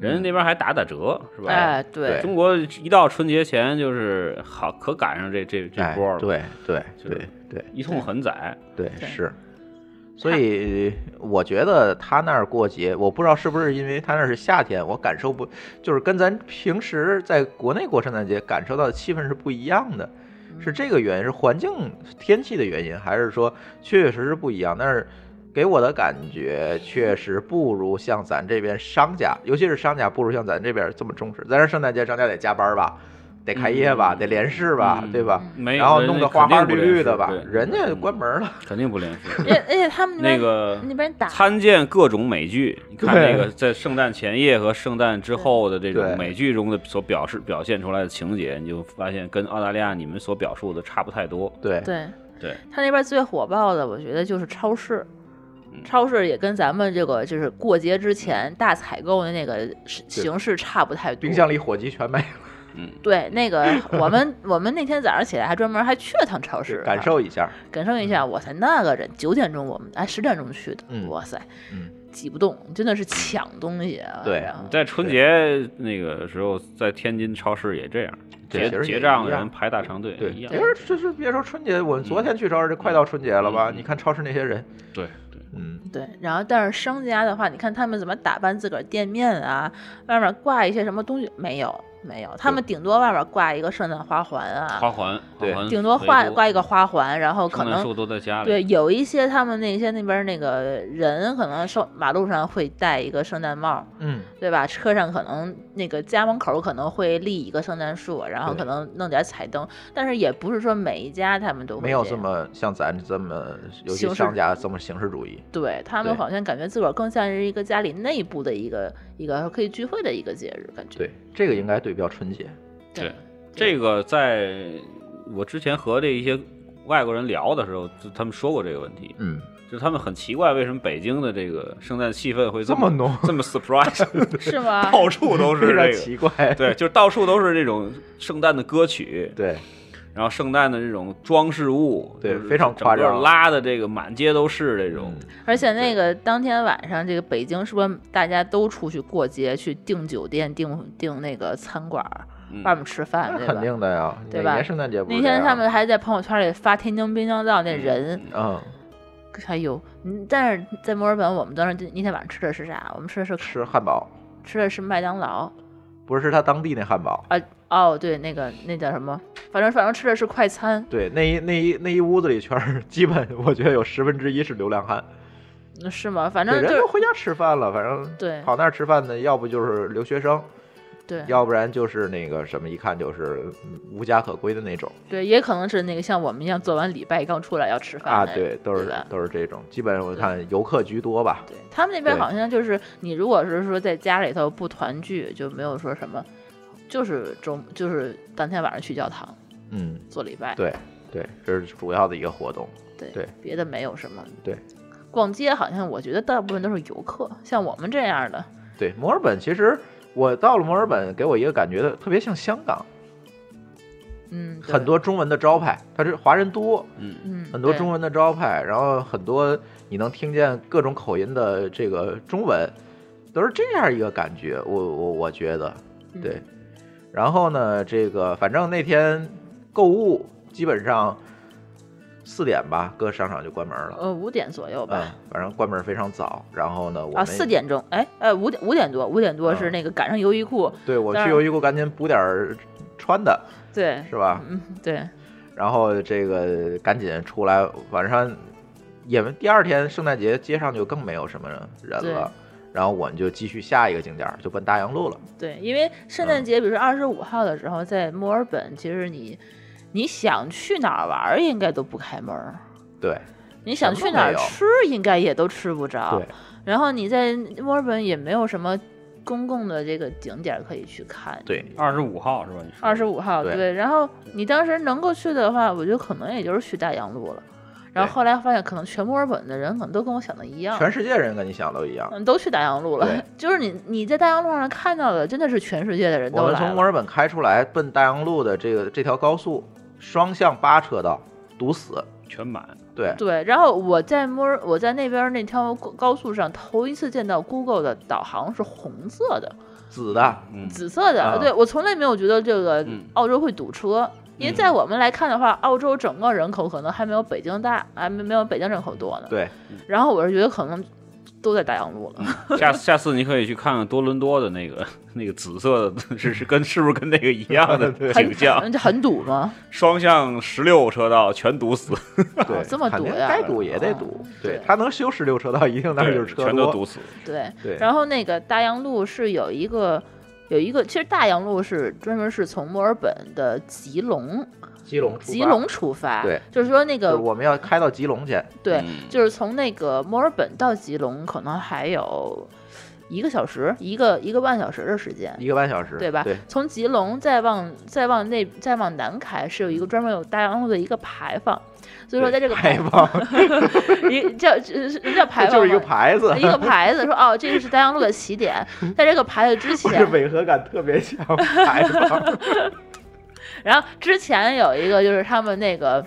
[SPEAKER 4] 人家那边还打打折，是吧？
[SPEAKER 5] 哎，对
[SPEAKER 3] 嗯对
[SPEAKER 4] 中国一到春节前就是好可赶上这这这
[SPEAKER 3] 哎
[SPEAKER 4] 波了，，
[SPEAKER 3] 对对
[SPEAKER 4] 就
[SPEAKER 3] 对
[SPEAKER 4] 是
[SPEAKER 3] 对
[SPEAKER 4] 一通狠宰，
[SPEAKER 3] 对
[SPEAKER 5] 对
[SPEAKER 3] 是。所以我觉得他那儿过节，我不知道是不是因为他那儿是夏天，我感受不，就是跟咱平时在国内过圣诞节感受到的气氛是不一样的，
[SPEAKER 4] 嗯
[SPEAKER 3] 是这个原因，是环境天气的原因，还是说确实是不一样？但是给我的感觉确实不如像咱这边商家，尤其是商家不如像咱这边这么重视。咱这圣诞节商家得加班吧，得开业吧，
[SPEAKER 4] 嗯
[SPEAKER 3] 得连市吧，
[SPEAKER 4] 嗯
[SPEAKER 3] 对吧？
[SPEAKER 4] 没有
[SPEAKER 3] 然后
[SPEAKER 4] 人
[SPEAKER 3] 弄
[SPEAKER 4] 家
[SPEAKER 3] 得花
[SPEAKER 4] 肯定
[SPEAKER 3] 花
[SPEAKER 4] 不
[SPEAKER 3] 绿
[SPEAKER 4] 连
[SPEAKER 3] 绿
[SPEAKER 4] 续
[SPEAKER 3] 的吧
[SPEAKER 4] 对，
[SPEAKER 3] 人家
[SPEAKER 4] 嗯
[SPEAKER 3] 关门了。
[SPEAKER 4] 肯定不连续。
[SPEAKER 5] 而且而且他们那边
[SPEAKER 4] 那个
[SPEAKER 5] 那边打
[SPEAKER 4] 参见各种美剧，你看
[SPEAKER 3] 对
[SPEAKER 4] 那个在圣诞前夜和圣诞之后的这
[SPEAKER 3] 对
[SPEAKER 4] 种美剧中的所表示表现出来的情节，你就发现跟澳大利亚你们所表述的差不太多。
[SPEAKER 3] 对，
[SPEAKER 5] 对
[SPEAKER 4] 对，
[SPEAKER 5] 他那边最火爆的，我觉得就是超市
[SPEAKER 4] 嗯。
[SPEAKER 5] 超市也跟咱们这个就是过节之前大采购的那个是形式差不太多。
[SPEAKER 3] 冰箱里火鸡全没了，
[SPEAKER 4] 嗯，
[SPEAKER 5] 对，那个我们我们那天早上起来还专门还去了趟超市 啊，
[SPEAKER 3] 感受一下。
[SPEAKER 5] 感受一下。我才那个人九点钟我们哎十点钟去的，
[SPEAKER 3] 嗯
[SPEAKER 5] 哇塞，
[SPEAKER 3] 嗯，
[SPEAKER 5] 挤不动，真的是抢东西啊。
[SPEAKER 3] 对
[SPEAKER 5] 然后
[SPEAKER 4] 在春节那个时候，在天津超市也这样，
[SPEAKER 3] 对
[SPEAKER 4] 结
[SPEAKER 3] 其实也
[SPEAKER 4] 结账的
[SPEAKER 3] 一样
[SPEAKER 4] 人排大长队，
[SPEAKER 3] 对，
[SPEAKER 4] 一
[SPEAKER 3] 其
[SPEAKER 4] 样，嗯
[SPEAKER 3] 实这是别说春节，我们昨天去超市，这快到春节了吧？
[SPEAKER 4] 嗯嗯
[SPEAKER 3] 你看超市那些人，
[SPEAKER 4] 对对，
[SPEAKER 3] 嗯，
[SPEAKER 5] 对，然后但是商家的话，你看他们怎么打扮自个儿店面啊，外面挂一些什么东西没有？没有，他们顶多外面挂一个圣诞花环
[SPEAKER 4] 花
[SPEAKER 5] 啊，
[SPEAKER 4] 环，
[SPEAKER 3] 对
[SPEAKER 4] 花环
[SPEAKER 5] 顶多
[SPEAKER 4] 围
[SPEAKER 5] 挂
[SPEAKER 4] 脖
[SPEAKER 5] 挂一个花环，然后可
[SPEAKER 4] 圣诞树
[SPEAKER 5] 能
[SPEAKER 4] 都在家里，
[SPEAKER 5] 对有一些他们那些那边那个人可能上马路上会戴一个圣诞帽，
[SPEAKER 3] 嗯，
[SPEAKER 5] 对吧？车上可能那个家门口可能会立一个圣诞树，然后
[SPEAKER 3] 对
[SPEAKER 5] 可能弄点彩灯，但是也不是说每一家他们都会
[SPEAKER 3] 没有
[SPEAKER 5] 这
[SPEAKER 3] 这
[SPEAKER 5] 样
[SPEAKER 3] 么像咱这么，尤其
[SPEAKER 5] 形式
[SPEAKER 3] 商家这么形式主义。
[SPEAKER 5] 对他们
[SPEAKER 3] 对
[SPEAKER 5] 好像感觉自个儿更像是一个家里内部的一个一个可以聚会的一个节日，感觉。
[SPEAKER 3] 对，这个应该对标春节。
[SPEAKER 4] 对，这个在我之前和这一些外国人聊的时候，就他们说过这个问题，
[SPEAKER 3] 嗯，
[SPEAKER 4] 就他们很奇怪为什么北京的这个圣诞气氛会
[SPEAKER 3] 这么 浓啊
[SPEAKER 4] 这么 surprise，
[SPEAKER 5] 是吗？
[SPEAKER 4] 到处都是
[SPEAKER 3] 非常
[SPEAKER 4] 这
[SPEAKER 3] 奇
[SPEAKER 4] 个。
[SPEAKER 3] 怪。
[SPEAKER 4] 对，就是到处都是这种圣诞的歌曲，
[SPEAKER 3] 对，
[SPEAKER 4] 然后圣诞的这种装饰物，
[SPEAKER 3] 对
[SPEAKER 4] 就是
[SPEAKER 3] 非常夸张啊
[SPEAKER 4] 整个拉的这个满街都是这种，
[SPEAKER 3] 嗯
[SPEAKER 5] 而且那个当天晚上，这个北京是不是大家都出去过节，去订酒店、订订那个餐馆儿，
[SPEAKER 4] 嗯
[SPEAKER 5] 外面吃饭，
[SPEAKER 3] 那
[SPEAKER 5] 对
[SPEAKER 3] 肯
[SPEAKER 5] 吧？
[SPEAKER 3] 定的呀，
[SPEAKER 5] 对
[SPEAKER 3] 每
[SPEAKER 5] 吧
[SPEAKER 3] 年圣诞节不是
[SPEAKER 5] 那
[SPEAKER 3] 这
[SPEAKER 5] 天
[SPEAKER 3] 样
[SPEAKER 5] 他们还在朋友圈里发天津滨江道那人，
[SPEAKER 3] 嗯
[SPEAKER 5] 哎呦！嗯但是在墨尔本，我们当时那天晚上吃的是啥？我们吃的是
[SPEAKER 3] 吃汉堡，
[SPEAKER 5] 吃的是麦当劳，
[SPEAKER 3] 不是他当地那汉堡。
[SPEAKER 5] 啊哦，对，那个那叫什么？反正反正吃的是快餐，
[SPEAKER 3] 对，那一那一那一屋子里全是，基本我觉得有十分之一是流浪汉，
[SPEAKER 5] 嗯是吗？反
[SPEAKER 3] 对，
[SPEAKER 5] 正就
[SPEAKER 3] 人
[SPEAKER 5] 是
[SPEAKER 3] 都回家吃饭了，反正
[SPEAKER 5] 对
[SPEAKER 3] 跑那儿吃饭的，要不就是留学生，
[SPEAKER 5] 对
[SPEAKER 3] 要不然就是那个什么，一看就是嗯无家可归的那种
[SPEAKER 5] 对，也可能是那个像我们一样做完礼拜刚出来要吃饭
[SPEAKER 3] 啊，
[SPEAKER 5] 的
[SPEAKER 3] 对，都是
[SPEAKER 5] 吧
[SPEAKER 3] 都是这种，基本上我看游客居多吧，
[SPEAKER 5] 对他们那边
[SPEAKER 3] 对
[SPEAKER 5] 好像就是你如果是说在家里头不团聚，就没有说什么，就是周就是当天晚上去教堂
[SPEAKER 3] 嗯，
[SPEAKER 5] 做礼拜，
[SPEAKER 3] 对对，这是主要的一个活动，
[SPEAKER 5] 对
[SPEAKER 3] 对
[SPEAKER 5] 别的没有什么。
[SPEAKER 3] 对，
[SPEAKER 5] 逛街好像我觉得大部分都是游客，像我们这样的，
[SPEAKER 3] 对，墨尔本其实我到了墨尔本，给我一个感觉的特别像香港，
[SPEAKER 5] 嗯，对
[SPEAKER 3] 很多中文的招牌，它是华人多，
[SPEAKER 4] 嗯，
[SPEAKER 5] 嗯
[SPEAKER 3] 很多
[SPEAKER 5] 对
[SPEAKER 3] 中文的招牌，然后很多你能听见各种口音的这个中文，都是这样一个感觉。我我我觉得
[SPEAKER 5] 嗯
[SPEAKER 3] 对。然后呢，这个反正那天购物基本上四点吧，各商场就关门了。
[SPEAKER 5] 呃五点左右吧，
[SPEAKER 3] 嗯，反正关门非常早。然后呢，嗯我
[SPEAKER 5] 啊，
[SPEAKER 3] 们
[SPEAKER 5] 四点钟，哎，呃，五点五点多，五点多是
[SPEAKER 3] 嗯
[SPEAKER 5] 那个赶上优衣库，
[SPEAKER 3] 对我
[SPEAKER 5] 但
[SPEAKER 3] 去
[SPEAKER 5] 是
[SPEAKER 3] 优衣库赶紧补点儿穿的，
[SPEAKER 5] 对，
[SPEAKER 3] 是吧？
[SPEAKER 5] 嗯，对，
[SPEAKER 3] 然后这个赶紧出来，晚上也们第二天圣诞节街上就更没有什么人
[SPEAKER 5] 对
[SPEAKER 3] 了。然后我们就继续下一个景点儿，就奔大洋路了。
[SPEAKER 5] 对，因为圣
[SPEAKER 3] 嗯
[SPEAKER 5] 诞节，比如说二十五号的时候，在墨尔本，其实你你想去哪儿玩儿，应该都不开门儿。
[SPEAKER 3] 对
[SPEAKER 5] 你想去哪儿吃，应该也都吃不着
[SPEAKER 3] 对。，
[SPEAKER 5] 然后你在墨尔本也没有什么公共的这个景点儿可以去看。
[SPEAKER 3] 对，
[SPEAKER 4] 二十五号是吧？你说
[SPEAKER 5] 二十五号
[SPEAKER 3] 对
[SPEAKER 5] 然后你当时能够去的话，我觉得可能也就是去大洋路了。然后
[SPEAKER 3] 对
[SPEAKER 5] 后来发现，可能全墨尔本的人可能都跟我想的一样，
[SPEAKER 3] 全世界人跟你想都一样。
[SPEAKER 5] 嗯，都去大洋路了
[SPEAKER 3] 对。
[SPEAKER 5] 就是你你在大洋路上看到的，真的是全世界的人
[SPEAKER 3] 我
[SPEAKER 5] 都
[SPEAKER 3] 们
[SPEAKER 5] 来
[SPEAKER 3] 从墨
[SPEAKER 5] 了。
[SPEAKER 3] 尔本开出来，奔大洋路的这个这条高速双向八车道堵死。
[SPEAKER 4] 全满，
[SPEAKER 3] 对，
[SPEAKER 5] 对，然后我在墨尔，我在那边那条高高速上头一次见到 Google 的导航是红色的、
[SPEAKER 3] 紫的，
[SPEAKER 4] 嗯，
[SPEAKER 5] 紫色的。
[SPEAKER 3] 啊嗯
[SPEAKER 5] 对我从来没有觉得这个
[SPEAKER 4] 嗯
[SPEAKER 5] 澳洲会堵车，因为在我们来看的话，澳洲整个人口可能还没有北京大，还没没有北京人口多呢。
[SPEAKER 3] 对，
[SPEAKER 5] 然后我是觉得可能都在大洋路 了。
[SPEAKER 4] 下下次你可以去看看多伦多的那个 那个紫色的，是是跟是不是跟那个一样 的景象？
[SPEAKER 5] 很很堵吗？
[SPEAKER 4] 双向十六车道全堵死，
[SPEAKER 3] 对，
[SPEAKER 5] 这么
[SPEAKER 3] 肯
[SPEAKER 5] 堵
[SPEAKER 3] 定
[SPEAKER 5] 呀哦
[SPEAKER 3] 该堵也得堵。对，他能修十六车道，一定 那儿就是车
[SPEAKER 4] 全都
[SPEAKER 3] 多。
[SPEAKER 4] 堵死。
[SPEAKER 5] 对，
[SPEAKER 3] 对，
[SPEAKER 5] 然后那个大洋路是有一个有一个，其实大洋路是专门是从墨尔本的吉隆
[SPEAKER 3] 基隆出发，
[SPEAKER 5] 吉隆出发，
[SPEAKER 3] 对，
[SPEAKER 5] 就是说那
[SPEAKER 3] 就是
[SPEAKER 5] 个
[SPEAKER 3] 我们要开到基隆去。
[SPEAKER 5] 对，
[SPEAKER 4] 嗯
[SPEAKER 5] 就是从那个墨尔本到吉隆可能还有。一个小时，一个一个半小时的时间，
[SPEAKER 3] 一个半小时，
[SPEAKER 5] 对吧？
[SPEAKER 3] 对，
[SPEAKER 5] 从吉隆再往再往那再往南开，是有
[SPEAKER 3] 嗯
[SPEAKER 5] 一个专门有大洋路的一个牌坊，所以说在这个
[SPEAKER 3] 排
[SPEAKER 5] 坊
[SPEAKER 3] 放，
[SPEAKER 5] 一叫是是叫牌坊
[SPEAKER 3] 就是一个
[SPEAKER 5] 吗
[SPEAKER 3] 牌子，
[SPEAKER 5] 一个牌子说哦，这个是大洋路的 起点，在这个牌子之
[SPEAKER 3] 不是
[SPEAKER 5] 前，
[SPEAKER 3] 违和感特别强，牌 坊，
[SPEAKER 5] 然后之前有一个就是他们那个，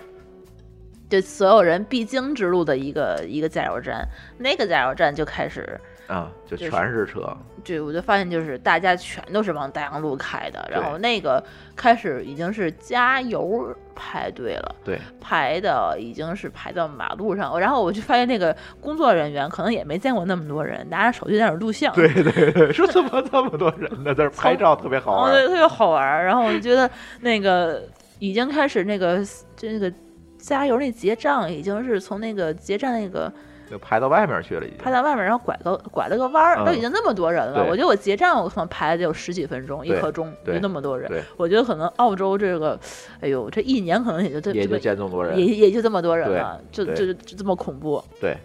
[SPEAKER 5] 就所有人必经之路的一个一个加油站，那个加油站就开始，
[SPEAKER 3] 啊，就
[SPEAKER 5] 就是
[SPEAKER 3] 全是车，
[SPEAKER 5] 就我就发现就是大家全都是往大洋路开的，然
[SPEAKER 3] 对
[SPEAKER 5] 后那个开始已经是加油排队了。
[SPEAKER 3] 对，
[SPEAKER 5] 排的已经是排到马路上，然后我就发现那个工作人员可能也没见过那么多人，拿着手机在那儿录像，
[SPEAKER 3] 对对对，说怎么这么多人呢？在这儿拍照特别好
[SPEAKER 5] 哦，对，
[SPEAKER 3] 玩，
[SPEAKER 5] 特别好玩儿。然后我就觉得那个已经开始那个就那个加油那结账已经是从那个结账那个
[SPEAKER 3] 就排到外面去了，已经
[SPEAKER 5] 拍。到外面，然后拐个拐了个弯儿，
[SPEAKER 3] 嗯
[SPEAKER 5] 都已经那么多人了。
[SPEAKER 3] 对
[SPEAKER 5] 我觉得我结账我可能排了得有十几分钟，一
[SPEAKER 3] 对
[SPEAKER 5] 刻钟就
[SPEAKER 3] 对
[SPEAKER 5] 那么多人
[SPEAKER 3] 对。
[SPEAKER 5] 我觉得可能澳洲这个，哎呦，这一年可能也就这
[SPEAKER 3] 也
[SPEAKER 5] 这
[SPEAKER 3] 就
[SPEAKER 5] 么
[SPEAKER 3] 见这么多
[SPEAKER 5] 也
[SPEAKER 3] 人，
[SPEAKER 5] 也就这么多人
[SPEAKER 3] 对
[SPEAKER 5] 了，就
[SPEAKER 3] 对
[SPEAKER 5] 就就这么恐怖。
[SPEAKER 3] 对，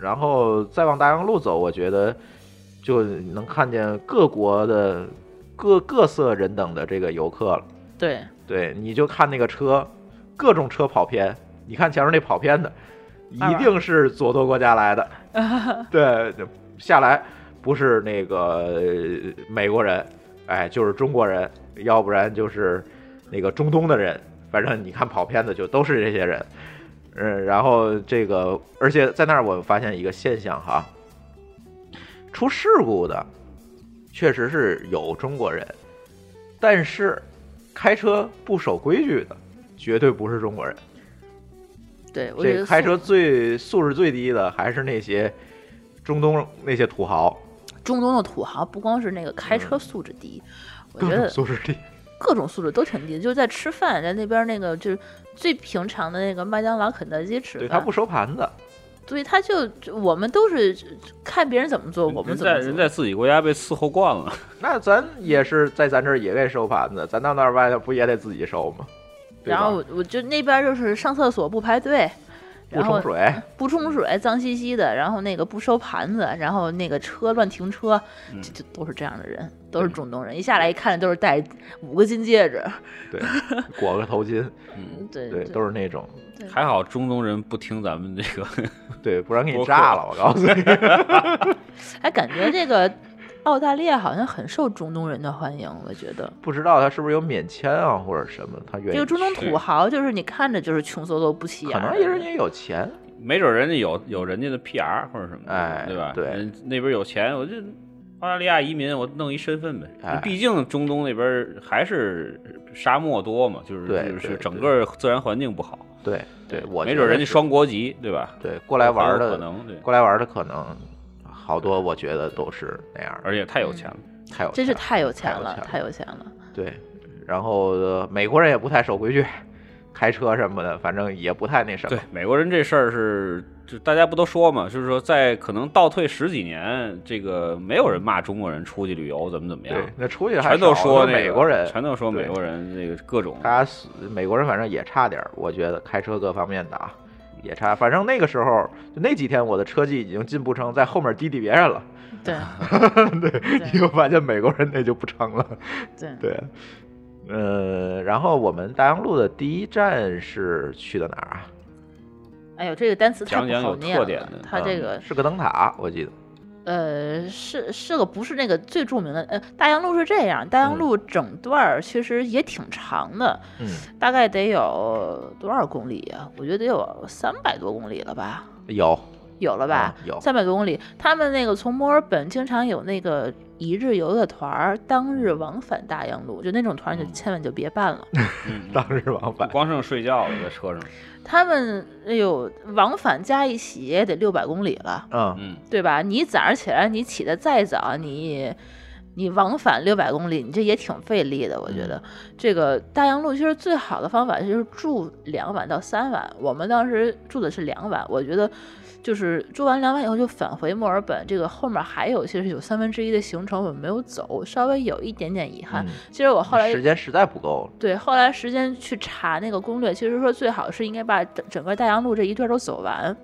[SPEAKER 3] 然后再往大洋路走，我觉得就能看见各国的各各色人等的这个游客了。
[SPEAKER 5] 对，
[SPEAKER 3] 对，你就看那个车，各种车跑偏，你看前面那跑偏的，
[SPEAKER 5] 二
[SPEAKER 3] 一
[SPEAKER 5] 娃
[SPEAKER 3] 定是左舵国家来的，对，就下来不是那个呃美国人，哎，就是中国人，要不然就是那个中东的人，反正你看跑偏的就都是这些人，嗯，然后这个，而且在那儿我发现一个现象哈，出事故的确实是有中国人，但是开车不守规矩的绝对不是中国人。
[SPEAKER 5] 对，我觉
[SPEAKER 3] 这
[SPEAKER 5] 得
[SPEAKER 3] 开
[SPEAKER 5] 中
[SPEAKER 3] 车最素质最低的还是那些中东那些土豪，
[SPEAKER 5] 中东的土豪不光是那个开车素质低，我觉
[SPEAKER 3] 各种
[SPEAKER 5] 得
[SPEAKER 3] 嗯素质低。
[SPEAKER 5] 各种素质都挺低的，就是在吃饭，在那边那个就是最平常的那个麦当劳、肯德基吃
[SPEAKER 3] 对
[SPEAKER 5] 饭，
[SPEAKER 3] 他不收盘子，
[SPEAKER 5] 对，他就就我们都是看别人怎么做，我们
[SPEAKER 4] 人
[SPEAKER 5] 怎
[SPEAKER 4] 在
[SPEAKER 5] 么
[SPEAKER 4] 人
[SPEAKER 5] 做。
[SPEAKER 4] 在自己国家被伺候惯了，
[SPEAKER 3] 那咱也是在咱这儿也得收盘子，咱到那儿外头不也得自己收吗？对
[SPEAKER 5] 然后
[SPEAKER 3] 吧
[SPEAKER 5] 我我就那边就是上厕所不排队，
[SPEAKER 3] 不
[SPEAKER 5] 然后
[SPEAKER 3] 冲 水，
[SPEAKER 5] 不冲水，脏兮兮的，然后那个不收盘子，然后那个车乱停车，就就都是这样的人，都是中东人，一下来一看都是戴五个金戒指，
[SPEAKER 3] 对，裹个头巾，
[SPEAKER 5] 对
[SPEAKER 3] 对，都是那种，
[SPEAKER 4] 还好中东人不听咱们这个。
[SPEAKER 3] 对，不然给你
[SPEAKER 4] 博客
[SPEAKER 3] 炸了，我告诉你。
[SPEAKER 5] 哎，感觉这个澳大利亚好像很受中东人的欢迎，我觉得
[SPEAKER 3] 不知道他是不是有免签啊或者什么，他愿意
[SPEAKER 5] 这个中东
[SPEAKER 3] 去
[SPEAKER 5] 土豪就是你看着就是穷嗖嗖不起眼
[SPEAKER 3] 可
[SPEAKER 5] 儿的，
[SPEAKER 3] 能也是人家有钱，
[SPEAKER 4] 没准人家有有人家的 PR 或者什么的，
[SPEAKER 3] 哎
[SPEAKER 4] 对吧？
[SPEAKER 3] 对
[SPEAKER 4] 人那边有钱，我就澳大利亚移民，我弄一身份呗。
[SPEAKER 3] 哎
[SPEAKER 4] 毕竟中东那边还是沙漠多嘛，就是
[SPEAKER 3] 对
[SPEAKER 4] 就是
[SPEAKER 3] 对
[SPEAKER 4] 整个自然环境不好，
[SPEAKER 3] 对对，我
[SPEAKER 4] 没
[SPEAKER 3] 觉
[SPEAKER 4] 准
[SPEAKER 3] 得
[SPEAKER 4] 人家
[SPEAKER 3] 是
[SPEAKER 4] 双国籍，对吧？
[SPEAKER 3] 对过来玩儿
[SPEAKER 4] 很有
[SPEAKER 3] 的
[SPEAKER 4] 可能对，
[SPEAKER 3] 过来玩儿的可能好多，我觉得都是那样儿，
[SPEAKER 4] 而且太有钱了，
[SPEAKER 3] 太有
[SPEAKER 5] 真是
[SPEAKER 3] 钱了
[SPEAKER 5] 太有钱
[SPEAKER 3] 有
[SPEAKER 5] 了
[SPEAKER 3] 钱，
[SPEAKER 5] 太有钱了。
[SPEAKER 3] 对，然后、呃美国人也不太守规矩，开车什么的，反正也不太那什么
[SPEAKER 4] 对。美国人这事儿是，就大家不都说嘛，就是说在可能倒退十几年，这个没有人骂中国人出去旅游怎么怎么样，
[SPEAKER 3] 那出去还
[SPEAKER 4] 全都
[SPEAKER 3] 少
[SPEAKER 4] 说那
[SPEAKER 3] 那
[SPEAKER 4] 个
[SPEAKER 3] 美国人，
[SPEAKER 4] 全都说美
[SPEAKER 3] 对
[SPEAKER 4] 国人那个各种
[SPEAKER 3] 他是美国人反正也差点儿，我觉得开车各方面的啊也差。反正那个时候就那几天，我的车技已经进步成在后面滴滴别人了。
[SPEAKER 5] 对
[SPEAKER 3] 对， 你就发现美国人那就不成了。
[SPEAKER 5] 对，
[SPEAKER 3] 对，呃，然后我们大洋路的第一站是去的哪儿啊？
[SPEAKER 5] 哎呦，这个单词太
[SPEAKER 4] 讲
[SPEAKER 5] 不
[SPEAKER 4] 讲
[SPEAKER 5] 好
[SPEAKER 4] 有
[SPEAKER 5] 念
[SPEAKER 4] 特
[SPEAKER 5] 了。
[SPEAKER 4] 点的
[SPEAKER 5] 它这
[SPEAKER 3] 嗯
[SPEAKER 5] 个、
[SPEAKER 3] 是个灯塔，我记得。
[SPEAKER 5] 呃是是个不是那个最著名的呃大洋路是这样，大洋路整段儿其实也挺长的，
[SPEAKER 3] 嗯，
[SPEAKER 5] 大概得有多少公里啊？我觉得得有三百多公里了吧。
[SPEAKER 3] 有，
[SPEAKER 5] 有了吧？
[SPEAKER 3] 嗯有
[SPEAKER 5] 三百多公里。他们那个从墨尔本经常有那个一日游的团儿，当日往返大洋路，就那种团儿你就千万就别办了。
[SPEAKER 4] 嗯
[SPEAKER 3] 当时往返
[SPEAKER 4] 光剩睡觉了，在车上。
[SPEAKER 5] 他们哎呦，往返加一起也得六百公里了，
[SPEAKER 3] 嗯，
[SPEAKER 4] 嗯，
[SPEAKER 5] 对吧？你早上起来你起得再早，你。你往返六百公里，你这也挺费力的，我觉
[SPEAKER 3] 嗯
[SPEAKER 5] 得。这个大洋路其实最好的方法就是住两晚到三晚，我们当时住的是两晚，我觉得就是住完两晚以后就返回墨尔本，这个后面还有其实有三分之一的行程我们没有走，稍微有一点点遗憾。
[SPEAKER 3] 嗯
[SPEAKER 5] 其实我后来
[SPEAKER 3] 时间实在不够。
[SPEAKER 5] 对，后来时间去查那个攻略，
[SPEAKER 3] 嗯
[SPEAKER 5] 其实说最好是应该把整整个大洋路这一段都走完，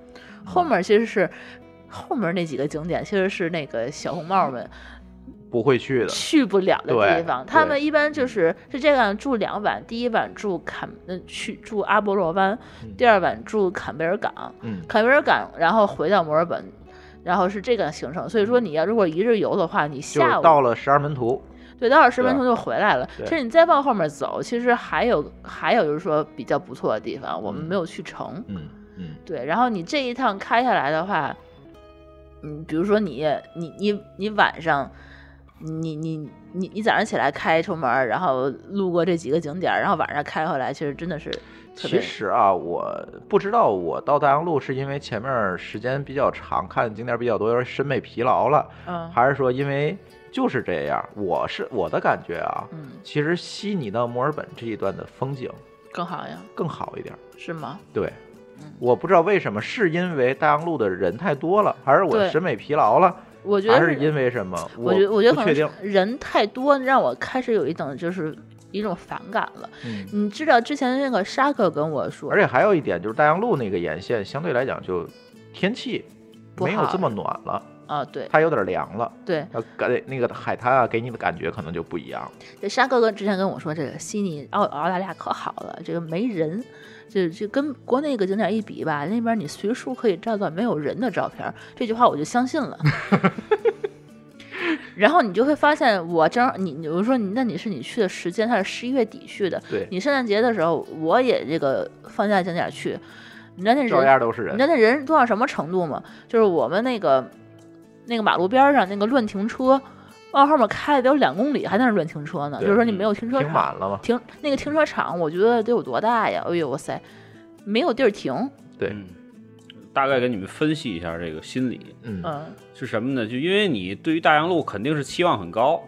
[SPEAKER 5] 后面其实是后面那几个景点其实是那个小红帽们
[SPEAKER 3] 不会去的，
[SPEAKER 5] 去不了的
[SPEAKER 3] 对
[SPEAKER 5] 地方。他
[SPEAKER 3] 对嗯
[SPEAKER 5] 们一般就是是这样住两晚，第一晚住坎，嗯，去住阿波罗湾，第二晚住坎贝尔港，
[SPEAKER 3] 嗯，
[SPEAKER 5] 坎贝尔港，然后回到墨尔本。然后是这个行程，所以说你要如果一日游的话，你
[SPEAKER 3] 嗯就
[SPEAKER 5] 下
[SPEAKER 3] 是
[SPEAKER 5] 午
[SPEAKER 3] 到了十二门徒，
[SPEAKER 5] 对，到了十
[SPEAKER 3] 对
[SPEAKER 5] 分钟就回来了。
[SPEAKER 3] 对
[SPEAKER 5] 其实你再往后面走，其实还有还有就是说比较不错的地方，我们
[SPEAKER 3] 嗯
[SPEAKER 5] 没有去成。
[SPEAKER 3] 嗯嗯，
[SPEAKER 5] 对，然后你这一趟开下来的话，嗯，比如说你你你你晚上，你你你你早上起来开出门儿，然后路过这几个景点儿，然后晚上开回来，其实真的是特
[SPEAKER 3] 其
[SPEAKER 5] 别
[SPEAKER 3] 实啊，我不知道我到大洋路是因为前面时间比较长，看景点比较多，有点审美疲劳了，
[SPEAKER 5] 嗯
[SPEAKER 3] 还是说因为就是这样？我是我的感觉啊，
[SPEAKER 5] 嗯
[SPEAKER 3] 其实悉尼到墨尔本这一段的风景
[SPEAKER 5] 更好呀，
[SPEAKER 3] 更好一点。
[SPEAKER 5] 是吗？
[SPEAKER 3] 对，
[SPEAKER 5] 嗯
[SPEAKER 3] 我不知道为什么，是因为大洋路的人太多了，还是我的
[SPEAKER 5] 对
[SPEAKER 3] 审美疲劳了，
[SPEAKER 5] 我觉得
[SPEAKER 3] 还是因为什么？
[SPEAKER 5] 我觉得我觉得
[SPEAKER 3] 不
[SPEAKER 5] 可
[SPEAKER 3] 确
[SPEAKER 5] 能
[SPEAKER 3] 定。
[SPEAKER 5] 是人太多，让我开始有一种就是一种反感了。
[SPEAKER 3] 嗯，
[SPEAKER 5] 你知道之前那个沙哥跟我说，
[SPEAKER 3] 而且还有一点就是大洋路那个沿线相对来讲就天气
[SPEAKER 5] 不
[SPEAKER 3] 没有
[SPEAKER 5] 好
[SPEAKER 3] 这么暖了，
[SPEAKER 5] 啊，对
[SPEAKER 3] 它有点凉了。
[SPEAKER 5] 对，
[SPEAKER 3] 呃，感那个海滩啊，给你的感觉可能就不一样。
[SPEAKER 5] 这沙哥哥之前跟我说，这个悉尼澳澳大利亚可好了，这个没人，就就跟国内一个景点一比吧，那边你随处可以照到没有人的照片儿，这句话我就相 信了。然后你就会发现，我正好你，你我说你，那你是你去的时间，他是十一月底去的，
[SPEAKER 3] 对，
[SPEAKER 5] 你圣诞节的时候我也这个放假景点去，你知道那人
[SPEAKER 3] 照样都是
[SPEAKER 5] 你知道
[SPEAKER 3] 人。
[SPEAKER 5] 那人多到什么程度吗？就是我们那个那个马路边儿上那个乱停车，往后面开了得有两公里，还在那儿乱停车呢。
[SPEAKER 3] 对
[SPEAKER 5] 就是说你没有停车
[SPEAKER 3] 停
[SPEAKER 5] 场，
[SPEAKER 3] 满了嘛？
[SPEAKER 5] 停那个停车场，我觉得得有多大呀？哎呦哇塞，没有地儿停。
[SPEAKER 3] 对
[SPEAKER 4] 嗯，大概给你们分析一下这个心理
[SPEAKER 3] 嗯，
[SPEAKER 5] 嗯，
[SPEAKER 4] 是什么呢？就因为你对于大洋路肯定是期望很高，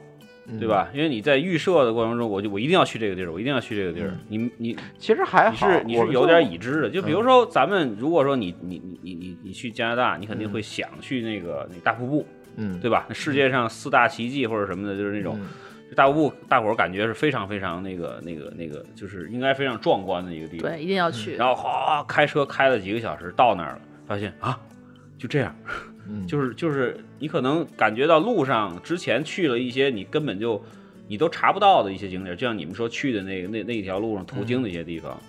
[SPEAKER 4] 嗯对吧？
[SPEAKER 3] 嗯
[SPEAKER 4] 因为你在预设的过程中，我就我一定要去这个地儿，我一定要去这个地儿。
[SPEAKER 3] 嗯
[SPEAKER 4] 你你
[SPEAKER 3] 其实还
[SPEAKER 4] 你
[SPEAKER 3] 好，
[SPEAKER 4] 是你
[SPEAKER 3] 我
[SPEAKER 4] 是
[SPEAKER 3] 们嗯
[SPEAKER 4] 有
[SPEAKER 3] 就
[SPEAKER 4] 点已知的，就比如说咱们如果说你你你你你你去加拿大，你肯定会想去那个那大瀑布，
[SPEAKER 3] 嗯，
[SPEAKER 4] 对吧？那世界上四大奇迹或者什么的，就是那种
[SPEAKER 3] 嗯
[SPEAKER 4] 就大瀑布，大伙儿感觉是非常非常那个那个那个，就是应该非常壮观的一个地方。
[SPEAKER 5] 对，一定要去。
[SPEAKER 4] 然后哗开车开了几个小时到那儿了，发现啊，就这样，
[SPEAKER 3] 嗯
[SPEAKER 4] 就是就是你可能感觉到路上之前去了一些你根本就你都查不到的一些景点，就像你们说去的那个那那一条路上途经的一些地方。
[SPEAKER 3] 嗯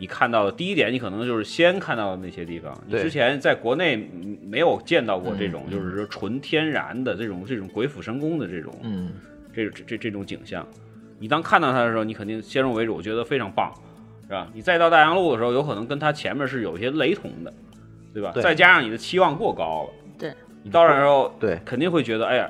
[SPEAKER 4] 你看到的第一点，你可能就是先看到的那些地方，你
[SPEAKER 3] 对
[SPEAKER 4] 之前在国内嗯没有见到过这种，
[SPEAKER 3] 嗯
[SPEAKER 4] 就是说纯天然的这种这种鬼斧神工的这种，
[SPEAKER 3] 嗯
[SPEAKER 4] 这这这这种景象。你当看到它的时候，你肯定先入为主，我觉得非常棒，是吧？你再到大洋路的时候，有可能跟它前面是有一些雷同的，对吧？
[SPEAKER 3] 对
[SPEAKER 4] 再加上你的期望过高了，
[SPEAKER 5] 对，
[SPEAKER 3] 嗯
[SPEAKER 4] 你到那儿之后，
[SPEAKER 3] 对
[SPEAKER 4] 肯定会觉得，哎呀，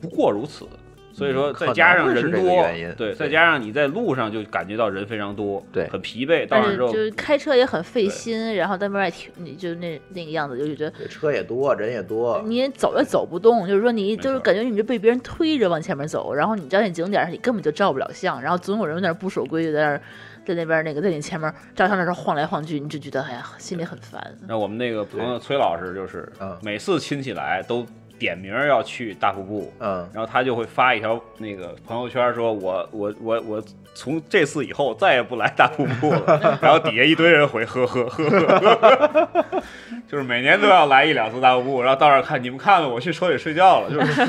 [SPEAKER 4] 不过如此。所以说，
[SPEAKER 3] 嗯可
[SPEAKER 4] 再加上
[SPEAKER 3] 能会
[SPEAKER 4] 人
[SPEAKER 3] 是这个
[SPEAKER 4] 多
[SPEAKER 3] 原因，对
[SPEAKER 4] 再加上你在路上就感觉到人非常多，
[SPEAKER 3] 对
[SPEAKER 4] 很疲惫。到
[SPEAKER 5] 但
[SPEAKER 4] 那儿
[SPEAKER 5] 是
[SPEAKER 4] 之后
[SPEAKER 5] 就，是开车也很费
[SPEAKER 4] 对
[SPEAKER 5] 心，然后在那边也停，你就那那个样子，就觉得
[SPEAKER 3] 对车也多，人也多，
[SPEAKER 5] 你也走也走不动，就是说你
[SPEAKER 4] 呃错
[SPEAKER 5] 就是感觉你就被别人推着往前面走，然后你到那景点儿你根本就照不了相，然后总有人在那儿不守规矩，在那儿在那边儿那个在你前面儿照相的时候晃来晃去，你就觉得哎呀心里很烦。
[SPEAKER 4] 那我们那个朋友崔老师就是
[SPEAKER 3] 嗯，
[SPEAKER 4] 每次亲戚来都点名儿要去大瀑布，
[SPEAKER 3] 嗯，
[SPEAKER 4] 然后他就会发一条那个朋友圈，说我我我我从这次以后再也不来大瀑布了。然后底下一堆人回呵呵呵呵呵， 就是每年都要来一两次大瀑布，然后到那儿看你们看了，我去车里睡觉了，就是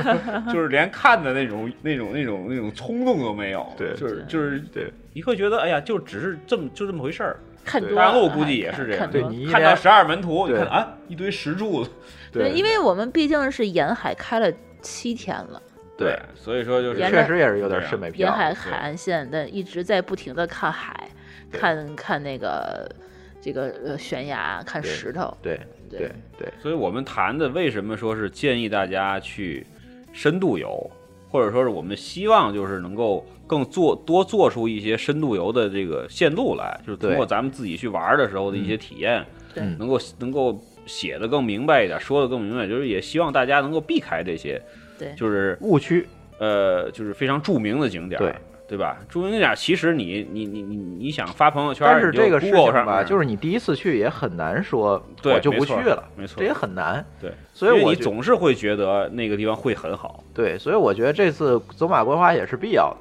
[SPEAKER 4] 就是连看的那种那种那种那种冲动都没有，
[SPEAKER 3] 对
[SPEAKER 4] 就是就是
[SPEAKER 3] 对
[SPEAKER 4] 你会觉得哎呀，就只是这么就这么回事儿。
[SPEAKER 5] 看
[SPEAKER 3] 对
[SPEAKER 5] 多
[SPEAKER 4] 大
[SPEAKER 5] 了，
[SPEAKER 4] 陆估计也是这样
[SPEAKER 5] 看，
[SPEAKER 3] 对
[SPEAKER 5] 多了
[SPEAKER 3] 你一
[SPEAKER 4] 看到
[SPEAKER 3] 年
[SPEAKER 4] 十二门徒，你
[SPEAKER 3] 对
[SPEAKER 4] 看啊一堆石柱子，
[SPEAKER 5] 对，因
[SPEAKER 3] 为
[SPEAKER 5] 为我们毕竟是沿海开了七天了，
[SPEAKER 3] 对，
[SPEAKER 4] 所以说就是
[SPEAKER 5] 沿
[SPEAKER 3] 确
[SPEAKER 5] 着
[SPEAKER 3] 实也是有点审美疲
[SPEAKER 5] 沿
[SPEAKER 3] 劳。
[SPEAKER 5] 海
[SPEAKER 4] 对
[SPEAKER 5] 海岸线，但一直在不停的看海，
[SPEAKER 3] 对
[SPEAKER 5] 看看那个这个呃悬崖，看
[SPEAKER 3] 对
[SPEAKER 5] 石头，
[SPEAKER 3] 对
[SPEAKER 5] 对
[SPEAKER 3] 对对，
[SPEAKER 4] 所以我们谈的为什么说是建议大家去深度游，或者说是我们希望就是能够更做多做出一些深度游的这个线路来，就是通过
[SPEAKER 3] 对
[SPEAKER 4] 咱们自己去玩的时候的一些体验，
[SPEAKER 5] 对
[SPEAKER 3] 嗯
[SPEAKER 4] 能够能够写的更明白一点，说的更明白，就是也希望大家能够避开这些，
[SPEAKER 5] 对
[SPEAKER 4] 就是
[SPEAKER 3] 误区，
[SPEAKER 4] 呃就是非常著名的景点儿。
[SPEAKER 3] 对
[SPEAKER 4] 对吧？著名景点儿其实你你你你你想发朋友圈，
[SPEAKER 3] 但是
[SPEAKER 4] 你就
[SPEAKER 3] 这个事
[SPEAKER 4] Google
[SPEAKER 3] 情
[SPEAKER 4] 上
[SPEAKER 3] 吧，
[SPEAKER 4] 面
[SPEAKER 3] 就是你第一次去也很难说
[SPEAKER 4] 对
[SPEAKER 3] 我就不
[SPEAKER 4] 没
[SPEAKER 3] 去
[SPEAKER 4] 错
[SPEAKER 3] 了，
[SPEAKER 4] 没错
[SPEAKER 3] 这也很难。
[SPEAKER 4] 对，
[SPEAKER 3] 所以
[SPEAKER 4] 因为
[SPEAKER 3] 我
[SPEAKER 4] 你
[SPEAKER 3] 觉
[SPEAKER 4] 总是会觉得那个地方会很好，
[SPEAKER 3] 对，所以我觉得这次走马观花也是必要的。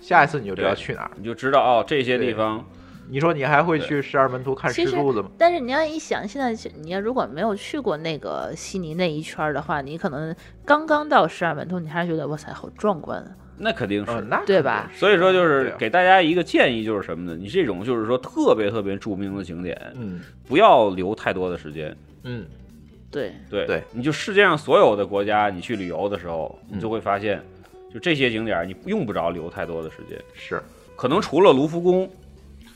[SPEAKER 3] 下一次你就知道
[SPEAKER 4] 对
[SPEAKER 3] 去哪儿。
[SPEAKER 4] 你就知道哦，这些地方
[SPEAKER 3] 你说你还会去十二门徒看
[SPEAKER 5] 其
[SPEAKER 3] 石
[SPEAKER 5] 实
[SPEAKER 3] 柱子吗？
[SPEAKER 5] 但是你要一想，现在去你要如果没有去过那个悉尼那一圈儿的话，你可能刚刚到十二门徒，你还是觉得哇塞，好壮观啊！
[SPEAKER 4] 那肯定是。
[SPEAKER 3] 嗯，那
[SPEAKER 5] 对
[SPEAKER 3] 肯
[SPEAKER 5] 吧
[SPEAKER 3] 定
[SPEAKER 4] 所以说，就
[SPEAKER 3] 对
[SPEAKER 4] 是
[SPEAKER 3] 啊
[SPEAKER 4] 给大家一个建议，就是什么呢？你这种就是说特别特别著名的景点，
[SPEAKER 3] 嗯
[SPEAKER 4] 不要留太多的时间。
[SPEAKER 3] 嗯，
[SPEAKER 5] 对，
[SPEAKER 4] 对
[SPEAKER 3] 对
[SPEAKER 4] 你就世界上所有的国家，你去旅游的时候，
[SPEAKER 3] 嗯
[SPEAKER 4] 你就会发现，就这些景点儿你用不着留太多的时间，
[SPEAKER 3] 是
[SPEAKER 4] 可能除了卢浮宫。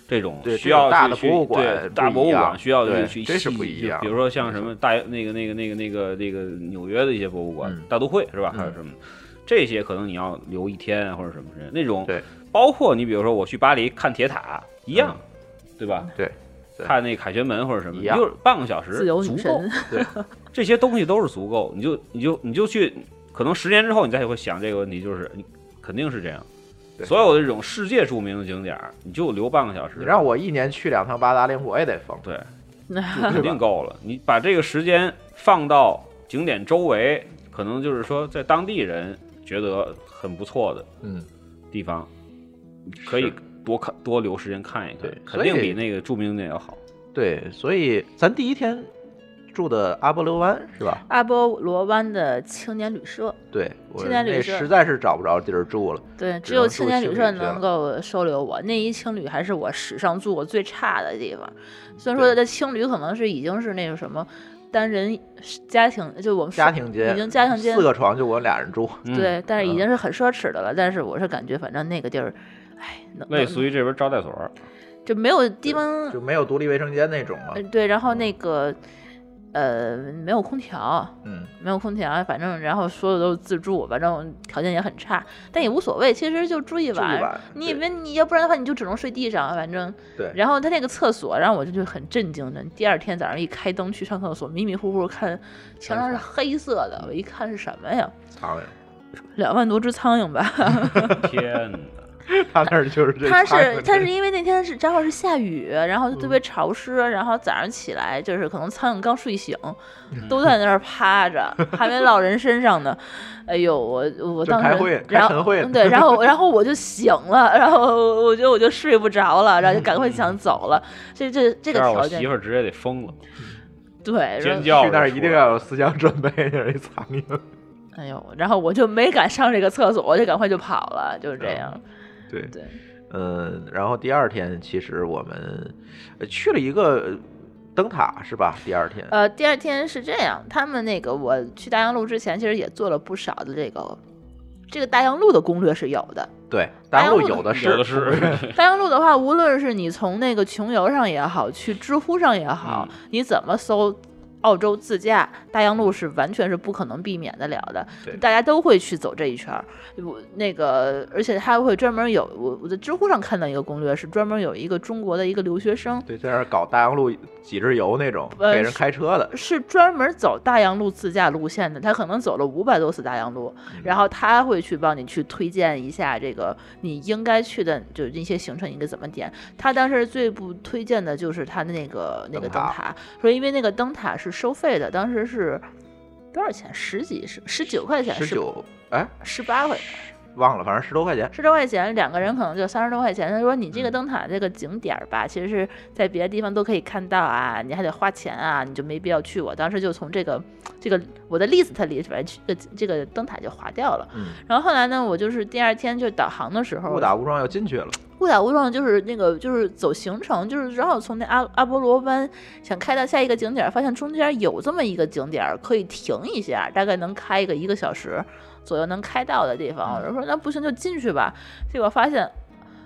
[SPEAKER 4] 这种
[SPEAKER 3] 对
[SPEAKER 4] 需要
[SPEAKER 3] 这种大的
[SPEAKER 4] 去去
[SPEAKER 3] 博物馆
[SPEAKER 4] 对
[SPEAKER 3] 不
[SPEAKER 4] 大博物
[SPEAKER 3] 一样
[SPEAKER 4] 馆需要
[SPEAKER 3] 对
[SPEAKER 4] 去去
[SPEAKER 3] 这是
[SPEAKER 4] 细
[SPEAKER 3] 不一样
[SPEAKER 4] 就比如说像什么大那个那个那个那个那个纽约的一些博物馆
[SPEAKER 3] 嗯，
[SPEAKER 4] 大都会是吧？
[SPEAKER 3] 嗯
[SPEAKER 4] 还有什么这些可能你要留一天啊或者什么时间那种
[SPEAKER 3] 对，嗯
[SPEAKER 4] 包括你比如说我去巴黎看铁塔一样，对吧？
[SPEAKER 3] 对对
[SPEAKER 4] 看那凯旋门或者什么，
[SPEAKER 3] 一
[SPEAKER 4] 你
[SPEAKER 3] 样
[SPEAKER 4] 就是半个小时
[SPEAKER 5] 自由
[SPEAKER 4] 足够
[SPEAKER 5] 女神，
[SPEAKER 4] 这些东西都是足够，你就你就你就去，可能十年之后你再会想这个问题，就是你肯定是这样。
[SPEAKER 3] 对
[SPEAKER 4] 所有的这种世界著名的景点儿，你就留半个小时
[SPEAKER 3] 你，让我一年去两趟八达岭，我也得疯。
[SPEAKER 4] 对，
[SPEAKER 5] 那
[SPEAKER 4] 就肯定够了。你把这个时间放到景点周围，可能就是说在当地人觉得很不错的
[SPEAKER 3] 嗯，
[SPEAKER 4] 地方，可以
[SPEAKER 3] 是
[SPEAKER 4] 多看多留时间看一看
[SPEAKER 3] 对，
[SPEAKER 4] 肯定
[SPEAKER 3] 所以
[SPEAKER 4] 比那个著名景点要好。
[SPEAKER 3] 对，所以咱第一天住的阿波罗湾是吧？
[SPEAKER 5] 阿波罗湾的青年旅社，
[SPEAKER 3] 对，我
[SPEAKER 5] 青年旅
[SPEAKER 3] 那
[SPEAKER 5] 社
[SPEAKER 3] 实在是找不着地儿住了。
[SPEAKER 5] 对，
[SPEAKER 3] 只
[SPEAKER 5] 只有
[SPEAKER 3] 能
[SPEAKER 5] 青
[SPEAKER 3] 住
[SPEAKER 5] 年
[SPEAKER 3] 青
[SPEAKER 5] 旅
[SPEAKER 3] 旅
[SPEAKER 5] 社
[SPEAKER 3] 去了
[SPEAKER 5] 能够收留我。那一青旅还是我史上住过最差的地方。虽然说这青旅可能是已经是那个什么单人家庭，就我们
[SPEAKER 3] 家
[SPEAKER 5] 是
[SPEAKER 3] 庭间
[SPEAKER 5] 已经家庭间
[SPEAKER 3] 四个床就我俩人住，
[SPEAKER 4] 嗯，
[SPEAKER 5] 对，但是已
[SPEAKER 3] 嗯
[SPEAKER 5] 经是很奢侈的了。但是我是感觉，反正那个地儿，哎，能
[SPEAKER 4] 类
[SPEAKER 5] 能
[SPEAKER 4] 似于这边招待所 儿，
[SPEAKER 5] 就没有地方
[SPEAKER 3] 就没有独立卫生间那种嘛
[SPEAKER 5] 呃。对，然后那个呃没有空调，
[SPEAKER 3] 嗯，
[SPEAKER 5] 没有空调，反正然后说的都是自助，反正条件也很差，但也无所谓，其实就住一
[SPEAKER 3] 住一
[SPEAKER 5] 晚。
[SPEAKER 3] 晚
[SPEAKER 5] 你
[SPEAKER 3] 对
[SPEAKER 5] 以为你要不然的话，你就只能睡地上，反正。
[SPEAKER 3] 对，
[SPEAKER 5] 然后他那个厕所，然后我就就很震惊的。第二天早上一开灯去上厕所，迷迷糊糊看嗯墙上是黑色的，我一看是什么呀？
[SPEAKER 3] 苍
[SPEAKER 5] 两万多只苍蝇吧。
[SPEAKER 4] 天哪！
[SPEAKER 3] 蝇，他那儿就是这
[SPEAKER 5] 他
[SPEAKER 3] 苍
[SPEAKER 5] 是
[SPEAKER 3] 蝇
[SPEAKER 5] 他
[SPEAKER 3] 的 嗯
[SPEAKER 5] 是因为那天是正好是下雨，然后就特别潮湿，然后早上起来就是可能苍蝇刚睡醒，
[SPEAKER 3] 嗯
[SPEAKER 5] 都在那儿趴 着，还没落人身上呢。哎呦，我我
[SPEAKER 3] 就
[SPEAKER 5] 当时
[SPEAKER 3] 开会开
[SPEAKER 5] 然后
[SPEAKER 3] 晨会了
[SPEAKER 5] 嗯对，然 后然后我就醒了，然后我就我就睡不着了，然后就赶快
[SPEAKER 3] 嗯
[SPEAKER 5] 想走了。这这这个
[SPEAKER 4] 样
[SPEAKER 5] 条
[SPEAKER 4] 我
[SPEAKER 5] 件
[SPEAKER 4] 媳妇儿直接得疯了，
[SPEAKER 5] 对，然
[SPEAKER 4] 尖叫
[SPEAKER 5] 后
[SPEAKER 3] 去
[SPEAKER 4] 着
[SPEAKER 3] 那儿
[SPEAKER 4] 出
[SPEAKER 3] 一定
[SPEAKER 4] 来
[SPEAKER 3] 要有思想准备， 那是一苍蝇。
[SPEAKER 5] 哎呦，然后我就没敢上这个厕所，我就赶快就跑了，就是
[SPEAKER 3] 嗯
[SPEAKER 5] 这样。
[SPEAKER 3] 对，
[SPEAKER 5] 对，
[SPEAKER 3] 嗯，然后第二天其实我们呃去了一个呃灯塔是吧？第二天，
[SPEAKER 5] 呃，第二天是这样，他们那个我去大洋路之前，其实也做了不少的这个这个大洋路的攻略是有的。
[SPEAKER 3] 对，
[SPEAKER 5] 大
[SPEAKER 3] 大
[SPEAKER 5] 洋
[SPEAKER 3] 陆
[SPEAKER 5] 路
[SPEAKER 3] 有的是，
[SPEAKER 4] 有的是。
[SPEAKER 5] 大洋路的话，无论是你从那个穷游上也好，去知乎上也好，你怎么搜澳洲自驾，大洋路是完全是不可能避免得了的
[SPEAKER 3] 对，
[SPEAKER 5] 大家都会去走这一圈儿。我那个，而且他会专门有我我在知乎上看到一个攻略，是专门有一个中国的一个留学生，
[SPEAKER 3] 对，在那儿搞大洋路几日游那种，
[SPEAKER 5] 呃
[SPEAKER 3] 给人
[SPEAKER 5] 是
[SPEAKER 3] 开车的，
[SPEAKER 5] 是专门走大洋路自驾路线的，他可能走了五百多次大洋路，然后他会去帮你去推荐一下这个你应该去的，就是那些行程应该怎么点。他当时最不推荐的就是他的那个那个
[SPEAKER 3] 灯
[SPEAKER 5] 灯
[SPEAKER 3] 塔
[SPEAKER 5] 塔，说因为那个灯塔是收费的，当时是多少钱？十几十十九块钱，
[SPEAKER 3] 十九，哎，
[SPEAKER 5] 十八块，
[SPEAKER 3] 忘了，反正十多块钱。
[SPEAKER 5] 十多块钱，两个人可能就三十多块钱。他说你这
[SPEAKER 3] 嗯
[SPEAKER 5] 个灯塔这个景点儿吧，其实是在别的地方都可以看到啊，你还得花钱啊，你就没必要去。我当时就从这个这个我的 list 里，反正这个这个灯塔就划掉了。
[SPEAKER 3] 嗯，
[SPEAKER 5] 然后后来呢，我就是第二天就导航的时候，
[SPEAKER 3] 误打误撞又进去了。
[SPEAKER 5] 误打误撞就是那个就是走行程，就是正好从那阿阿波罗湾想开到下一个景点儿，发现中间有这么一个景点儿可以停一下，大概能开个一个小时左右能开到的地方。
[SPEAKER 3] 嗯
[SPEAKER 5] 我就说那不行就进去吧，结果发现。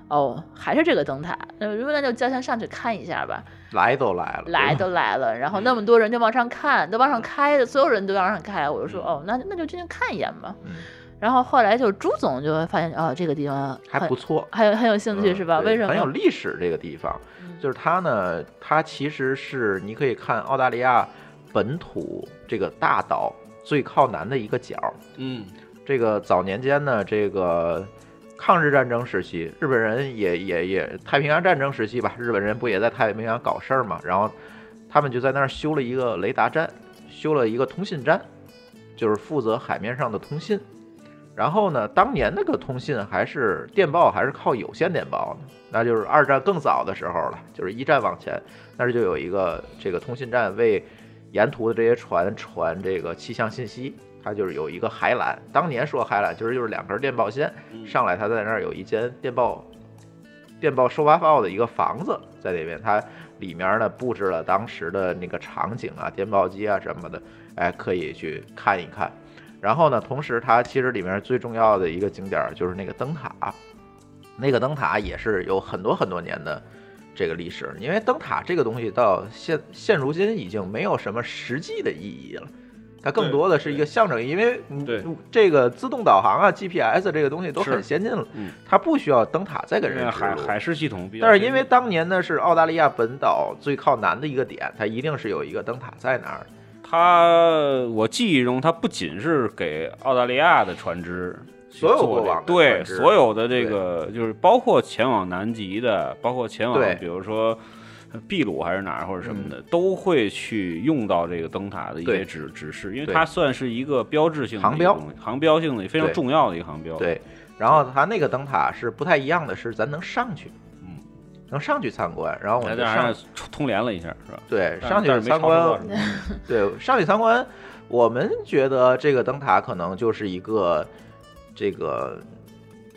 [SPEAKER 5] 哦，还是这个灯塔。那如果那就叫先上去看一下吧。
[SPEAKER 3] 来都来了，
[SPEAKER 5] 来
[SPEAKER 3] 对吧
[SPEAKER 5] 都来了，然
[SPEAKER 3] 嗯
[SPEAKER 5] 后那么多人就往上看，都往上开，所有人都往上开。我就说，哦，那那就进去看一眼吧。
[SPEAKER 3] 嗯
[SPEAKER 5] 然后后来就朱总就会发现，哦，这个地方
[SPEAKER 3] 嗯还
[SPEAKER 5] 很
[SPEAKER 3] 不错，
[SPEAKER 5] 很有很有兴趣
[SPEAKER 3] 嗯
[SPEAKER 5] 是吧？
[SPEAKER 3] 对
[SPEAKER 5] 为什么？嗯
[SPEAKER 3] 很有历史这个地方，就是它呢，它其实是你可以看澳大利亚本土这个大岛最靠南的一个角。
[SPEAKER 4] 嗯，
[SPEAKER 3] 这个早年间呢，这个抗日战争时期，日本人也也也太平洋战争时期吧，日本人不也在太平洋搞事儿嘛？然后他们就在那儿修了一个雷达站，修了一个通信站，就是负责海面上的通信。然后呢，当年那个通信还是电报，还是靠有线电报呢，那就是二战更早的时候了，就是一战往前，那儿就有一个这个通信站为沿途的这些船传这个气象信息，它就是有一个海缆。当年说海缆，就是就是两根电报线
[SPEAKER 4] 嗯
[SPEAKER 3] 上来，它在那儿有一间电报电报收发报的一个房子在那边，它里面呢布置了当时的那个场景啊，电报机啊什么的，哎，可以去看一看。然后呢，同时它其实里面最重要的一个景点儿就是那个灯塔，那个灯塔也是有很多很多年的这个历史，因为灯塔这个东西到现现如今已经没有什么实际的意义了。它更
[SPEAKER 4] 对
[SPEAKER 3] 多的是一个象征，因为你
[SPEAKER 4] 对
[SPEAKER 3] 这个自动导航啊、GPS 这个东西都
[SPEAKER 4] 是
[SPEAKER 3] 很先进了，
[SPEAKER 4] 嗯
[SPEAKER 3] 它不需要灯塔再给人
[SPEAKER 4] 那
[SPEAKER 3] 指
[SPEAKER 4] 海
[SPEAKER 3] 路
[SPEAKER 4] 海事系统比较
[SPEAKER 3] 但
[SPEAKER 4] 先进，
[SPEAKER 3] 是因为当年呢是澳大利亚本岛最靠南的一个点，它一定是有一个灯塔在那儿。
[SPEAKER 4] 它，我记忆中它不仅是给澳大利亚的船只去
[SPEAKER 3] 所有
[SPEAKER 4] 做
[SPEAKER 3] 过
[SPEAKER 4] 这
[SPEAKER 3] 往的
[SPEAKER 4] 对
[SPEAKER 3] 船只
[SPEAKER 4] 所有的这个就是包括前往南极的，包括前往
[SPEAKER 3] 对嗯
[SPEAKER 4] 比如说呃秘鲁还是哪儿或者什么的，都会去用到这个灯塔的一些
[SPEAKER 3] 对
[SPEAKER 4] 指指示，因为
[SPEAKER 3] 对
[SPEAKER 4] 它算是一个标志性的
[SPEAKER 3] 航
[SPEAKER 4] 一个
[SPEAKER 3] 标
[SPEAKER 4] 东西航标性的非常
[SPEAKER 3] 对
[SPEAKER 4] 重要的一个航标。
[SPEAKER 3] 对，然后它那个灯塔是不太一样的是，咱能上去，
[SPEAKER 4] 嗯，
[SPEAKER 3] 能上去参观。然后我
[SPEAKER 4] 在
[SPEAKER 3] 们
[SPEAKER 4] 这
[SPEAKER 3] 就
[SPEAKER 4] 儿
[SPEAKER 3] 上
[SPEAKER 4] 还通联了一下，是吧？
[SPEAKER 3] 对
[SPEAKER 4] 但
[SPEAKER 3] 上去
[SPEAKER 4] 但是没
[SPEAKER 3] 参
[SPEAKER 4] 超
[SPEAKER 3] 观
[SPEAKER 4] 出多少
[SPEAKER 3] 对，上去参观，我们觉得这个灯塔可能就是一个这个。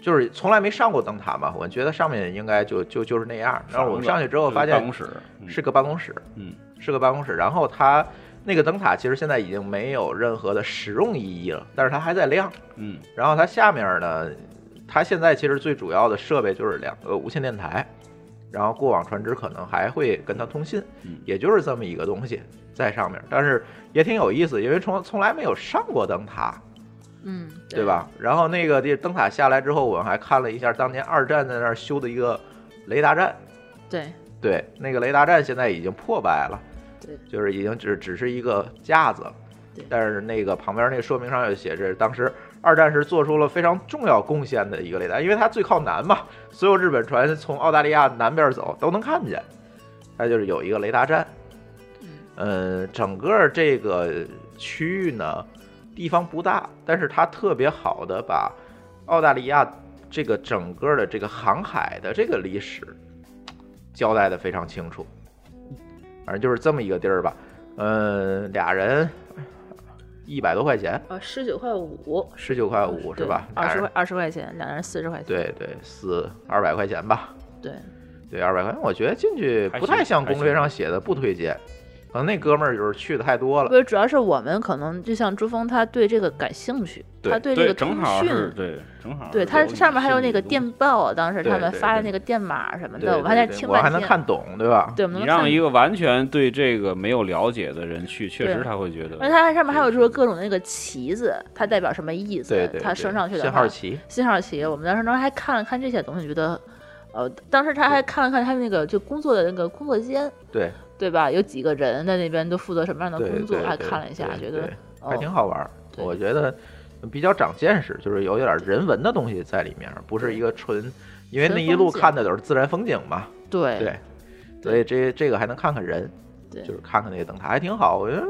[SPEAKER 3] 就是从来没上过灯塔嘛，我觉得上面应该就就就是那样。 然后我们上去之后
[SPEAKER 4] 就是
[SPEAKER 3] 发
[SPEAKER 4] 办
[SPEAKER 3] 现
[SPEAKER 4] 公室嗯
[SPEAKER 3] 是个办公室，
[SPEAKER 4] 嗯，
[SPEAKER 3] 是个办公室。然后它那个灯塔其实现在已经没有任何的实用意义了，但是它还在亮。
[SPEAKER 4] 嗯
[SPEAKER 3] 然后它下面呢，它现在其实最主要的设备就是两呃个无线电台，然后过往船只可能还会跟它通信，
[SPEAKER 4] 嗯
[SPEAKER 3] 也就是这么一个东西在上面。但是也挺有意思，因为从从来没有上过灯塔，
[SPEAKER 5] 嗯，
[SPEAKER 3] 对？吧？然后那个地灯塔下来之后，我们还看了一下当年二战在那儿修的一个雷达站，
[SPEAKER 5] 对，
[SPEAKER 3] 对，那个雷达站现在已经破败了，
[SPEAKER 5] 对，
[SPEAKER 3] 就是已经只只是一个架子
[SPEAKER 5] 对，
[SPEAKER 3] 但是那个旁边那个说明上有写着，当时二战时做出了非常重要贡献的一个雷达，因为它最靠南嘛，所有日本船从澳大利亚南边走都能看见，它就是有一个雷达站。嗯，整个这个区域呢，地方不大，但是它特别好的把澳大利亚这个整个的这个航海的这个历史交代的非常清楚。反正就是这么一个地儿吧，嗯，俩人一百多块钱，
[SPEAKER 5] 啊，十九块五，
[SPEAKER 3] 十九块五是吧？
[SPEAKER 5] 嗯二
[SPEAKER 3] 俩
[SPEAKER 5] 十
[SPEAKER 3] 人
[SPEAKER 5] 块，二十块钱，两人四十块钱。
[SPEAKER 3] 对对，四二百块钱吧，
[SPEAKER 5] 对，
[SPEAKER 3] 对，二百块钱，我觉得进去
[SPEAKER 4] 还
[SPEAKER 3] 不太
[SPEAKER 4] 行
[SPEAKER 3] 像
[SPEAKER 4] 还
[SPEAKER 3] 攻略
[SPEAKER 4] 行
[SPEAKER 3] 上写的，不推荐。可能那哥们儿就是去的太多了
[SPEAKER 5] 不，是，主要是我们可能就像朱峰，他对这个感兴趣，
[SPEAKER 3] 对
[SPEAKER 5] 他对这
[SPEAKER 4] 对，
[SPEAKER 5] 个
[SPEAKER 4] 正
[SPEAKER 5] 通
[SPEAKER 4] 好是
[SPEAKER 5] 讯。
[SPEAKER 4] 对，正好
[SPEAKER 5] 对，
[SPEAKER 4] 是
[SPEAKER 5] 它
[SPEAKER 4] 有
[SPEAKER 5] 上面还有那个
[SPEAKER 4] 你
[SPEAKER 5] 电报啊，当时他
[SPEAKER 3] 对
[SPEAKER 5] 们
[SPEAKER 3] 对
[SPEAKER 5] 发的
[SPEAKER 3] 对
[SPEAKER 5] 那个电码什么
[SPEAKER 3] 对
[SPEAKER 5] 的，我
[SPEAKER 3] 对
[SPEAKER 5] 们还在
[SPEAKER 3] 对
[SPEAKER 5] 听
[SPEAKER 3] 我还
[SPEAKER 5] 半
[SPEAKER 3] 能
[SPEAKER 5] 天。
[SPEAKER 3] 看懂，对吧？
[SPEAKER 5] 对，我们
[SPEAKER 4] 你
[SPEAKER 5] 能
[SPEAKER 4] 让
[SPEAKER 5] 看
[SPEAKER 4] 一。个完全对这个没有了解的人去，确实
[SPEAKER 5] 对
[SPEAKER 4] 他会觉得。
[SPEAKER 5] 而且它上面还有说各种那个旗子，它代表什么意思？
[SPEAKER 3] 对对，
[SPEAKER 5] 它
[SPEAKER 3] 对
[SPEAKER 5] 升上去的
[SPEAKER 3] 信
[SPEAKER 5] 话
[SPEAKER 3] 号旗，
[SPEAKER 5] 信号旗，我们当时当时还看了看这些东西，觉得，呃，当时他还看了看他们那个就工作的那个工作间，
[SPEAKER 3] 对
[SPEAKER 5] 对吧？有几个人在那边都负责什么样的
[SPEAKER 3] 对
[SPEAKER 5] 工作，
[SPEAKER 3] 对
[SPEAKER 5] 还
[SPEAKER 3] 对
[SPEAKER 5] 看了一下，
[SPEAKER 3] 对
[SPEAKER 5] 觉得
[SPEAKER 3] 对还挺
[SPEAKER 5] 哦，
[SPEAKER 3] 好玩儿。
[SPEAKER 5] 对
[SPEAKER 3] 我觉得比较长见识，就是有点儿人文的东西在里面，不是一个纯，因为
[SPEAKER 5] 纯
[SPEAKER 3] 那一路
[SPEAKER 5] 风景
[SPEAKER 3] 看的都是自然风景嘛，
[SPEAKER 5] 对
[SPEAKER 3] 对，所以这这个还能看看人，
[SPEAKER 5] 对
[SPEAKER 3] 就是看看那个灯塔，还挺好。我觉得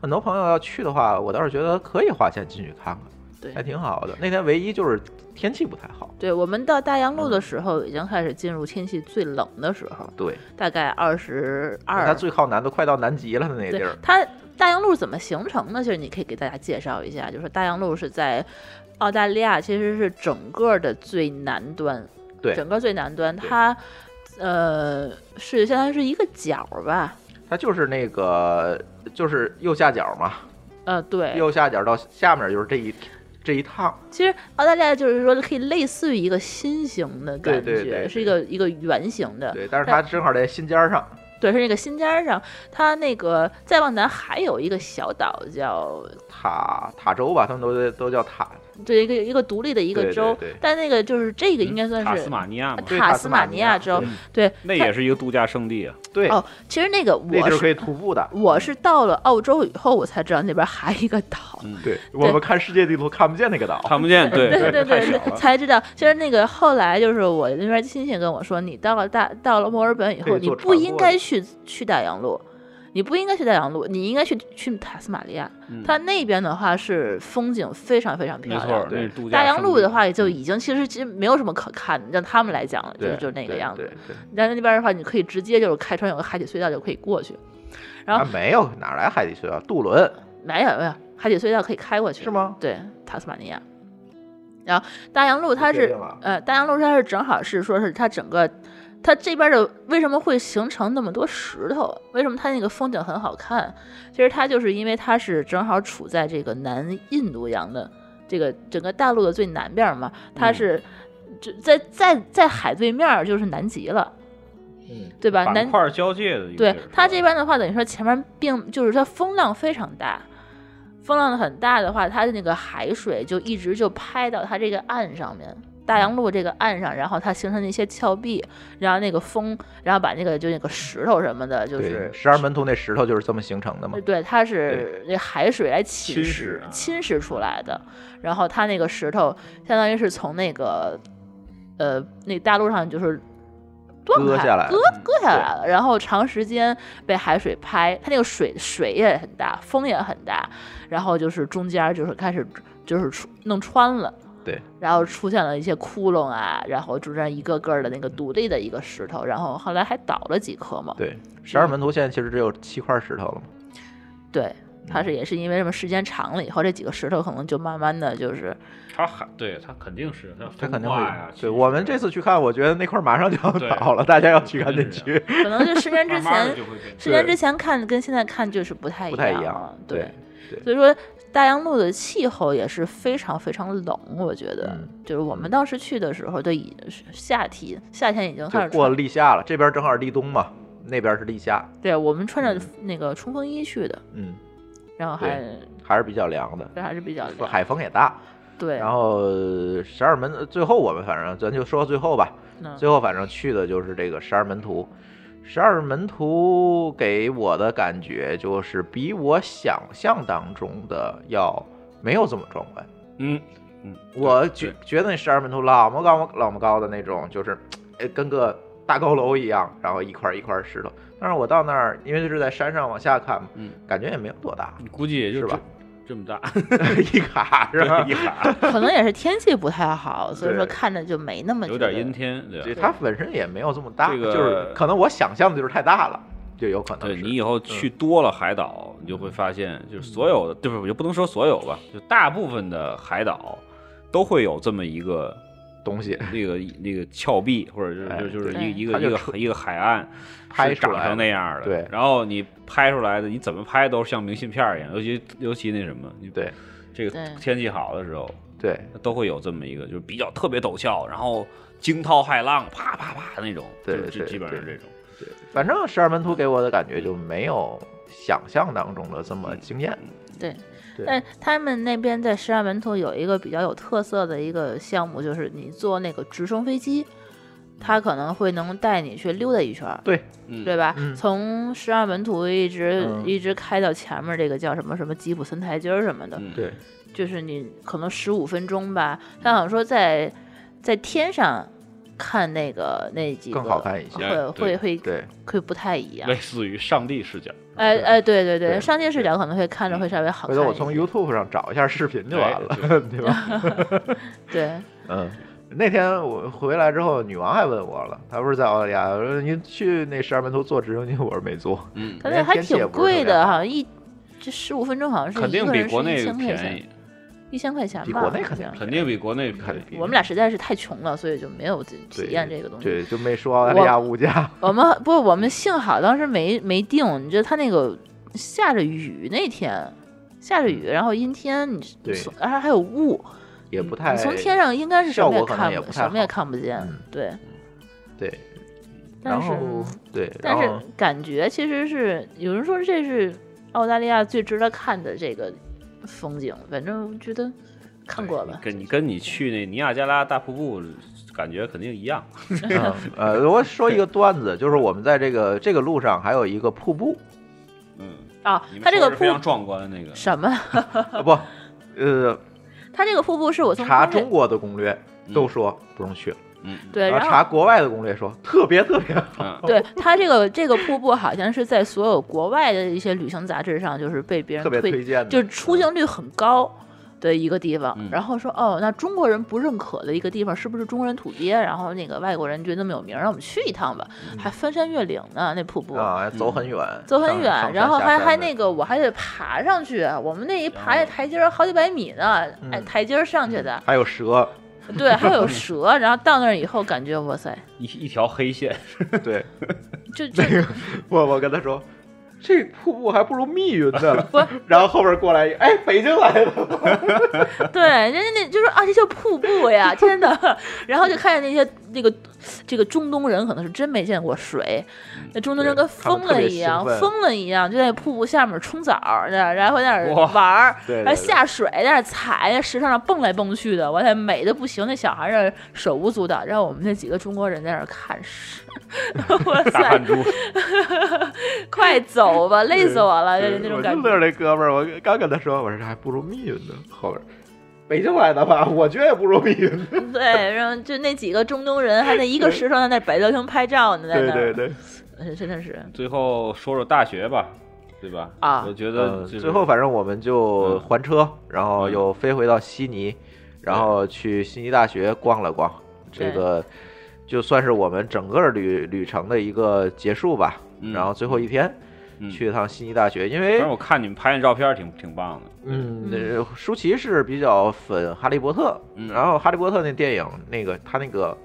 [SPEAKER 3] 很多朋友要去的话，我倒是觉得可以花钱进去看看，
[SPEAKER 5] 对
[SPEAKER 3] 还挺好的。那天唯一就是天气不太好，
[SPEAKER 5] 对我们到大洋路的
[SPEAKER 3] 嗯
[SPEAKER 5] 时候，已经开始进入天气最冷的时候，
[SPEAKER 3] 对，
[SPEAKER 5] 大概二十
[SPEAKER 3] 它
[SPEAKER 5] 二。
[SPEAKER 3] 最靠南都快到南极了的那个地
[SPEAKER 5] 对
[SPEAKER 3] 儿，
[SPEAKER 5] 它大洋路怎么形成的？其实你可以给大家介绍一下，就是大洋路是在澳大利亚，其实是整个的最南端，
[SPEAKER 3] 对，
[SPEAKER 5] 整个最南端，
[SPEAKER 3] 对
[SPEAKER 5] 它呃是相当于是一个角儿吧，
[SPEAKER 3] 它就是那个就是右下角嘛，
[SPEAKER 5] 呃对，
[SPEAKER 3] 右下角到下面就是这一这一趟，
[SPEAKER 5] 其实澳大利亚就是说可以类似于一个心形的感觉，
[SPEAKER 3] 对对对
[SPEAKER 5] 是一个一个圆形的，
[SPEAKER 3] 对，但是它正好在心尖儿上，
[SPEAKER 5] 对，是那个心尖儿上。它那个再往南还有一个小岛叫，
[SPEAKER 3] 塔塔州吧，他们都都叫塔，
[SPEAKER 5] 对一个一个独立的一个
[SPEAKER 3] 对对
[SPEAKER 5] 州，
[SPEAKER 3] 对
[SPEAKER 5] 但那个就是这个应该算
[SPEAKER 4] 嗯塔
[SPEAKER 5] 是
[SPEAKER 4] 斯马尼亚嘛，
[SPEAKER 3] 对
[SPEAKER 5] 塔
[SPEAKER 3] 塔
[SPEAKER 5] 斯
[SPEAKER 3] 斯
[SPEAKER 5] 马
[SPEAKER 3] 马
[SPEAKER 5] 尼
[SPEAKER 3] 尼
[SPEAKER 5] 亚
[SPEAKER 3] 亚
[SPEAKER 5] 州
[SPEAKER 3] 对，
[SPEAKER 5] 对，
[SPEAKER 4] 那
[SPEAKER 5] 它
[SPEAKER 4] 也是一个度假胜地啊。
[SPEAKER 3] 对，
[SPEAKER 5] 哦，其实那个
[SPEAKER 3] 那地
[SPEAKER 5] 我
[SPEAKER 3] 儿可
[SPEAKER 5] 是
[SPEAKER 3] 以徒步的。
[SPEAKER 5] 我是到了澳洲以后，我才知道那边还有一个岛。
[SPEAKER 3] 对我们看世界地图看不见那个岛，
[SPEAKER 4] 看不见，对
[SPEAKER 5] 哦对对
[SPEAKER 4] 太
[SPEAKER 5] 对
[SPEAKER 4] 小，了。
[SPEAKER 5] 才知道。其实那个后来就是我那边亲戚跟我说，你到了大到了墨尔本以
[SPEAKER 3] 可
[SPEAKER 5] 后，
[SPEAKER 3] 以
[SPEAKER 5] 你
[SPEAKER 3] 坐
[SPEAKER 5] 不
[SPEAKER 3] 船
[SPEAKER 5] 应
[SPEAKER 3] 过
[SPEAKER 5] 该
[SPEAKER 3] 去
[SPEAKER 5] 去去大洋路，你不应该去大洋路，你应该去去塔斯马利亚。
[SPEAKER 4] 嗯
[SPEAKER 5] 它那边的话是风景非常非常
[SPEAKER 4] 没
[SPEAKER 5] 漂
[SPEAKER 4] 错
[SPEAKER 5] 亮，。
[SPEAKER 4] 那是度假
[SPEAKER 5] 大洋
[SPEAKER 4] 胜
[SPEAKER 5] 路
[SPEAKER 4] 地
[SPEAKER 5] 的话，也就已经其实其实没有什么可看的，让他们来讲了，就
[SPEAKER 3] 嗯对，
[SPEAKER 5] 是就是那个
[SPEAKER 3] 对
[SPEAKER 5] 样
[SPEAKER 3] 对
[SPEAKER 5] 子。
[SPEAKER 3] 对，
[SPEAKER 5] 但是那边的话，你可以直接就是开船有个海底隧道就可以过去，然后
[SPEAKER 3] 啊，没有哪来海底隧道？渡轮
[SPEAKER 5] 没有没有海底隧道可以开过去
[SPEAKER 3] 是吗？
[SPEAKER 5] 对，塔斯马尼亚。然后大洋路它
[SPEAKER 3] 确
[SPEAKER 5] 是
[SPEAKER 3] 定了
[SPEAKER 5] 呃，大洋路它是正好是说是它整个它这边的为什么会形成那么多石头？为什么它那个风景很好看？其实它就是因为它是正好处在这个南印度洋的这个整个大陆的最南边嘛，它
[SPEAKER 4] 嗯
[SPEAKER 5] 是这在在在海对面儿就是南极了，
[SPEAKER 3] 嗯，
[SPEAKER 5] 对吧？南
[SPEAKER 4] 板块交界的一个
[SPEAKER 5] 对
[SPEAKER 4] 地儿
[SPEAKER 5] 它
[SPEAKER 4] 是
[SPEAKER 5] 这
[SPEAKER 4] 吧
[SPEAKER 5] 边的话，等于说前面并就是它风浪非常大，风浪很大的话，它的那个海水就一直就拍到它这个岸上面，大洋路这个岸上，然后它形成的一些峭壁，然后那个风，然后把那个就那个石头什么的，就
[SPEAKER 3] 对
[SPEAKER 5] 是，
[SPEAKER 3] 十二门徒那石头就是这么形成的嘛
[SPEAKER 5] 呃。对，它是那海水来侵
[SPEAKER 4] 侵
[SPEAKER 5] 蚀
[SPEAKER 4] 蚀啊
[SPEAKER 5] 侵蚀出来的，然后它那个石头相当于是从那个呃那大陆上就是断
[SPEAKER 3] 割
[SPEAKER 5] 开
[SPEAKER 3] 下来嗯
[SPEAKER 5] 割
[SPEAKER 3] 了
[SPEAKER 5] 割下来了，然后长时间被海水拍，它那个水水也很大，风也很大，然后就是中间就是开始就是出弄穿了。
[SPEAKER 3] 对，
[SPEAKER 5] 然后出现了一些窟窿啊，然后中间一个个的那个独立的一个石头，然后后来还倒了几颗嘛。
[SPEAKER 3] 对，十二门徒现在其实只有七块石头了嘛。
[SPEAKER 5] 对，
[SPEAKER 3] 嗯
[SPEAKER 5] 它是也是因为什么时间长了以后，这几个石头可能就慢慢的就是
[SPEAKER 4] 它海对它肯定是它
[SPEAKER 3] 它
[SPEAKER 4] 风
[SPEAKER 3] 肯定
[SPEAKER 4] 化
[SPEAKER 3] 会
[SPEAKER 4] 呀
[SPEAKER 3] 有。
[SPEAKER 4] 其
[SPEAKER 3] 对
[SPEAKER 4] 实
[SPEAKER 3] 我们这次去看，我觉得那块儿马上就要
[SPEAKER 4] 对
[SPEAKER 3] 倒了，大家要去赶紧
[SPEAKER 4] 真是
[SPEAKER 3] 去。
[SPEAKER 5] 可能就十年之
[SPEAKER 4] 慢慢
[SPEAKER 5] 前
[SPEAKER 4] 地，就会变
[SPEAKER 5] 十年
[SPEAKER 3] 对
[SPEAKER 5] 之前看跟现在看就是不太
[SPEAKER 3] 不太一
[SPEAKER 5] 样啊
[SPEAKER 3] 样
[SPEAKER 5] 了，。
[SPEAKER 3] 对，
[SPEAKER 5] 所以说大洋路的气候也是非常非常冷，我觉得、
[SPEAKER 3] 嗯
[SPEAKER 5] 就是我们当时去的时候都已经是夏天，夏天已经开
[SPEAKER 3] 就
[SPEAKER 5] 始
[SPEAKER 3] 过
[SPEAKER 5] 穿，
[SPEAKER 3] 立夏了，这边正好立冬嘛，那边是立夏。
[SPEAKER 5] 对我们穿着那个冲锋衣去的，
[SPEAKER 3] 嗯，
[SPEAKER 5] 然后还
[SPEAKER 3] 还是比较凉的，
[SPEAKER 5] 还是比较凉，
[SPEAKER 3] 啊海风也大。
[SPEAKER 5] 对，
[SPEAKER 3] 然后十二门最后我们反正咱就说最后吧，
[SPEAKER 5] 嗯
[SPEAKER 3] 最后反正去的就是这个十二门徒。十二门徒给我的感觉就是比我想象当中的要没有这么壮观。
[SPEAKER 4] 嗯嗯，
[SPEAKER 3] 我
[SPEAKER 4] 对
[SPEAKER 3] 觉觉得那十二门徒老么高老么高的那种，就是呃跟个大高楼一样，然后一块一块石头。但是我到那儿，因为就是在山上往下看嘛，
[SPEAKER 4] 嗯
[SPEAKER 3] 感觉也没有多大，
[SPEAKER 4] 你估计也
[SPEAKER 3] 是
[SPEAKER 4] 就
[SPEAKER 3] 吧
[SPEAKER 4] 这这么大，
[SPEAKER 3] 一卡是吧？
[SPEAKER 4] 嗯一喊
[SPEAKER 5] 可能也是天气不太好，所以说
[SPEAKER 3] 对
[SPEAKER 5] 看着就没那么
[SPEAKER 4] 有
[SPEAKER 5] 觉
[SPEAKER 4] 点
[SPEAKER 5] 得
[SPEAKER 4] 阴天，对
[SPEAKER 3] 对，
[SPEAKER 4] 吧？
[SPEAKER 3] 它本身也没有这么大，
[SPEAKER 4] 这个
[SPEAKER 3] 就是可能我想象的就是太大了，就有可能
[SPEAKER 4] 对
[SPEAKER 3] 是。
[SPEAKER 4] 你以后去多了海岛，你就会发现，就是所有的，就是我就不能说所有吧，就大部分的海岛都会有这么一个
[SPEAKER 3] 东西
[SPEAKER 4] 那个那个峭壁，或者就是
[SPEAKER 3] 哎
[SPEAKER 4] 就就是
[SPEAKER 5] 对
[SPEAKER 4] 一个
[SPEAKER 3] 它
[SPEAKER 4] 一
[SPEAKER 3] 就
[SPEAKER 4] 个一
[SPEAKER 3] 出
[SPEAKER 4] 个一个海岸是
[SPEAKER 3] 拍出来
[SPEAKER 4] 长成
[SPEAKER 3] 的
[SPEAKER 4] 那样的，
[SPEAKER 3] 对
[SPEAKER 4] 然后你拍出来的，你怎么拍都像明信片儿一样，尤其尤其那什么，你
[SPEAKER 3] 对
[SPEAKER 4] 这个
[SPEAKER 5] 对
[SPEAKER 4] 天气好的时候，
[SPEAKER 3] 对
[SPEAKER 4] 都会有这么一个，就是比较特别陡峭，然后惊涛骇浪，啪啪啪的那种，
[SPEAKER 3] 对
[SPEAKER 4] 就是
[SPEAKER 3] 对
[SPEAKER 4] 基本上是
[SPEAKER 3] 对
[SPEAKER 4] 这种。
[SPEAKER 3] 对，反正十二门徒给我的感觉就没有想象当中的这
[SPEAKER 5] 嗯
[SPEAKER 3] 么惊艳。
[SPEAKER 5] 对，
[SPEAKER 3] 对
[SPEAKER 5] 但他们那边在十二门头有一个比较有特色的一个项目，就是你坐那个直升飞机，它可能会能带你去溜达一圈儿。
[SPEAKER 3] 对，
[SPEAKER 4] 嗯
[SPEAKER 5] 对吧？
[SPEAKER 3] 嗯
[SPEAKER 5] 从十二门徒一直、
[SPEAKER 3] 嗯
[SPEAKER 5] 一直开到前面这个叫什么什么吉普森台阶儿什么的，
[SPEAKER 4] 嗯
[SPEAKER 3] 对，
[SPEAKER 5] 就是你可能十五分钟吧。他好像说在在天上看那个那几个
[SPEAKER 3] 更好看一些
[SPEAKER 5] 会
[SPEAKER 4] 对
[SPEAKER 5] 会会
[SPEAKER 3] 对
[SPEAKER 5] 会不太一样
[SPEAKER 4] 类。似于上帝视角，
[SPEAKER 5] 哎哎，对对对，
[SPEAKER 3] 对嗯
[SPEAKER 5] 上帝视角可能会看着会稍微好
[SPEAKER 3] 回
[SPEAKER 5] 看一
[SPEAKER 3] 头
[SPEAKER 5] 些。
[SPEAKER 3] 我从 YouTube 上找一下视频就完了，
[SPEAKER 4] 哎
[SPEAKER 3] 对吧？
[SPEAKER 5] 对
[SPEAKER 3] 嗯。那天我回来之后，女王还问我了，她不是在澳大利亚，我说您去那十二门徒坐直升机，我说没 坐，
[SPEAKER 4] 嗯，
[SPEAKER 5] 但是还
[SPEAKER 3] 天气也
[SPEAKER 5] 挺
[SPEAKER 3] 不是特
[SPEAKER 5] 贵
[SPEAKER 3] 别
[SPEAKER 5] 的，
[SPEAKER 3] 好
[SPEAKER 5] 好像一这十五分钟好像是
[SPEAKER 4] 肯定
[SPEAKER 5] 一个
[SPEAKER 4] 比
[SPEAKER 5] 人
[SPEAKER 4] 国
[SPEAKER 5] 是
[SPEAKER 4] 内
[SPEAKER 5] 1000块
[SPEAKER 4] 便
[SPEAKER 5] 钱
[SPEAKER 4] 宜，，
[SPEAKER 5] 一千块钱
[SPEAKER 3] 比
[SPEAKER 5] 吧，
[SPEAKER 3] 国内
[SPEAKER 5] 好
[SPEAKER 3] 肯定
[SPEAKER 5] 像
[SPEAKER 4] 肯定比国内
[SPEAKER 3] 肯
[SPEAKER 4] 便宜。
[SPEAKER 3] 定
[SPEAKER 5] 我们俩实在是太穷了，所以就没有体
[SPEAKER 3] 对
[SPEAKER 5] 验这个东西。
[SPEAKER 3] 对，就没说澳大利亚物价，
[SPEAKER 5] 我们不，我们幸好当时没没定，你知道他那个下着雨那天，下着雨，然后阴天，你
[SPEAKER 3] 嗯对
[SPEAKER 5] 从还还有雾，
[SPEAKER 3] 也不太
[SPEAKER 5] 你从天上应该是什
[SPEAKER 3] 效
[SPEAKER 5] 么
[SPEAKER 3] 果可能
[SPEAKER 5] 看
[SPEAKER 3] 也
[SPEAKER 5] 不
[SPEAKER 3] 不太
[SPEAKER 5] 什么也
[SPEAKER 3] 好
[SPEAKER 5] 看不见，
[SPEAKER 3] 嗯
[SPEAKER 5] 对。
[SPEAKER 3] 对，
[SPEAKER 5] 但
[SPEAKER 3] 然
[SPEAKER 5] 是
[SPEAKER 3] 后对，然
[SPEAKER 5] 但是
[SPEAKER 3] 后
[SPEAKER 5] 感觉其实是有人说这是澳大利亚最值得看的这个风景，反正我觉得看过
[SPEAKER 4] 你
[SPEAKER 5] 了。
[SPEAKER 4] 跟你跟你去那尼亚加拉大瀑布，感觉肯定一样。
[SPEAKER 3] 嗯 呃，我说一个段子，就是我们在这个这个路上还有一个瀑 布，
[SPEAKER 4] 嗯，
[SPEAKER 5] 啊
[SPEAKER 4] 你，们
[SPEAKER 5] 它这
[SPEAKER 4] 说
[SPEAKER 5] 个
[SPEAKER 4] 是
[SPEAKER 5] 瀑
[SPEAKER 4] 非常壮观那个，
[SPEAKER 5] 什么？
[SPEAKER 3] 啊不，呃，
[SPEAKER 5] 它这个瀑布是我从
[SPEAKER 3] 查
[SPEAKER 5] 攻略
[SPEAKER 3] 中国的攻略都说不用去了，
[SPEAKER 4] 嗯，
[SPEAKER 5] 对，
[SPEAKER 3] 然
[SPEAKER 5] 然
[SPEAKER 3] 后
[SPEAKER 5] 后
[SPEAKER 3] 查国外的攻略说特别特 别好，
[SPEAKER 4] 嗯，
[SPEAKER 5] 对它这个这个瀑布好像是在所有国外的一些旅行杂志上，就是被别人
[SPEAKER 3] 特别推荐的，
[SPEAKER 5] 就是出镜率很高的一个地方。
[SPEAKER 4] 嗯
[SPEAKER 5] 然后说哦，那中国人不认可的一个地方，是不是中国人土鳖？然后那个外国人觉得那么有名儿，让我们去一趟吧，还翻山越岭呢，那瀑布。
[SPEAKER 3] 嗯啊，走很远，
[SPEAKER 5] 嗯走很
[SPEAKER 3] 上上
[SPEAKER 5] 远，
[SPEAKER 3] 山
[SPEAKER 5] 然后
[SPEAKER 3] 下
[SPEAKER 5] 还
[SPEAKER 3] 山
[SPEAKER 5] 还
[SPEAKER 3] 的哦
[SPEAKER 5] 那个，我还得爬上去。我们那一爬那台阶儿好几百米呢，哎，
[SPEAKER 3] 嗯
[SPEAKER 5] 台阶儿上去的，
[SPEAKER 3] 还有蛇，
[SPEAKER 5] 对，还 有蛇。然后到那儿以后，感觉哇塞，
[SPEAKER 4] 一一条黑 线，
[SPEAKER 3] 对，
[SPEAKER 5] 就就
[SPEAKER 3] 那个我我跟他说，这瀑布还不如密云的了。然后后边过来一，哎，北京来了，
[SPEAKER 5] 对，人家那就说啊，这叫瀑 布呀，天哪！然后就看见那些那个这个中东人可能是真没见过水，那中东人
[SPEAKER 3] 嗯对
[SPEAKER 5] 跟
[SPEAKER 3] 他们
[SPEAKER 5] 疯
[SPEAKER 3] 特
[SPEAKER 5] 了
[SPEAKER 3] 别
[SPEAKER 5] 一
[SPEAKER 3] 兴
[SPEAKER 5] 样，
[SPEAKER 3] 奋
[SPEAKER 5] 疯了一样，就在瀑布下面冲澡儿去，然后在那儿
[SPEAKER 4] 哇
[SPEAKER 5] 玩儿，
[SPEAKER 3] 对对
[SPEAKER 5] 然后
[SPEAKER 3] 对
[SPEAKER 5] 下水，在那儿踩，在石头上蹦来蹦去的，我天，美的不行，那小孩儿在手舞足蹈，让我们那几个中国人在那儿看， 哇
[SPEAKER 4] 大
[SPEAKER 5] 塞
[SPEAKER 4] 汗，珠，
[SPEAKER 5] 快走吧，累死我了，啊就是那种
[SPEAKER 3] 我
[SPEAKER 5] 感
[SPEAKER 3] 就
[SPEAKER 5] 觉
[SPEAKER 3] 乐。那哥们儿，我刚跟他说，我说这还不如密云呢。后边，北京来的吧，我觉得也不如密云呢。
[SPEAKER 5] 对，然后就那几个中东人还在一个石头上在那摆造型拍照呢，在
[SPEAKER 3] 对
[SPEAKER 5] 那
[SPEAKER 3] 对
[SPEAKER 5] 儿。
[SPEAKER 3] 对，
[SPEAKER 5] 嗯，真的是，
[SPEAKER 4] 最后说说大学吧，对吧？
[SPEAKER 5] 啊
[SPEAKER 4] 我觉
[SPEAKER 3] 呃，
[SPEAKER 4] 得就是
[SPEAKER 3] 最后反正我们就
[SPEAKER 4] 嗯
[SPEAKER 3] 还车，然后
[SPEAKER 4] 嗯
[SPEAKER 3] 又飞回到悉尼，然后去悉尼大学逛了逛，这
[SPEAKER 5] 对
[SPEAKER 3] 个就算是我们整个旅旅程的一个结束吧。
[SPEAKER 4] 嗯
[SPEAKER 3] 然后最后一天
[SPEAKER 4] 嗯
[SPEAKER 3] 去一趟悉尼大学，因为
[SPEAKER 4] 反正我看你们拍那照片儿挺挺棒的，
[SPEAKER 3] 嗯，
[SPEAKER 5] 嗯
[SPEAKER 3] 那舒淇是比较粉哈利波特，
[SPEAKER 4] 嗯
[SPEAKER 3] 然后哈利波特那电影，那个他那个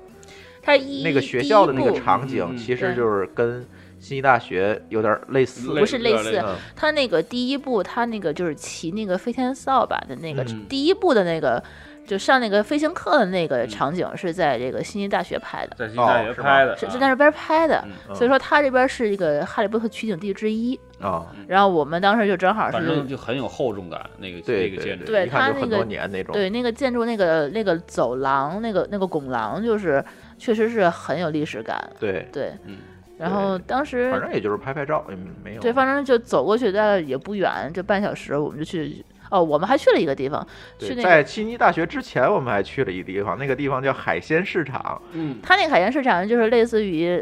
[SPEAKER 5] 他一
[SPEAKER 3] 那个学校的那个
[SPEAKER 5] 第一部
[SPEAKER 3] 场
[SPEAKER 4] 嗯嗯
[SPEAKER 3] 景，
[SPEAKER 4] 嗯
[SPEAKER 3] 其实就是跟悉尼大学有点类似，
[SPEAKER 5] 不是类
[SPEAKER 4] 有
[SPEAKER 5] 似
[SPEAKER 4] 点
[SPEAKER 3] 嗯
[SPEAKER 5] 他那个第一部，他那个就是骑那个飞天扫把的那个、
[SPEAKER 3] 嗯
[SPEAKER 5] 第一部的那个，就上那个飞行课的那
[SPEAKER 3] 嗯
[SPEAKER 5] 个场景是在这个悉尼大学拍的，
[SPEAKER 4] 在新大学拍的，
[SPEAKER 5] 是
[SPEAKER 4] 啊
[SPEAKER 5] 是在那边拍的。
[SPEAKER 4] 嗯
[SPEAKER 3] 嗯
[SPEAKER 5] 所以说，他这边是一个哈利波特取景地之一。
[SPEAKER 3] 啊，
[SPEAKER 5] 然后我们当时就正好
[SPEAKER 4] 反正
[SPEAKER 5] 是
[SPEAKER 4] 就很有厚重感，那个
[SPEAKER 3] 对
[SPEAKER 4] 那个建筑，
[SPEAKER 5] 对
[SPEAKER 3] 一看
[SPEAKER 5] 他
[SPEAKER 3] 就很
[SPEAKER 5] 那个
[SPEAKER 3] 多年那种，
[SPEAKER 5] 对那个建筑那个那个走廊那个那个拱廊，就是确实是很有历史感。
[SPEAKER 3] 对，
[SPEAKER 5] 对，
[SPEAKER 4] 嗯，
[SPEAKER 5] 然后当时
[SPEAKER 3] 反正也就是拍拍照，也嗯没有
[SPEAKER 5] 对，反正就走过去，大概也不远，就半小时，我们就去。哦，我们还去了一个地方，
[SPEAKER 3] 对
[SPEAKER 5] 去那
[SPEAKER 3] 在
[SPEAKER 5] 个
[SPEAKER 3] 悉尼大学之前，我们还去了一地方，那个地方叫海鲜市场，
[SPEAKER 4] 嗯，
[SPEAKER 5] 它那个海鲜市场，就是类似于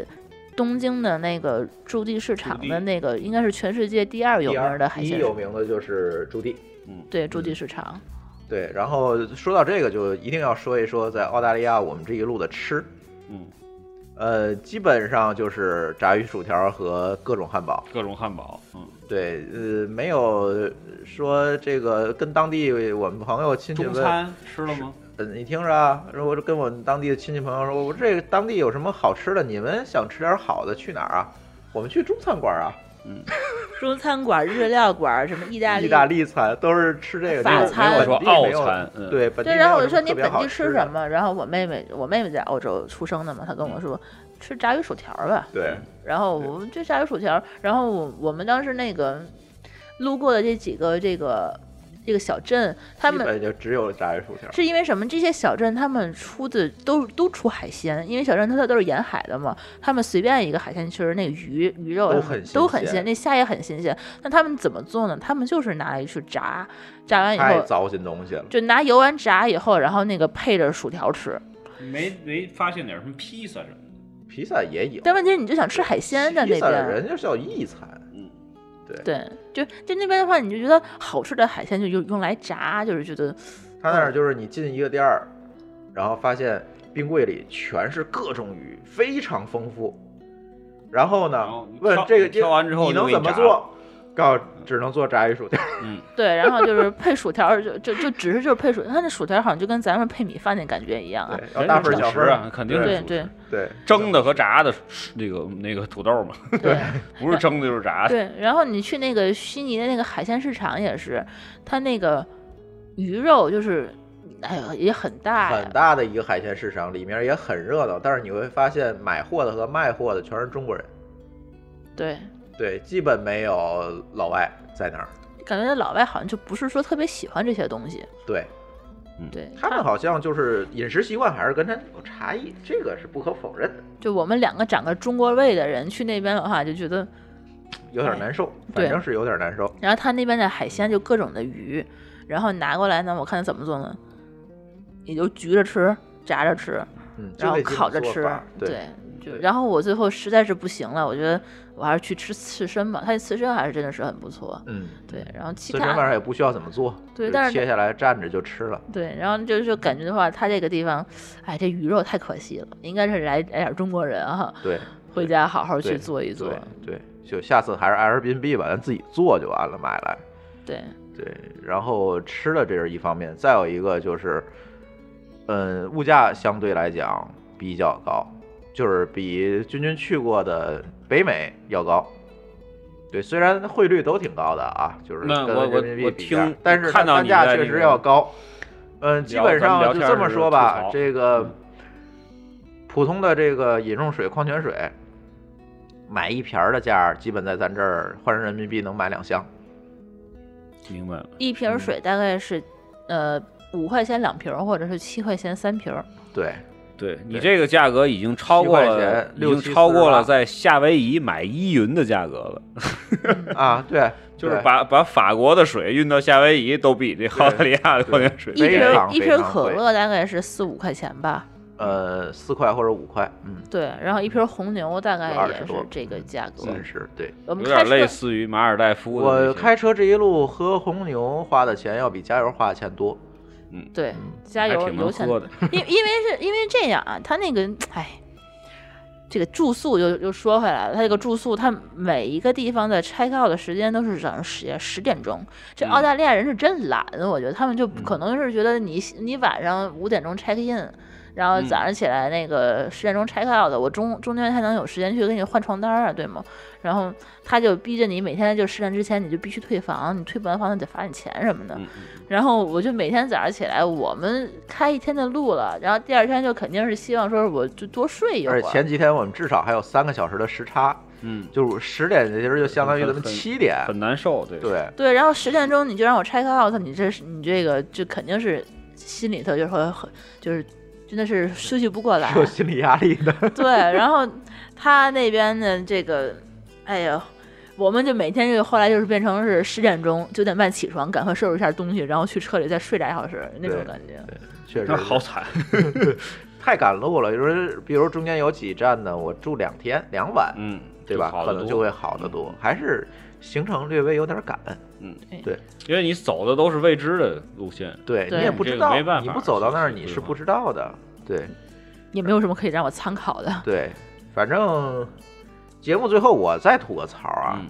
[SPEAKER 5] 东京的那个驻地市场
[SPEAKER 4] 地
[SPEAKER 5] 的那个，应该是全世界第二有名儿的海
[SPEAKER 3] 第一
[SPEAKER 5] 鲜市
[SPEAKER 3] 有
[SPEAKER 5] 场。
[SPEAKER 3] 名的嗯就是驻地。
[SPEAKER 5] 对，驻地市场，
[SPEAKER 3] 对，然后说到这个，就一定要说一说在澳大利亚我们这一路的吃，
[SPEAKER 4] 嗯，
[SPEAKER 3] 呃，基本上就是炸鱼薯条和各种汉堡。
[SPEAKER 4] 各种汉堡，嗯，
[SPEAKER 3] 对，呃，没有说这个跟当地我们朋友亲戚
[SPEAKER 4] 中
[SPEAKER 3] 问，
[SPEAKER 4] 餐吃了吗？
[SPEAKER 3] 呃你听着啊，我就跟我们当地的亲戚朋友说，我这个当地有什么好吃的？你们想吃点好的，去哪儿啊？我们去中餐馆啊，
[SPEAKER 5] 中餐馆、日料馆，什么意大利。
[SPEAKER 3] 意大利餐都是吃这个，
[SPEAKER 5] 法
[SPEAKER 3] 就是
[SPEAKER 5] 餐
[SPEAKER 3] 没有
[SPEAKER 4] 说
[SPEAKER 3] 本地没有
[SPEAKER 4] 澳餐嗯
[SPEAKER 3] 对本地
[SPEAKER 5] 对，然
[SPEAKER 3] 没
[SPEAKER 5] 后我
[SPEAKER 3] 有
[SPEAKER 5] 就
[SPEAKER 3] 么
[SPEAKER 5] 说你
[SPEAKER 3] 特别
[SPEAKER 5] 本
[SPEAKER 3] 好
[SPEAKER 5] 地
[SPEAKER 3] 吃
[SPEAKER 5] 吃
[SPEAKER 3] 的嗯
[SPEAKER 5] 什？么？然后我妹妹，我妹妹在澳洲出生的嘛，她跟我说吃炸鱼薯条儿吧。
[SPEAKER 3] 对，
[SPEAKER 5] 然后我们就炸鱼薯条，然后我我们当时那个路过的这几个这个这个小镇，他
[SPEAKER 3] 基
[SPEAKER 5] 们
[SPEAKER 3] 本就只有炸鱼薯条。
[SPEAKER 5] 是因为什么？这些小镇他们出的都都出海鲜，因为小镇它都是沿海的嘛，他们随便一个海鲜区儿，那鱼鱼肉
[SPEAKER 3] 都
[SPEAKER 5] 什么
[SPEAKER 3] 很新
[SPEAKER 5] 都很
[SPEAKER 3] 鲜
[SPEAKER 5] 鲜，那虾也很新鲜。那他们怎么做呢？他们就是拿来去炸，炸完以
[SPEAKER 3] 太
[SPEAKER 5] 后
[SPEAKER 3] 糟心东西了，
[SPEAKER 5] 就拿油丸炸以后，然后那个配着薯条吃。
[SPEAKER 4] 没没发现点什么披萨什么的，
[SPEAKER 3] 披萨也有。
[SPEAKER 5] 但问题是，你就想吃海鲜在那
[SPEAKER 3] 披萨
[SPEAKER 5] 边，
[SPEAKER 3] 人就是叫意餐，
[SPEAKER 4] 嗯，
[SPEAKER 5] 对，就就那边的话，你就觉得好吃的海鲜就用用来炸，就是觉得
[SPEAKER 3] 他
[SPEAKER 5] 嗯
[SPEAKER 3] 那儿就是你进一个店儿，然后发现冰柜里全是各种鱼，非常丰富。然后呢
[SPEAKER 4] 然后你，
[SPEAKER 3] 问
[SPEAKER 4] 挑
[SPEAKER 3] 这个
[SPEAKER 4] 挑完之后就
[SPEAKER 3] 你能
[SPEAKER 4] 给你
[SPEAKER 3] 怎么
[SPEAKER 4] 炸
[SPEAKER 3] 做？告诉只能做炸鱼薯条。
[SPEAKER 4] 嗯，
[SPEAKER 5] 对，然后就是配薯条儿，就就就只是就是配薯，它那薯条好像就跟咱们配米饭那感觉一样啊
[SPEAKER 3] 对，， 要大份儿小份
[SPEAKER 4] 人
[SPEAKER 3] 儿
[SPEAKER 4] 家是主食啊肯定是
[SPEAKER 5] 对
[SPEAKER 4] 主
[SPEAKER 5] 对
[SPEAKER 4] 食
[SPEAKER 3] 对
[SPEAKER 4] 蒸的和炸的那个那个土豆嘛，
[SPEAKER 5] 对
[SPEAKER 4] 不是蒸的就是炸的，
[SPEAKER 5] 对。然后你去那个悉尼的那个海鲜市场也是，它那个鱼肉就是，哎呀也很大呀
[SPEAKER 3] 很，大的一个海鲜市场，里面也很热闹，但是你会发现买货的和卖货的全是中国人，
[SPEAKER 5] 对，
[SPEAKER 3] 对，基本没有老外在那儿。
[SPEAKER 5] 感觉老外好像就不是说特别喜欢这些东西，
[SPEAKER 3] 对
[SPEAKER 5] 对
[SPEAKER 3] 他们好像就是饮食习惯还是跟咱有差异，这个是不可否认的，
[SPEAKER 5] 就我们两个长个中国胃的人去那边的话，就觉得，
[SPEAKER 3] 有点难受，
[SPEAKER 5] 对
[SPEAKER 3] 反正是有点难受。
[SPEAKER 5] 然后他那边的海鲜就各种的鱼，然后拿过来呢，我看他怎么做呢，也就焗着吃，炸着吃，
[SPEAKER 3] 嗯，就
[SPEAKER 5] 然后
[SPEAKER 3] 这几种
[SPEAKER 5] 烤着
[SPEAKER 3] 做
[SPEAKER 5] 吃
[SPEAKER 3] 法，对，
[SPEAKER 5] 就
[SPEAKER 3] 对
[SPEAKER 5] 然后我最后实在是不行了，我觉得我还是去吃刺身吧，它的刺身还是真的是很不错。
[SPEAKER 3] 嗯，
[SPEAKER 5] 对，然后其
[SPEAKER 3] 刺身
[SPEAKER 5] 他
[SPEAKER 3] 反正也不需要怎么做，
[SPEAKER 5] 对
[SPEAKER 3] 就
[SPEAKER 5] 但是
[SPEAKER 3] 切下来蘸着就吃了。
[SPEAKER 5] 对，然后就是感觉的话，它这个地方，哎，这鱼肉太可惜了，应该是来来点中国人哈、
[SPEAKER 3] 对，
[SPEAKER 5] 回家好好
[SPEAKER 3] 对
[SPEAKER 5] 去做一做。
[SPEAKER 3] 对，对，就下次还是爱尔宾币吧，咱自己做就完了，买来。
[SPEAKER 5] 对，
[SPEAKER 3] 对，然后吃的这是一方面，再有一个就是，嗯，物价相对来讲比较高，就是比君君去过的北美要高。对，虽然汇率都挺高的啊，就是
[SPEAKER 4] 那我
[SPEAKER 3] 跟
[SPEAKER 4] 我
[SPEAKER 3] 人民币
[SPEAKER 4] 我
[SPEAKER 3] 比价
[SPEAKER 4] 听，
[SPEAKER 3] 但是它
[SPEAKER 4] 看到
[SPEAKER 3] 单
[SPEAKER 4] 你
[SPEAKER 3] 价
[SPEAKER 4] 在
[SPEAKER 3] 确
[SPEAKER 4] 那
[SPEAKER 3] 实
[SPEAKER 4] 个
[SPEAKER 3] 要高。嗯，基
[SPEAKER 4] 聊
[SPEAKER 3] 本
[SPEAKER 4] 咱们
[SPEAKER 3] 上
[SPEAKER 4] 聊
[SPEAKER 3] 就
[SPEAKER 4] 天
[SPEAKER 3] 这
[SPEAKER 4] 儿
[SPEAKER 3] 么
[SPEAKER 4] 时
[SPEAKER 3] 说
[SPEAKER 4] 吐
[SPEAKER 3] 吧
[SPEAKER 4] 槽，
[SPEAKER 3] 这个
[SPEAKER 4] 嗯
[SPEAKER 3] 普通的这个饮用水、矿泉水，买一瓶儿的价儿，基本在咱这儿换成人民币能买两箱。
[SPEAKER 4] 明白了。
[SPEAKER 5] 一瓶
[SPEAKER 4] 嗯
[SPEAKER 5] 水大概是，呃，五块钱两瓶儿，或者是七块钱三瓶儿。
[SPEAKER 3] 对，
[SPEAKER 4] 对你
[SPEAKER 3] 对
[SPEAKER 4] 这个价格已经超过
[SPEAKER 3] 7块钱
[SPEAKER 4] 了，已
[SPEAKER 3] 六
[SPEAKER 4] 经
[SPEAKER 3] 七
[SPEAKER 4] 超
[SPEAKER 3] 四
[SPEAKER 4] 过了
[SPEAKER 3] 吧
[SPEAKER 4] 在夏威夷买依云的价格了。
[SPEAKER 3] 啊，对，
[SPEAKER 4] 就是
[SPEAKER 3] 对
[SPEAKER 4] 把把法国的水运到夏威夷，都比这澳大利亚的矿泉水
[SPEAKER 5] 一瓶
[SPEAKER 3] 非
[SPEAKER 4] 便宜
[SPEAKER 3] 常
[SPEAKER 5] 儿一
[SPEAKER 3] 非
[SPEAKER 5] 瓶儿
[SPEAKER 3] 常
[SPEAKER 5] 可
[SPEAKER 3] 贵
[SPEAKER 5] 乐大概是四五块钱吧，
[SPEAKER 3] 呃四块或者五块，嗯，
[SPEAKER 5] 对，然后一瓶儿红牛大概
[SPEAKER 3] 20
[SPEAKER 5] 也是
[SPEAKER 3] 多嗯
[SPEAKER 5] 这个价格。
[SPEAKER 3] 三十。对
[SPEAKER 5] 我们
[SPEAKER 4] 有
[SPEAKER 5] 开
[SPEAKER 4] 点类
[SPEAKER 5] 车
[SPEAKER 4] 似于马尔代夫的那些。
[SPEAKER 3] 我开车这一路喝红牛花的钱要比加油花的钱多，
[SPEAKER 5] 对
[SPEAKER 3] 嗯
[SPEAKER 5] 加
[SPEAKER 4] 还
[SPEAKER 5] 油
[SPEAKER 4] 挺能
[SPEAKER 5] 油钱
[SPEAKER 4] 喝的，
[SPEAKER 5] 因因为是因为这样啊，他那个哎，这个住宿又又说回来了，他这个住宿，他每一个地方的 check out 的时间都是早上十十点钟。这
[SPEAKER 4] 嗯
[SPEAKER 5] 澳大利亚人是真懒，我觉得他们就
[SPEAKER 3] 嗯
[SPEAKER 5] 可能是觉得你你晚上五点钟 check in。然后
[SPEAKER 4] 嗯
[SPEAKER 5] 早上起来那个十点钟 check out 的，我中中间还能有时间去给你换床单啊，对吗？然后他就逼着你每天就十点之前你就必须退房，你退不完房他得罚你钱什么的。
[SPEAKER 4] 嗯
[SPEAKER 5] 然后我就每天早上起来，我们开一天的路了，然后第二天就肯定是希望说是我就多睡一会
[SPEAKER 3] 而
[SPEAKER 5] 儿。
[SPEAKER 3] 且前几天我们至少还有三个小时的时差，
[SPEAKER 4] 嗯，
[SPEAKER 3] 就是十点其实就相当于咱们
[SPEAKER 4] 很很
[SPEAKER 3] 七点，
[SPEAKER 4] 很难受，对，
[SPEAKER 3] 嗯对
[SPEAKER 5] 对，然后十点钟你就让我 check out，你这是你这个就肯定是心里头就会很就是真的是休息不过来
[SPEAKER 3] 是。有心理压力 的。
[SPEAKER 5] 对，然后他那边的这个，哎呦。我们就每天就后来就是变成是十点钟九点半起床，赶快收拾一下东西，然后去车里再睡俩小时那种
[SPEAKER 3] 对
[SPEAKER 5] 感觉。
[SPEAKER 3] 确实
[SPEAKER 4] 那好
[SPEAKER 3] 是
[SPEAKER 4] 惨，
[SPEAKER 3] 太赶路了，就是比如中间有几站呢，我住两天两晚，
[SPEAKER 4] 嗯，
[SPEAKER 3] 对吧？
[SPEAKER 4] 好得
[SPEAKER 3] 可能
[SPEAKER 4] 多嗯
[SPEAKER 3] 就会好得多，还是行程略微有点赶，
[SPEAKER 4] 因为你走的都是未知的路线，
[SPEAKER 3] 对
[SPEAKER 5] 对
[SPEAKER 3] 你也不
[SPEAKER 4] 这
[SPEAKER 3] 知
[SPEAKER 4] 个
[SPEAKER 3] 道
[SPEAKER 4] 没办，
[SPEAKER 3] 你
[SPEAKER 4] 法
[SPEAKER 3] 不走到那儿
[SPEAKER 4] 去
[SPEAKER 3] 你
[SPEAKER 4] 规
[SPEAKER 3] 是
[SPEAKER 4] 划
[SPEAKER 3] 不知道的，对。
[SPEAKER 5] 也没有什么可以让我参考的。
[SPEAKER 3] 对，反正节目最后我再吐个槽啊，
[SPEAKER 4] 嗯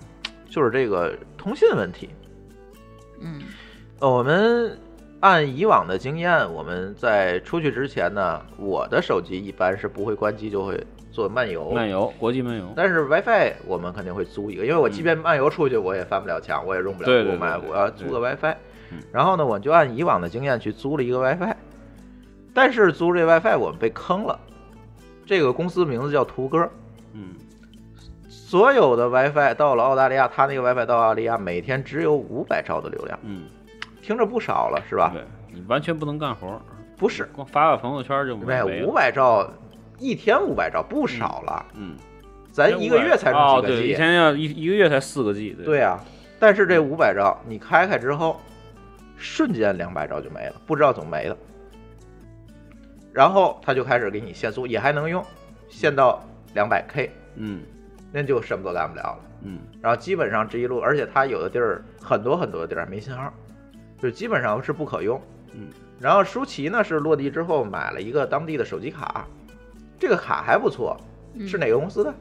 [SPEAKER 3] 就是这个通信问题。
[SPEAKER 5] 嗯
[SPEAKER 3] 呃我们按以往的经验，我们在出去之前呢，我的手机一般是不会关机，就会做漫游。
[SPEAKER 4] 漫游，国际漫游，
[SPEAKER 3] 但是 WiFi 我们肯定会租一个，因为我即便漫游出去，我也翻不了墙，我也用不了
[SPEAKER 4] 嗯对
[SPEAKER 3] g
[SPEAKER 4] 对
[SPEAKER 3] o
[SPEAKER 4] 对对
[SPEAKER 3] 我要
[SPEAKER 4] 对
[SPEAKER 3] 租个 WiFi
[SPEAKER 4] 嗯。
[SPEAKER 3] 然后呢，我就按以往的经验去租了一个 WiFi，但是租这 WiFi 我们被坑了。这个公司名字叫图哥，
[SPEAKER 4] 嗯，
[SPEAKER 3] 所有的 WiFi 到了澳大利亚，它那个 WiFi 到澳大利亚每天只有五百兆的流量，
[SPEAKER 4] 嗯，
[SPEAKER 3] 听着不少了是吧？
[SPEAKER 4] 对你完全不能干活儿，
[SPEAKER 3] 不是，
[SPEAKER 4] 光发发朋友圈就
[SPEAKER 3] 没
[SPEAKER 4] 没
[SPEAKER 3] 有
[SPEAKER 4] 没
[SPEAKER 3] 五
[SPEAKER 4] 了，
[SPEAKER 3] 百兆，一天五百兆不少了，
[SPEAKER 4] 嗯，
[SPEAKER 3] 咱一个月才
[SPEAKER 4] 哦
[SPEAKER 3] 充几个
[SPEAKER 4] 对，一
[SPEAKER 3] G，、
[SPEAKER 4] 天要一一个月才四个 G，对
[SPEAKER 3] 对啊。但是这五百兆你开开之后，瞬间两百兆就没了，不知道怎么没的。然后他就开始给你限速，也还能用，限到两百 K，
[SPEAKER 4] 嗯
[SPEAKER 3] 那就什么都干不了了。
[SPEAKER 4] 嗯
[SPEAKER 3] 然后基本上这一路，而且它有的地儿很多很多的地儿没信号，就基本上是不可用。
[SPEAKER 4] 嗯，
[SPEAKER 3] 然后舒淇呢是落地之后买了一个当地的手机卡，这个卡还不错，
[SPEAKER 5] 嗯
[SPEAKER 3] 是哪个公司的？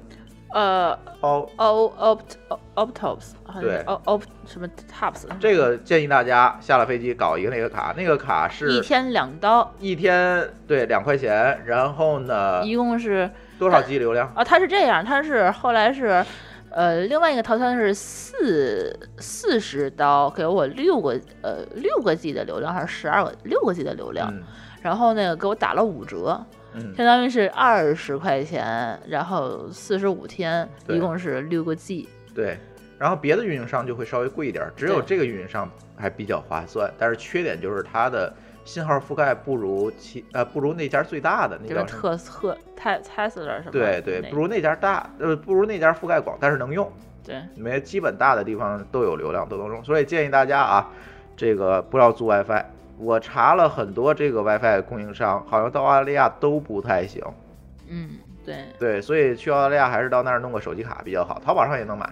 [SPEAKER 5] 呃，
[SPEAKER 3] 哦，
[SPEAKER 5] O opt o- optops 好像是
[SPEAKER 3] 对
[SPEAKER 5] o op 什么 tops
[SPEAKER 3] 这个建议大家下了飞机搞一个那个卡，那个卡是
[SPEAKER 5] 一天两刀，
[SPEAKER 3] 一天对两块钱，然后呢
[SPEAKER 5] 一共是
[SPEAKER 3] 多少 G 流量？
[SPEAKER 5] 啊，它是这样，它是后来是。呃，另外一个套餐是四四十刀，给我六个呃六个 G 的流量还是十二个六个 G 的流量，
[SPEAKER 3] 嗯
[SPEAKER 5] 然后那个给我打了五折，
[SPEAKER 3] 嗯，
[SPEAKER 5] 相当于是二十块钱，然后四十五天，
[SPEAKER 3] 对
[SPEAKER 5] 一共是六个 G，
[SPEAKER 3] 对。然后别的运营商就会稍微贵一点，只有
[SPEAKER 5] 对
[SPEAKER 3] 这个运营商还比较划算，但是缺点就是它的信号覆盖不如其呃不如那家最大的那
[SPEAKER 5] 就是
[SPEAKER 3] 叫什么？
[SPEAKER 5] 特特泰 Tesla 什么
[SPEAKER 3] 对对，
[SPEAKER 5] 那
[SPEAKER 3] 不如那家大，呃不如那家覆盖广，但是能用，
[SPEAKER 5] 对
[SPEAKER 3] 没基本大的地方都有流量都能用，所以建议大家啊，这个不要租 WiFi，我查了很多这个 WiFi 供应商，好像到澳大利亚都不太行。
[SPEAKER 5] 嗯，对，
[SPEAKER 3] 对，所以去澳大利亚还是到那儿弄个手机卡比较好，淘宝上也能买，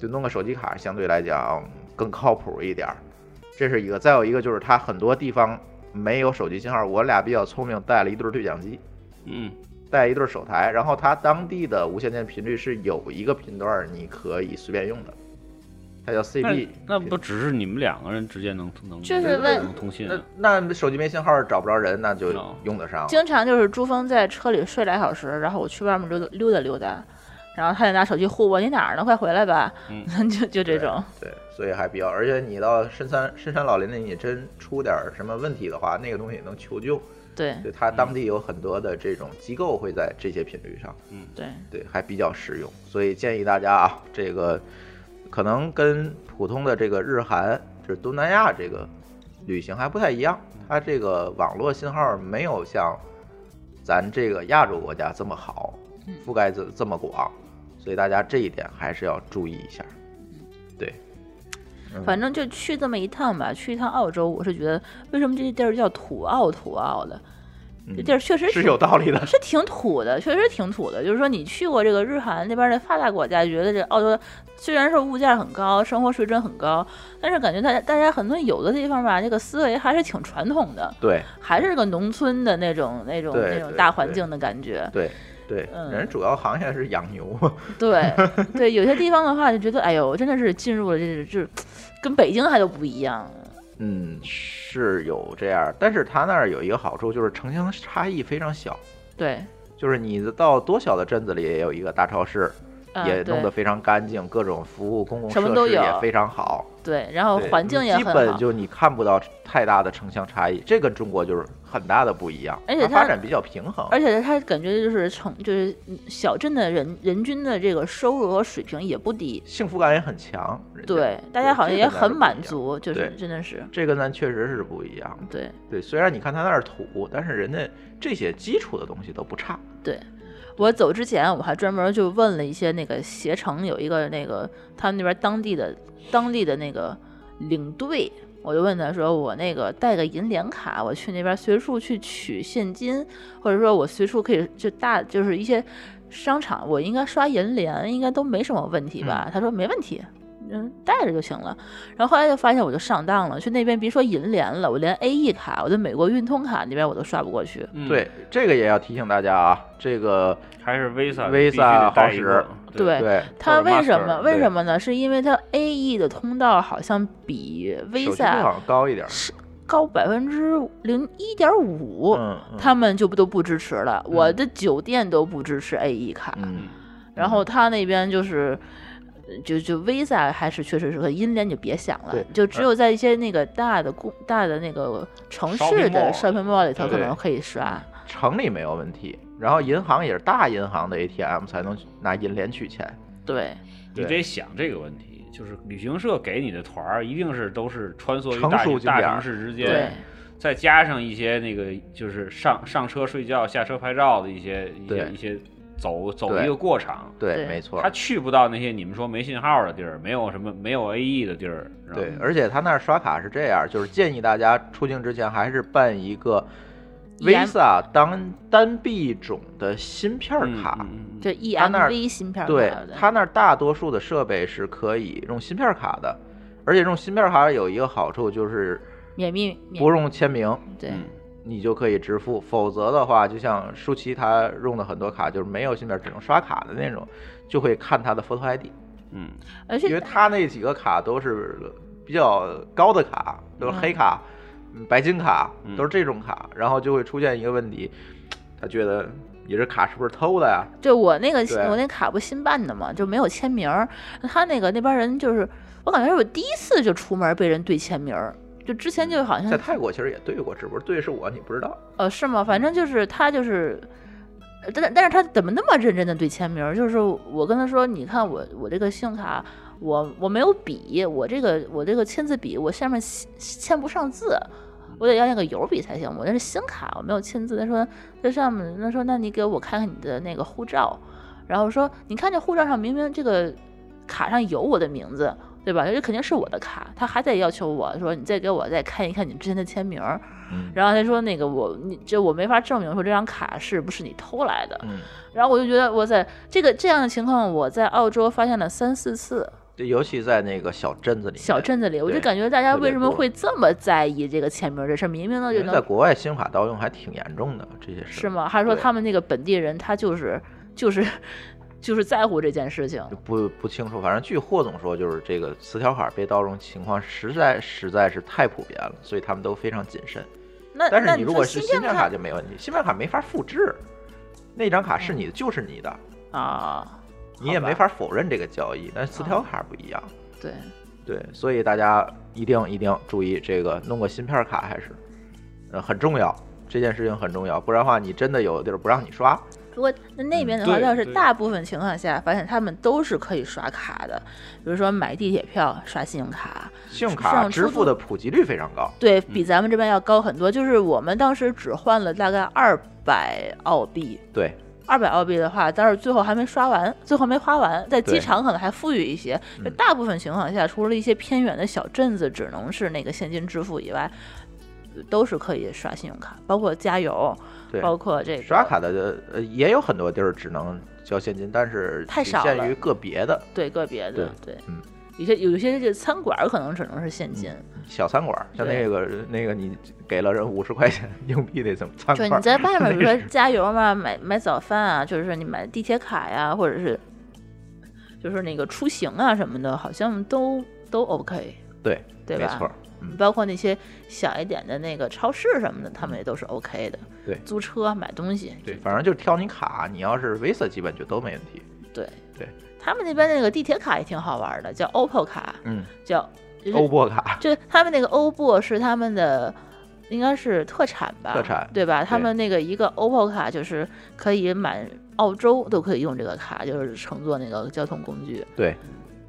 [SPEAKER 3] 就弄个手机卡相对来讲更靠谱一点儿。这是一个，再有一个就是它很多地方没有手机信号，我俩比较聪明，带了一对对讲机，
[SPEAKER 4] 嗯，
[SPEAKER 3] 带一对手台，然后它当地的无线电频率是有一个频段儿你可以随便用的，它叫 CB
[SPEAKER 4] 那。那不只是你们两个人之间能能
[SPEAKER 5] 就是问
[SPEAKER 4] 能通信啊，
[SPEAKER 3] 那那手机没信号找不着人，那就
[SPEAKER 4] 哦
[SPEAKER 3] 用得上。
[SPEAKER 5] 经常就是珠峰在车里睡俩小时，然后我去外面溜达溜达溜达，然后他就拿手机呼我：“你哪儿呢？快回来吧！”
[SPEAKER 3] 嗯
[SPEAKER 5] 就就这种，
[SPEAKER 3] 对，所以还比较，而且你到深山深山老林里，你真出点儿什么问题的话，那个东西也能求救。
[SPEAKER 5] 对
[SPEAKER 3] 对，它
[SPEAKER 5] 嗯
[SPEAKER 3] 当地有很多的这种机构会在这些频率上，
[SPEAKER 5] 对，
[SPEAKER 3] 对，还比较实用。所以建议大家啊，这个可能跟普通的这个日韩，就是东南亚这个旅行还不太一样，
[SPEAKER 5] 嗯
[SPEAKER 3] 它这个网络信号没有像咱这个亚洲国家这么好
[SPEAKER 5] 嗯，
[SPEAKER 3] 覆盖这这么广，所以大家这一点还是要注意一下。对，嗯
[SPEAKER 5] 反正就去这么一趟吧，去一趟澳洲，我是觉得为什么这地儿叫土澳土澳的？这地儿确
[SPEAKER 3] 嗯
[SPEAKER 5] 实
[SPEAKER 3] 是
[SPEAKER 5] 挺
[SPEAKER 3] 有道理的。
[SPEAKER 5] 是挺土的，确实挺土的。就是说，你去过这个日韩那边的发达国家，觉得这澳洲虽然是物价很高，生活水准很高，但是感觉大家大家很多有的地方吧，这个思维还是挺传统的，
[SPEAKER 3] 对
[SPEAKER 5] 还是个农村的那种那种
[SPEAKER 3] 对
[SPEAKER 5] 那种
[SPEAKER 3] 对
[SPEAKER 5] 大环
[SPEAKER 3] 对
[SPEAKER 5] 境的感觉。
[SPEAKER 3] 对对，
[SPEAKER 5] 嗯
[SPEAKER 3] 人主要行业是养牛。
[SPEAKER 5] 对对，有些地方的话就觉得，哎呦，真的是进入了这这，跟北京还都不一样。
[SPEAKER 3] 嗯，是有这样，但是它那儿有一个好处就是城乡差异非常小，
[SPEAKER 5] 对，
[SPEAKER 3] 就是你到多小的镇子里也有一个大超市，
[SPEAKER 5] 嗯、
[SPEAKER 3] 也弄得
[SPEAKER 5] 对
[SPEAKER 3] 非常干净，各种服务公共
[SPEAKER 5] 什么
[SPEAKER 3] 设
[SPEAKER 5] 都
[SPEAKER 3] 施
[SPEAKER 5] 有
[SPEAKER 3] 也非常好，
[SPEAKER 5] 对，然后
[SPEAKER 3] 对
[SPEAKER 5] 环境也
[SPEAKER 3] 基
[SPEAKER 5] 很
[SPEAKER 3] 本
[SPEAKER 5] 好。
[SPEAKER 3] 就你看不到太大的城乡差异，这跟中国就是很大的不一样，
[SPEAKER 5] 而且
[SPEAKER 3] 它发
[SPEAKER 5] 它
[SPEAKER 3] 展比较平衡，
[SPEAKER 5] 而且他感觉就是城就是小镇的人人均的这个收入和水平也不低，
[SPEAKER 3] 幸福感也很强，人家
[SPEAKER 5] 对，大家好像
[SPEAKER 3] 这
[SPEAKER 5] 也
[SPEAKER 3] 跟咱是
[SPEAKER 5] 很
[SPEAKER 3] 不一
[SPEAKER 5] 满
[SPEAKER 3] 样，
[SPEAKER 5] 足，就
[SPEAKER 3] 对
[SPEAKER 5] 是真的是
[SPEAKER 3] 这跟咱确实是不一样。
[SPEAKER 5] 对
[SPEAKER 3] 对，虽然你看它那儿土，但是人家这些基础的东西都不差。
[SPEAKER 5] 对。我走之前，我还专门就问了一些那个携程有一个那个他们那边当地的当地的那个领队，我就问他说，我那个带个银联卡，我去那边随处去取现金，或者说我随处可以就大就是一些商场，我应该刷银联应该都没什么问题吧？他说没问题，嗯，带着就行了。然后后来就发现我就上当了，去那边别说银联了，我连 AE 卡，我的美国运通卡那边我都刷不过去。
[SPEAKER 4] 嗯，
[SPEAKER 3] 对，这个也要提醒大家啊，这个
[SPEAKER 4] 还是 Visa
[SPEAKER 3] Visa
[SPEAKER 4] 必须得带一个
[SPEAKER 3] 好
[SPEAKER 5] 使对
[SPEAKER 3] 对
[SPEAKER 5] 它为什么？
[SPEAKER 4] Master，
[SPEAKER 5] 为
[SPEAKER 3] 对
[SPEAKER 5] 什么呢？是因为它 AE 的通道好像比
[SPEAKER 3] 手续费好
[SPEAKER 5] Visa
[SPEAKER 3] 像高一点儿，
[SPEAKER 5] 高百分之零一点五，
[SPEAKER 3] 嗯，嗯
[SPEAKER 5] 他们就不都不支持了。我的酒店都不支持 AE 卡，
[SPEAKER 3] 嗯
[SPEAKER 5] 然后他那边就是。呃就就 Visa 还是确实是和银联你就别想了
[SPEAKER 3] 对，嗯
[SPEAKER 5] 就只有在一些那个大的公大的那个城市
[SPEAKER 4] Shopping
[SPEAKER 5] 的
[SPEAKER 4] mall
[SPEAKER 5] shopping mall 里头可
[SPEAKER 3] 对嗯
[SPEAKER 5] 能可以刷，
[SPEAKER 3] 城里没有问题，然后银行也是大银行的 ATM 才能拿银联取钱，
[SPEAKER 5] 对
[SPEAKER 4] 你得想这个问题，就是旅行社给你的团儿一定是都是穿梭于
[SPEAKER 3] 成
[SPEAKER 4] 大
[SPEAKER 3] 熟
[SPEAKER 4] 城
[SPEAKER 3] 景点
[SPEAKER 4] 大
[SPEAKER 3] 儿
[SPEAKER 4] 城市之间，
[SPEAKER 5] 对
[SPEAKER 4] 再加上一些那个就是上上车睡觉、下车拍照的一些一
[SPEAKER 3] 对
[SPEAKER 4] 些一些走走
[SPEAKER 3] 对
[SPEAKER 4] 一个过场。
[SPEAKER 3] 对，
[SPEAKER 5] 对
[SPEAKER 3] 没错
[SPEAKER 4] 他。去不到那些你们说没信号的地儿，没有什么没有 AE 的地儿，是吧
[SPEAKER 3] 对，而且他那儿刷卡是这样，就是建议大家出境之前还是办一个 Visa 当单币种的芯片
[SPEAKER 4] 嗯
[SPEAKER 3] 卡，
[SPEAKER 4] 嗯嗯嗯
[SPEAKER 5] 就 E
[SPEAKER 3] 他那儿
[SPEAKER 5] EMV 芯片
[SPEAKER 3] 对
[SPEAKER 5] 卡的
[SPEAKER 3] 他那儿大多数的设备是可以用芯片卡的，而且用芯片卡有一个好处就是
[SPEAKER 5] 免密免
[SPEAKER 3] 不用签名，
[SPEAKER 5] 对
[SPEAKER 4] 嗯
[SPEAKER 3] 你就可以支付，否则的话，就像舒淇她用的很多卡就是没有芯片，只能刷卡的那种，就会看她的 photo ID，
[SPEAKER 4] 嗯，
[SPEAKER 5] 而且
[SPEAKER 3] 因为她那几个卡都是比较高的卡，都是黑卡、嗯白金卡，
[SPEAKER 4] 嗯
[SPEAKER 3] 都是这种卡，然后就会出现一个问题，她觉得你这卡是不是偷的呀？
[SPEAKER 5] 对我那个
[SPEAKER 3] 对
[SPEAKER 5] 我那卡不新办的嘛，就没有签名儿。他那个那帮人就是，我感觉是我第一次就出门被人对签名儿，就之前就好
[SPEAKER 3] 在
[SPEAKER 5] 像
[SPEAKER 3] 泰国其实也对过，只不过对是我，你不知道。
[SPEAKER 5] 呃是吗？反正就是他就是，呃但但是他怎么那么认真的对签名儿？就是我跟他说，你看我我这个信用卡，我我没有笔，我这个我这个签字笔我下面签签不上字。我得要那个油笔才行，我那是新卡，我没有签字。他说这上面，他说那你给我看看你的那个护照，然后说你看这护照上明明这个卡上有我的名字，对吧？这肯定是我的卡，他还在要求我说你再给我再看一看你之前的签名儿，
[SPEAKER 3] 嗯
[SPEAKER 5] 然后他说那个我你这我没法证明说这张卡是不是你偷来的，
[SPEAKER 3] 嗯，
[SPEAKER 5] 然后我就觉得哇塞，这个这样的情况我在澳洲发现了三四次，
[SPEAKER 3] 对，尤其在那个小镇子里面，
[SPEAKER 5] 小镇子里，我就
[SPEAKER 3] 对
[SPEAKER 5] 感觉大家
[SPEAKER 3] 特别
[SPEAKER 5] 为什么
[SPEAKER 3] 多
[SPEAKER 5] 会这么在意这个签名儿这事儿？明明呢
[SPEAKER 3] 因
[SPEAKER 5] 就
[SPEAKER 3] 为在
[SPEAKER 5] 能
[SPEAKER 3] 国外刑法盗用还挺严重的这些事，
[SPEAKER 5] 是？吗？还是说
[SPEAKER 3] 对
[SPEAKER 5] 他们那个本地人他就是就是就是在乎这件事情？
[SPEAKER 3] 就不不清楚，反正据霍总说，就是这个磁条卡被盗用情况实在实在是太普遍了，所以他们都非常谨慎。
[SPEAKER 5] 那
[SPEAKER 3] 但
[SPEAKER 5] 那
[SPEAKER 3] 是你如
[SPEAKER 5] 说
[SPEAKER 3] 果是芯
[SPEAKER 5] 片
[SPEAKER 3] 片卡就没问题，芯片卡没法复制，那张卡是你的就是你的，
[SPEAKER 5] 啊，
[SPEAKER 3] 你也
[SPEAKER 5] 嗯好吧嗯
[SPEAKER 3] 没法否认这个交易。但是磁条卡不一样，
[SPEAKER 5] 对，
[SPEAKER 3] 嗯对，所以大家一定一定注意这个，弄个芯片卡还是呃很重要，这件事情很重要，不然的话你真的有地儿不让你刷。
[SPEAKER 5] 如果那那边的
[SPEAKER 4] 嗯
[SPEAKER 5] 话，
[SPEAKER 4] 对
[SPEAKER 5] 要是
[SPEAKER 4] 对
[SPEAKER 5] 大部分情况下发现他们都是可以刷卡的，比如说买地铁票刷信用卡，
[SPEAKER 3] 信用
[SPEAKER 5] 上
[SPEAKER 3] 卡
[SPEAKER 5] 出
[SPEAKER 3] 支付
[SPEAKER 5] 租
[SPEAKER 3] 的普及率非常高，
[SPEAKER 5] 对
[SPEAKER 3] 嗯
[SPEAKER 5] 比咱们这边要高很多。就是我们当时只换了大概二百澳币，
[SPEAKER 3] 对，
[SPEAKER 5] 二百澳币的话，但是最后还没刷完，最后没花完，在机
[SPEAKER 3] 对
[SPEAKER 5] 场可能还富裕一些。就
[SPEAKER 3] 嗯
[SPEAKER 5] 大部分情况下，除了一些偏远的小镇子只能是那个现金支付以外，呃都是可以刷信用卡，包括加油，
[SPEAKER 3] 对
[SPEAKER 5] 包括这个
[SPEAKER 3] 刷。卡的呃也有很多地儿只能交现金，但是
[SPEAKER 5] 太
[SPEAKER 3] 局
[SPEAKER 5] 少
[SPEAKER 3] 限
[SPEAKER 5] 了
[SPEAKER 3] 于个别的
[SPEAKER 5] 对个别的，对，
[SPEAKER 3] 嗯
[SPEAKER 5] 有些有些这餐馆儿可能只能是现金，
[SPEAKER 3] 小餐馆儿，像
[SPEAKER 5] 嗯对
[SPEAKER 3] 那个那个你给了人五十块钱硬币那种餐
[SPEAKER 5] 就是
[SPEAKER 3] 馆儿，
[SPEAKER 5] 你在外面，比 如说加油嘛，买买早饭啊，就是说你买地铁卡呀，或者是就是那个出行啊什么的，好像都都 OK，
[SPEAKER 3] 对
[SPEAKER 5] 对
[SPEAKER 3] 没
[SPEAKER 5] 吧
[SPEAKER 3] 错儿，嗯
[SPEAKER 5] 包括那些小一点的那个超市什么的，他们也都是 OK 的。
[SPEAKER 3] 对
[SPEAKER 5] 租车买东西，
[SPEAKER 3] 对，反正就是挑你卡，你要是 Visa 基本就都没问题。
[SPEAKER 5] 对
[SPEAKER 3] 对
[SPEAKER 5] 他们那边那个地铁卡也挺好玩的，叫 OPPO 卡，
[SPEAKER 3] 嗯，
[SPEAKER 5] 叫就是
[SPEAKER 3] 欧泊卡，
[SPEAKER 5] 就他们那个欧布是他们的，应该是特产吧？
[SPEAKER 3] 特产
[SPEAKER 5] 对吧？他
[SPEAKER 3] 对
[SPEAKER 5] 们那个一个 OPPO 卡就是可以满澳洲都可以用这个卡，就是乘坐那个交通工具。
[SPEAKER 3] 对，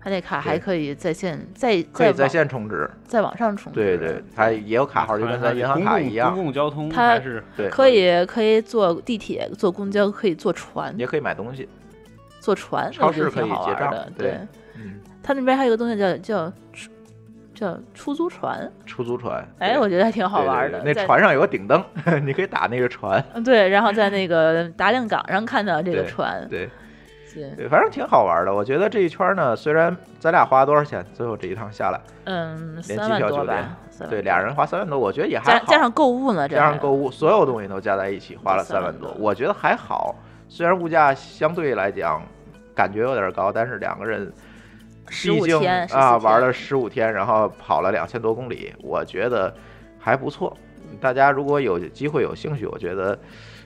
[SPEAKER 5] 他那卡还
[SPEAKER 3] 对
[SPEAKER 5] 可以在线在
[SPEAKER 3] 可以在
[SPEAKER 5] 在网
[SPEAKER 3] 线充值，
[SPEAKER 5] 在网上充
[SPEAKER 3] 对
[SPEAKER 5] 值。
[SPEAKER 3] 对，它也有卡号，就跟咱银行
[SPEAKER 4] 公
[SPEAKER 3] 卡
[SPEAKER 4] 共
[SPEAKER 3] 一样
[SPEAKER 4] 公，共交通
[SPEAKER 5] 它
[SPEAKER 4] 还是
[SPEAKER 3] 对，
[SPEAKER 5] 可以可以坐地铁、坐公交，可以坐船，
[SPEAKER 3] 也可以买东西，
[SPEAKER 5] 坐船，
[SPEAKER 3] 超
[SPEAKER 5] 我觉得
[SPEAKER 3] 市可
[SPEAKER 5] 挺
[SPEAKER 3] 以
[SPEAKER 5] 好
[SPEAKER 3] 结
[SPEAKER 5] 玩
[SPEAKER 3] 账
[SPEAKER 5] 的。
[SPEAKER 3] 对
[SPEAKER 5] 对，
[SPEAKER 3] 嗯，
[SPEAKER 5] 他那边还有一个东西叫叫出叫出租船，
[SPEAKER 3] 出租船，
[SPEAKER 5] 哎，
[SPEAKER 3] 对
[SPEAKER 5] 我觉得还挺好
[SPEAKER 3] 对对对
[SPEAKER 5] 玩的。
[SPEAKER 3] 那
[SPEAKER 5] 在
[SPEAKER 3] 船上有个顶灯， 你可以打那个船，
[SPEAKER 5] 嗯对，然后在那个达令港上看到这个
[SPEAKER 3] 对
[SPEAKER 5] 船，
[SPEAKER 3] 对
[SPEAKER 5] 对
[SPEAKER 3] 对，反正挺好玩的。我觉得这一圈呢，虽然咱俩花多少钱，最后这一趟下来，
[SPEAKER 5] 嗯，
[SPEAKER 3] 连
[SPEAKER 5] 三
[SPEAKER 3] 机
[SPEAKER 5] 万
[SPEAKER 3] 票
[SPEAKER 5] 多
[SPEAKER 3] 酒店
[SPEAKER 5] 吧，三万
[SPEAKER 3] 对，
[SPEAKER 5] 多
[SPEAKER 3] 俩人花三万多，我觉得也还
[SPEAKER 5] 加
[SPEAKER 3] 好，
[SPEAKER 5] 加上购物呢，这
[SPEAKER 3] 加上购
[SPEAKER 5] 物，
[SPEAKER 3] 物，所有东西都加在一起花了
[SPEAKER 5] 三
[SPEAKER 3] 三
[SPEAKER 5] 万
[SPEAKER 3] 万多
[SPEAKER 5] 多，
[SPEAKER 3] 我觉得还好。虽然物价相对来讲感觉有点高，但是两个人毕
[SPEAKER 5] 15
[SPEAKER 3] 竟
[SPEAKER 5] 天
[SPEAKER 3] 啊
[SPEAKER 5] 14
[SPEAKER 3] 玩
[SPEAKER 5] 天
[SPEAKER 3] 了十五天，然后跑了两千多公里，我觉得还不错。大家如果有机会有兴趣，我觉得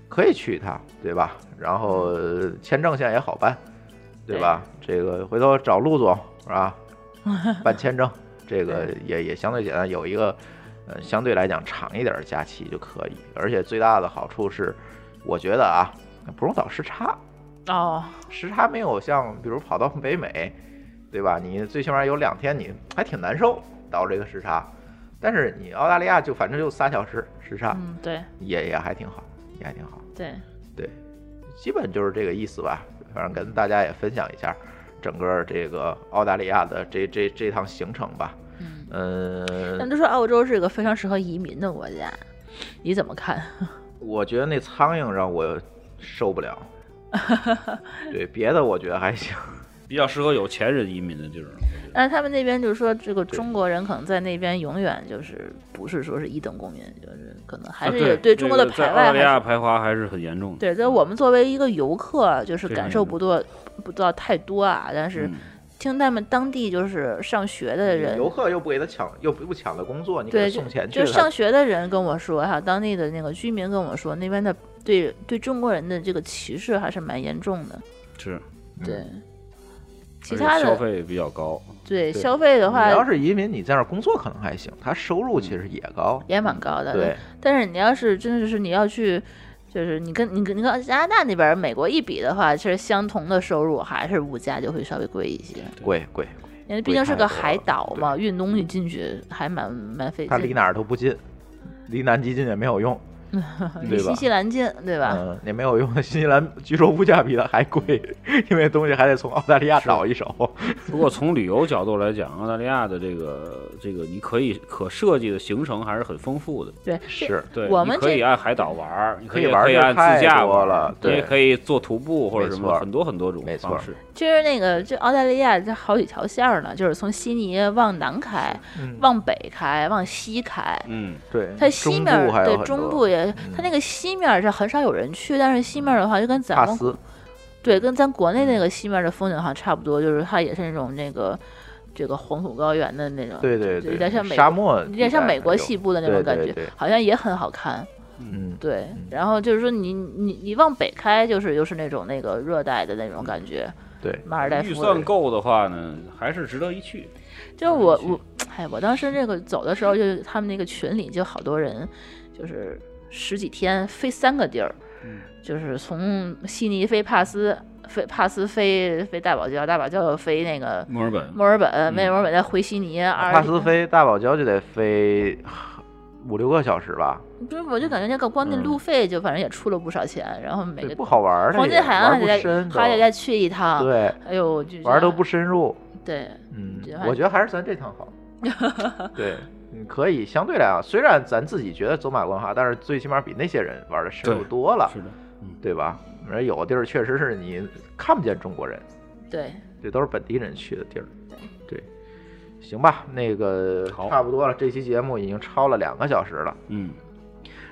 [SPEAKER 3] 可以去一趟，对吧？然后呃签证现在也好办，对吧？这个回头找陆总 啊办签证，这个也也相对简单，有一个呃相对来讲长一点的假期就可以。而且最大的好处是，我觉得啊不用倒时差，
[SPEAKER 5] 哦，
[SPEAKER 3] 时差没有像比如跑到北美，对吧？你最起码有两天你还挺难受倒这个时差，但是你澳大利亚就反正就仨小时时差，
[SPEAKER 5] 嗯，对
[SPEAKER 3] 也也还挺好，也还挺好。
[SPEAKER 5] 对，
[SPEAKER 3] 对，基本就是这个意思吧。反正跟大家也分享一下整个这个澳大利亚的这这这趟行程吧。
[SPEAKER 5] 嗯，但
[SPEAKER 3] 嗯，
[SPEAKER 5] 都说澳洲是一个非常适合移民的国家，你怎么看？
[SPEAKER 3] 我觉得那苍蝇让我受 不了。对，别的我觉得还行。
[SPEAKER 4] 比较适合有钱人移民的这种。
[SPEAKER 5] 但是他们那边就是说，这个中国人可能在那边永远就是不是说是一等公民，就是可能还
[SPEAKER 4] 啊
[SPEAKER 5] 是有
[SPEAKER 4] 对
[SPEAKER 5] 中国的
[SPEAKER 4] 这个在
[SPEAKER 5] 排
[SPEAKER 4] 澳
[SPEAKER 5] 外
[SPEAKER 4] 大利
[SPEAKER 5] 还
[SPEAKER 4] 亚嗯
[SPEAKER 5] 是。
[SPEAKER 4] 排华还是很严重的。
[SPEAKER 5] 对，但我们作为一个游客，就是
[SPEAKER 4] 非
[SPEAKER 5] 感
[SPEAKER 4] 常
[SPEAKER 5] 受
[SPEAKER 4] 严
[SPEAKER 5] 不多不到太多啊。但是
[SPEAKER 4] 嗯
[SPEAKER 5] 听他们当地就是上学的人，
[SPEAKER 3] 游客又不给他抢，又不不抢他工作，你给
[SPEAKER 5] 对，
[SPEAKER 3] 他
[SPEAKER 5] 就
[SPEAKER 3] 送钱去
[SPEAKER 5] 就
[SPEAKER 3] 了。
[SPEAKER 5] 上学的人跟我说，还有当地的那个居民跟我说，那边的对对中国人的这个歧视还是蛮严重的。
[SPEAKER 4] 是，嗯
[SPEAKER 5] 对，其
[SPEAKER 4] 而且
[SPEAKER 5] 他
[SPEAKER 4] 消
[SPEAKER 5] 的
[SPEAKER 4] 费也比较高。
[SPEAKER 5] 对
[SPEAKER 3] 对
[SPEAKER 5] 消费的
[SPEAKER 3] 你要
[SPEAKER 5] 话
[SPEAKER 3] 是移民，你在那儿工作可能还行，他收入其实也高。
[SPEAKER 5] 也蛮高的。
[SPEAKER 3] 对，
[SPEAKER 5] 但是你要是真的是你要去。就是你跟你跟你跟加拿大那边、美国一比的话，其实相同的收入还是物价就会稍微贵一些，
[SPEAKER 3] 贵贵，贵
[SPEAKER 5] 因为毕竟是
[SPEAKER 3] 太多了
[SPEAKER 5] 个海岛嘛，
[SPEAKER 3] 对
[SPEAKER 5] 运东西进去还蛮蛮费
[SPEAKER 3] 他离
[SPEAKER 5] 劲。
[SPEAKER 3] 哪儿都不近，离南极近也没有用。
[SPEAKER 5] 比
[SPEAKER 3] 对吧
[SPEAKER 5] 新西兰近，对吧？
[SPEAKER 3] 嗯，也没有用。新西兰据说物价比它还贵，因为东西还得从澳大利亚找一手。
[SPEAKER 6] 不过从旅游角度来讲，澳大利亚的这个这个你可以可设计的行程还是很丰富的。
[SPEAKER 5] 对，
[SPEAKER 3] 是，
[SPEAKER 6] 对，
[SPEAKER 5] 我
[SPEAKER 6] 你
[SPEAKER 5] 们
[SPEAKER 6] 可
[SPEAKER 5] 这
[SPEAKER 6] 以按海岛玩儿，你
[SPEAKER 3] 可以
[SPEAKER 6] 以
[SPEAKER 3] 玩儿
[SPEAKER 6] 可以
[SPEAKER 3] 的
[SPEAKER 6] 按
[SPEAKER 3] 太
[SPEAKER 6] 自驾
[SPEAKER 3] 多
[SPEAKER 6] 玩儿
[SPEAKER 3] 了
[SPEAKER 6] 你也
[SPEAKER 3] 对
[SPEAKER 6] 可以做徒步或者
[SPEAKER 3] 没
[SPEAKER 6] 什
[SPEAKER 3] 错
[SPEAKER 6] 么，很多很多种
[SPEAKER 3] 没错
[SPEAKER 6] 方式。
[SPEAKER 5] 就是那个这澳大利亚这好几条线儿呢，就是从悉尼往南开，
[SPEAKER 3] 嗯
[SPEAKER 5] 往北开，往西开。
[SPEAKER 6] 嗯，
[SPEAKER 3] 对，
[SPEAKER 5] 它西
[SPEAKER 3] 中
[SPEAKER 5] 面
[SPEAKER 3] 部还
[SPEAKER 5] 儿
[SPEAKER 3] 有
[SPEAKER 5] 对
[SPEAKER 3] 很
[SPEAKER 5] 中
[SPEAKER 3] 多
[SPEAKER 5] 部也，它
[SPEAKER 3] 嗯
[SPEAKER 5] 那个西面儿是很少有人去，但是西面儿的话就跟咱
[SPEAKER 3] 帕
[SPEAKER 5] 们
[SPEAKER 3] 斯，
[SPEAKER 5] 对，跟咱国内那个西面的风景好像差不多，就是它也是那种那个这个黄土高原的那种，
[SPEAKER 3] 对对
[SPEAKER 5] 有点像美
[SPEAKER 3] 沙
[SPEAKER 5] 国
[SPEAKER 3] 漠，
[SPEAKER 5] 有点像美国西，部的那种
[SPEAKER 3] 对
[SPEAKER 5] 感
[SPEAKER 3] 对
[SPEAKER 5] 觉
[SPEAKER 3] 对，
[SPEAKER 5] 好像也很好看。
[SPEAKER 3] 嗯，
[SPEAKER 5] 对，然后就是说你你你往北开，就是又是那种那个热带的那种感觉，
[SPEAKER 3] 对，
[SPEAKER 5] 马尔代
[SPEAKER 6] 预
[SPEAKER 5] 夫
[SPEAKER 6] 算
[SPEAKER 5] 的。
[SPEAKER 6] 够的话呢，还是值得一去。
[SPEAKER 5] 就是我
[SPEAKER 3] 嗯
[SPEAKER 5] 我，哎，我当时那个走的时候，就是他们那个群里就好多人，就是十几天飞三个地儿，
[SPEAKER 3] 嗯
[SPEAKER 5] 就是从悉尼飞帕斯，飞帕斯飞飞大堡礁，大堡礁又飞那个
[SPEAKER 6] 墨尔本，
[SPEAKER 5] 墨尔本，没墨尔本再回悉尼，
[SPEAKER 3] 嗯啊
[SPEAKER 5] 阿
[SPEAKER 3] 帕斯飞大堡礁就得飞五六个小时吧，
[SPEAKER 5] 不是，我就感觉那个光那
[SPEAKER 3] 嗯
[SPEAKER 5] 路费就反正也出了不少钱，然后每
[SPEAKER 3] 对，
[SPEAKER 5] 个
[SPEAKER 3] 不好玩儿的也，
[SPEAKER 5] 黄金海岸
[SPEAKER 3] 玩
[SPEAKER 5] 还
[SPEAKER 3] 不
[SPEAKER 5] 得再
[SPEAKER 3] 深都，
[SPEAKER 5] 还得再去一趟，，
[SPEAKER 3] 对，
[SPEAKER 5] 哎呦，就
[SPEAKER 3] 玩儿都
[SPEAKER 5] 觉得
[SPEAKER 3] 不深入，
[SPEAKER 5] 对，
[SPEAKER 3] 嗯
[SPEAKER 5] 这还，
[SPEAKER 3] 我觉得还是咱这趟好， 对。你可以相对来讲，虽然咱自己觉得走马观花，但是最起码比那些人玩的深入
[SPEAKER 6] 对
[SPEAKER 3] 多了，
[SPEAKER 6] 是的，
[SPEAKER 3] 对吧？而有的地儿确实是你看不见中国人，
[SPEAKER 5] 对，
[SPEAKER 3] 这都是本地人去的地儿。对，行吧，那个
[SPEAKER 6] 好
[SPEAKER 3] 差不多了，这期节目已经超了两个小时了。
[SPEAKER 6] 嗯，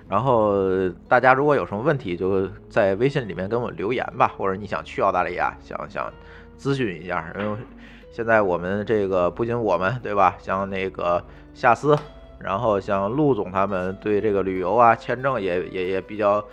[SPEAKER 3] 然后大家如果有什么问题，就在微信里面跟我留言吧，或者你想去澳大利亚，想想咨询一下，因为现在我们这个不仅我们对吧，像那个夏思，然后像陆总他们对这个旅游啊、签证也也也比较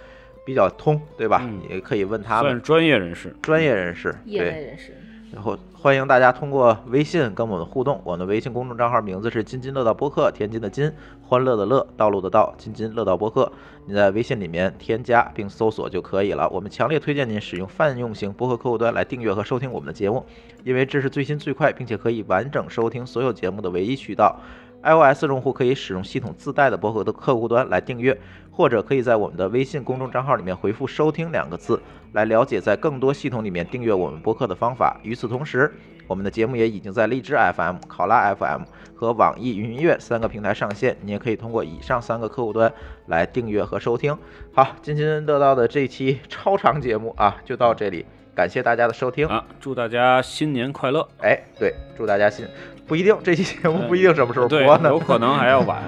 [SPEAKER 3] 比较通，对吧？
[SPEAKER 6] 嗯
[SPEAKER 3] 也可以问他
[SPEAKER 6] 算是
[SPEAKER 3] 们
[SPEAKER 6] 专业人士。
[SPEAKER 3] 专业人士，
[SPEAKER 5] 业
[SPEAKER 3] 对
[SPEAKER 5] 内人士，
[SPEAKER 3] 然后欢迎大家通过微信跟我们互动，我们的微信公众账号名字是“津津乐道播客”，天津的津，欢乐的乐，道路的道，津津乐道播客。你在微信里面添加并搜索就可以了。我们强烈推荐您使用泛用型播客客户端来订阅和收听我们的节目，因为这是最新最快，并且可以完整收听所有节目的唯一渠道。iOS 用户可以使用系统自带的播客的客户端来订阅，或者可以在我们的微信公众账号里面回复“收听”两个字，来了解在更多系统里面订阅我们播客的方法。与此同时，我们的节目也已经在荔枝 FM、考拉 FM 和网易云音乐三个平台上线，你也可以通过以上三个客户端来订阅和收听。好，津津乐道的这期超长节目啊，就到这里，感谢大家的收听。
[SPEAKER 6] 啊，祝大家新年快乐！
[SPEAKER 3] 哎，对，祝大家新不一定这期节目不一定什么时候
[SPEAKER 6] 对，
[SPEAKER 3] 播呢
[SPEAKER 6] 有，可能还要晚。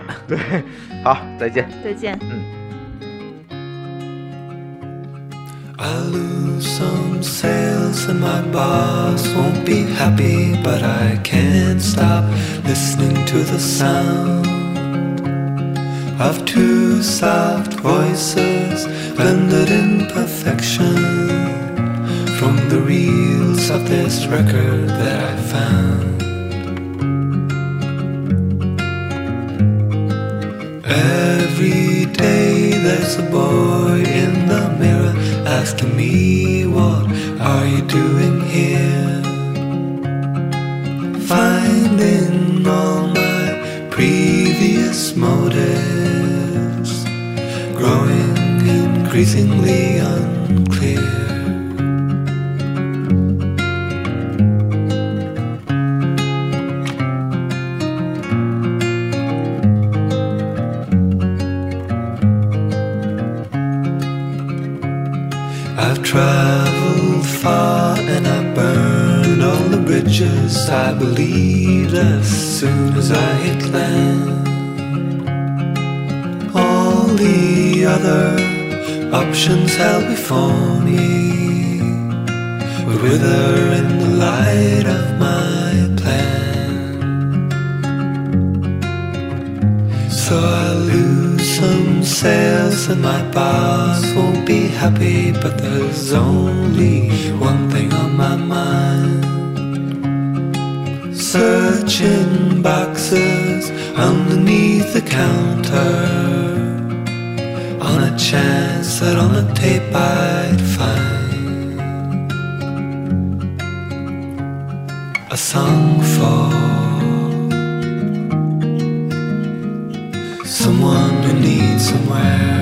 [SPEAKER 3] 好，再见。
[SPEAKER 5] 再见。
[SPEAKER 8] I lose some sales and my boss won't be happy, but I can't stop listening to the sound of two soft voices blended in perfection from the reels of this record that I found. Every day there's a boy in the mirror asking me, What are you doing here? Finding all my previous motives growing increasingly unclear. I've traveled far and I burned all the bridges I believed as soon as I hit land. All the other options held before me would wither in the light of my plan. So I lose some sales and my boss won't be happy, but there's only one thing on my mind. Searching boxes underneath the counter on a chance that on the tape I'd find a song for someone who needs somewhere.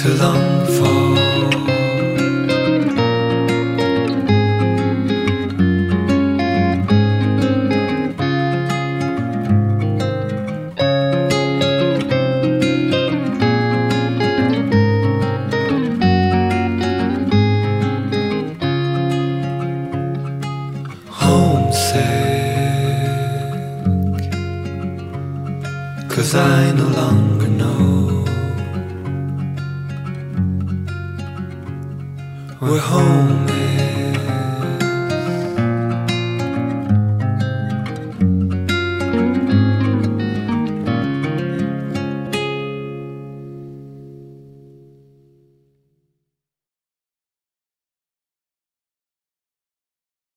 [SPEAKER 8] till downfall. Homesick, 'cause I no longer know where home is.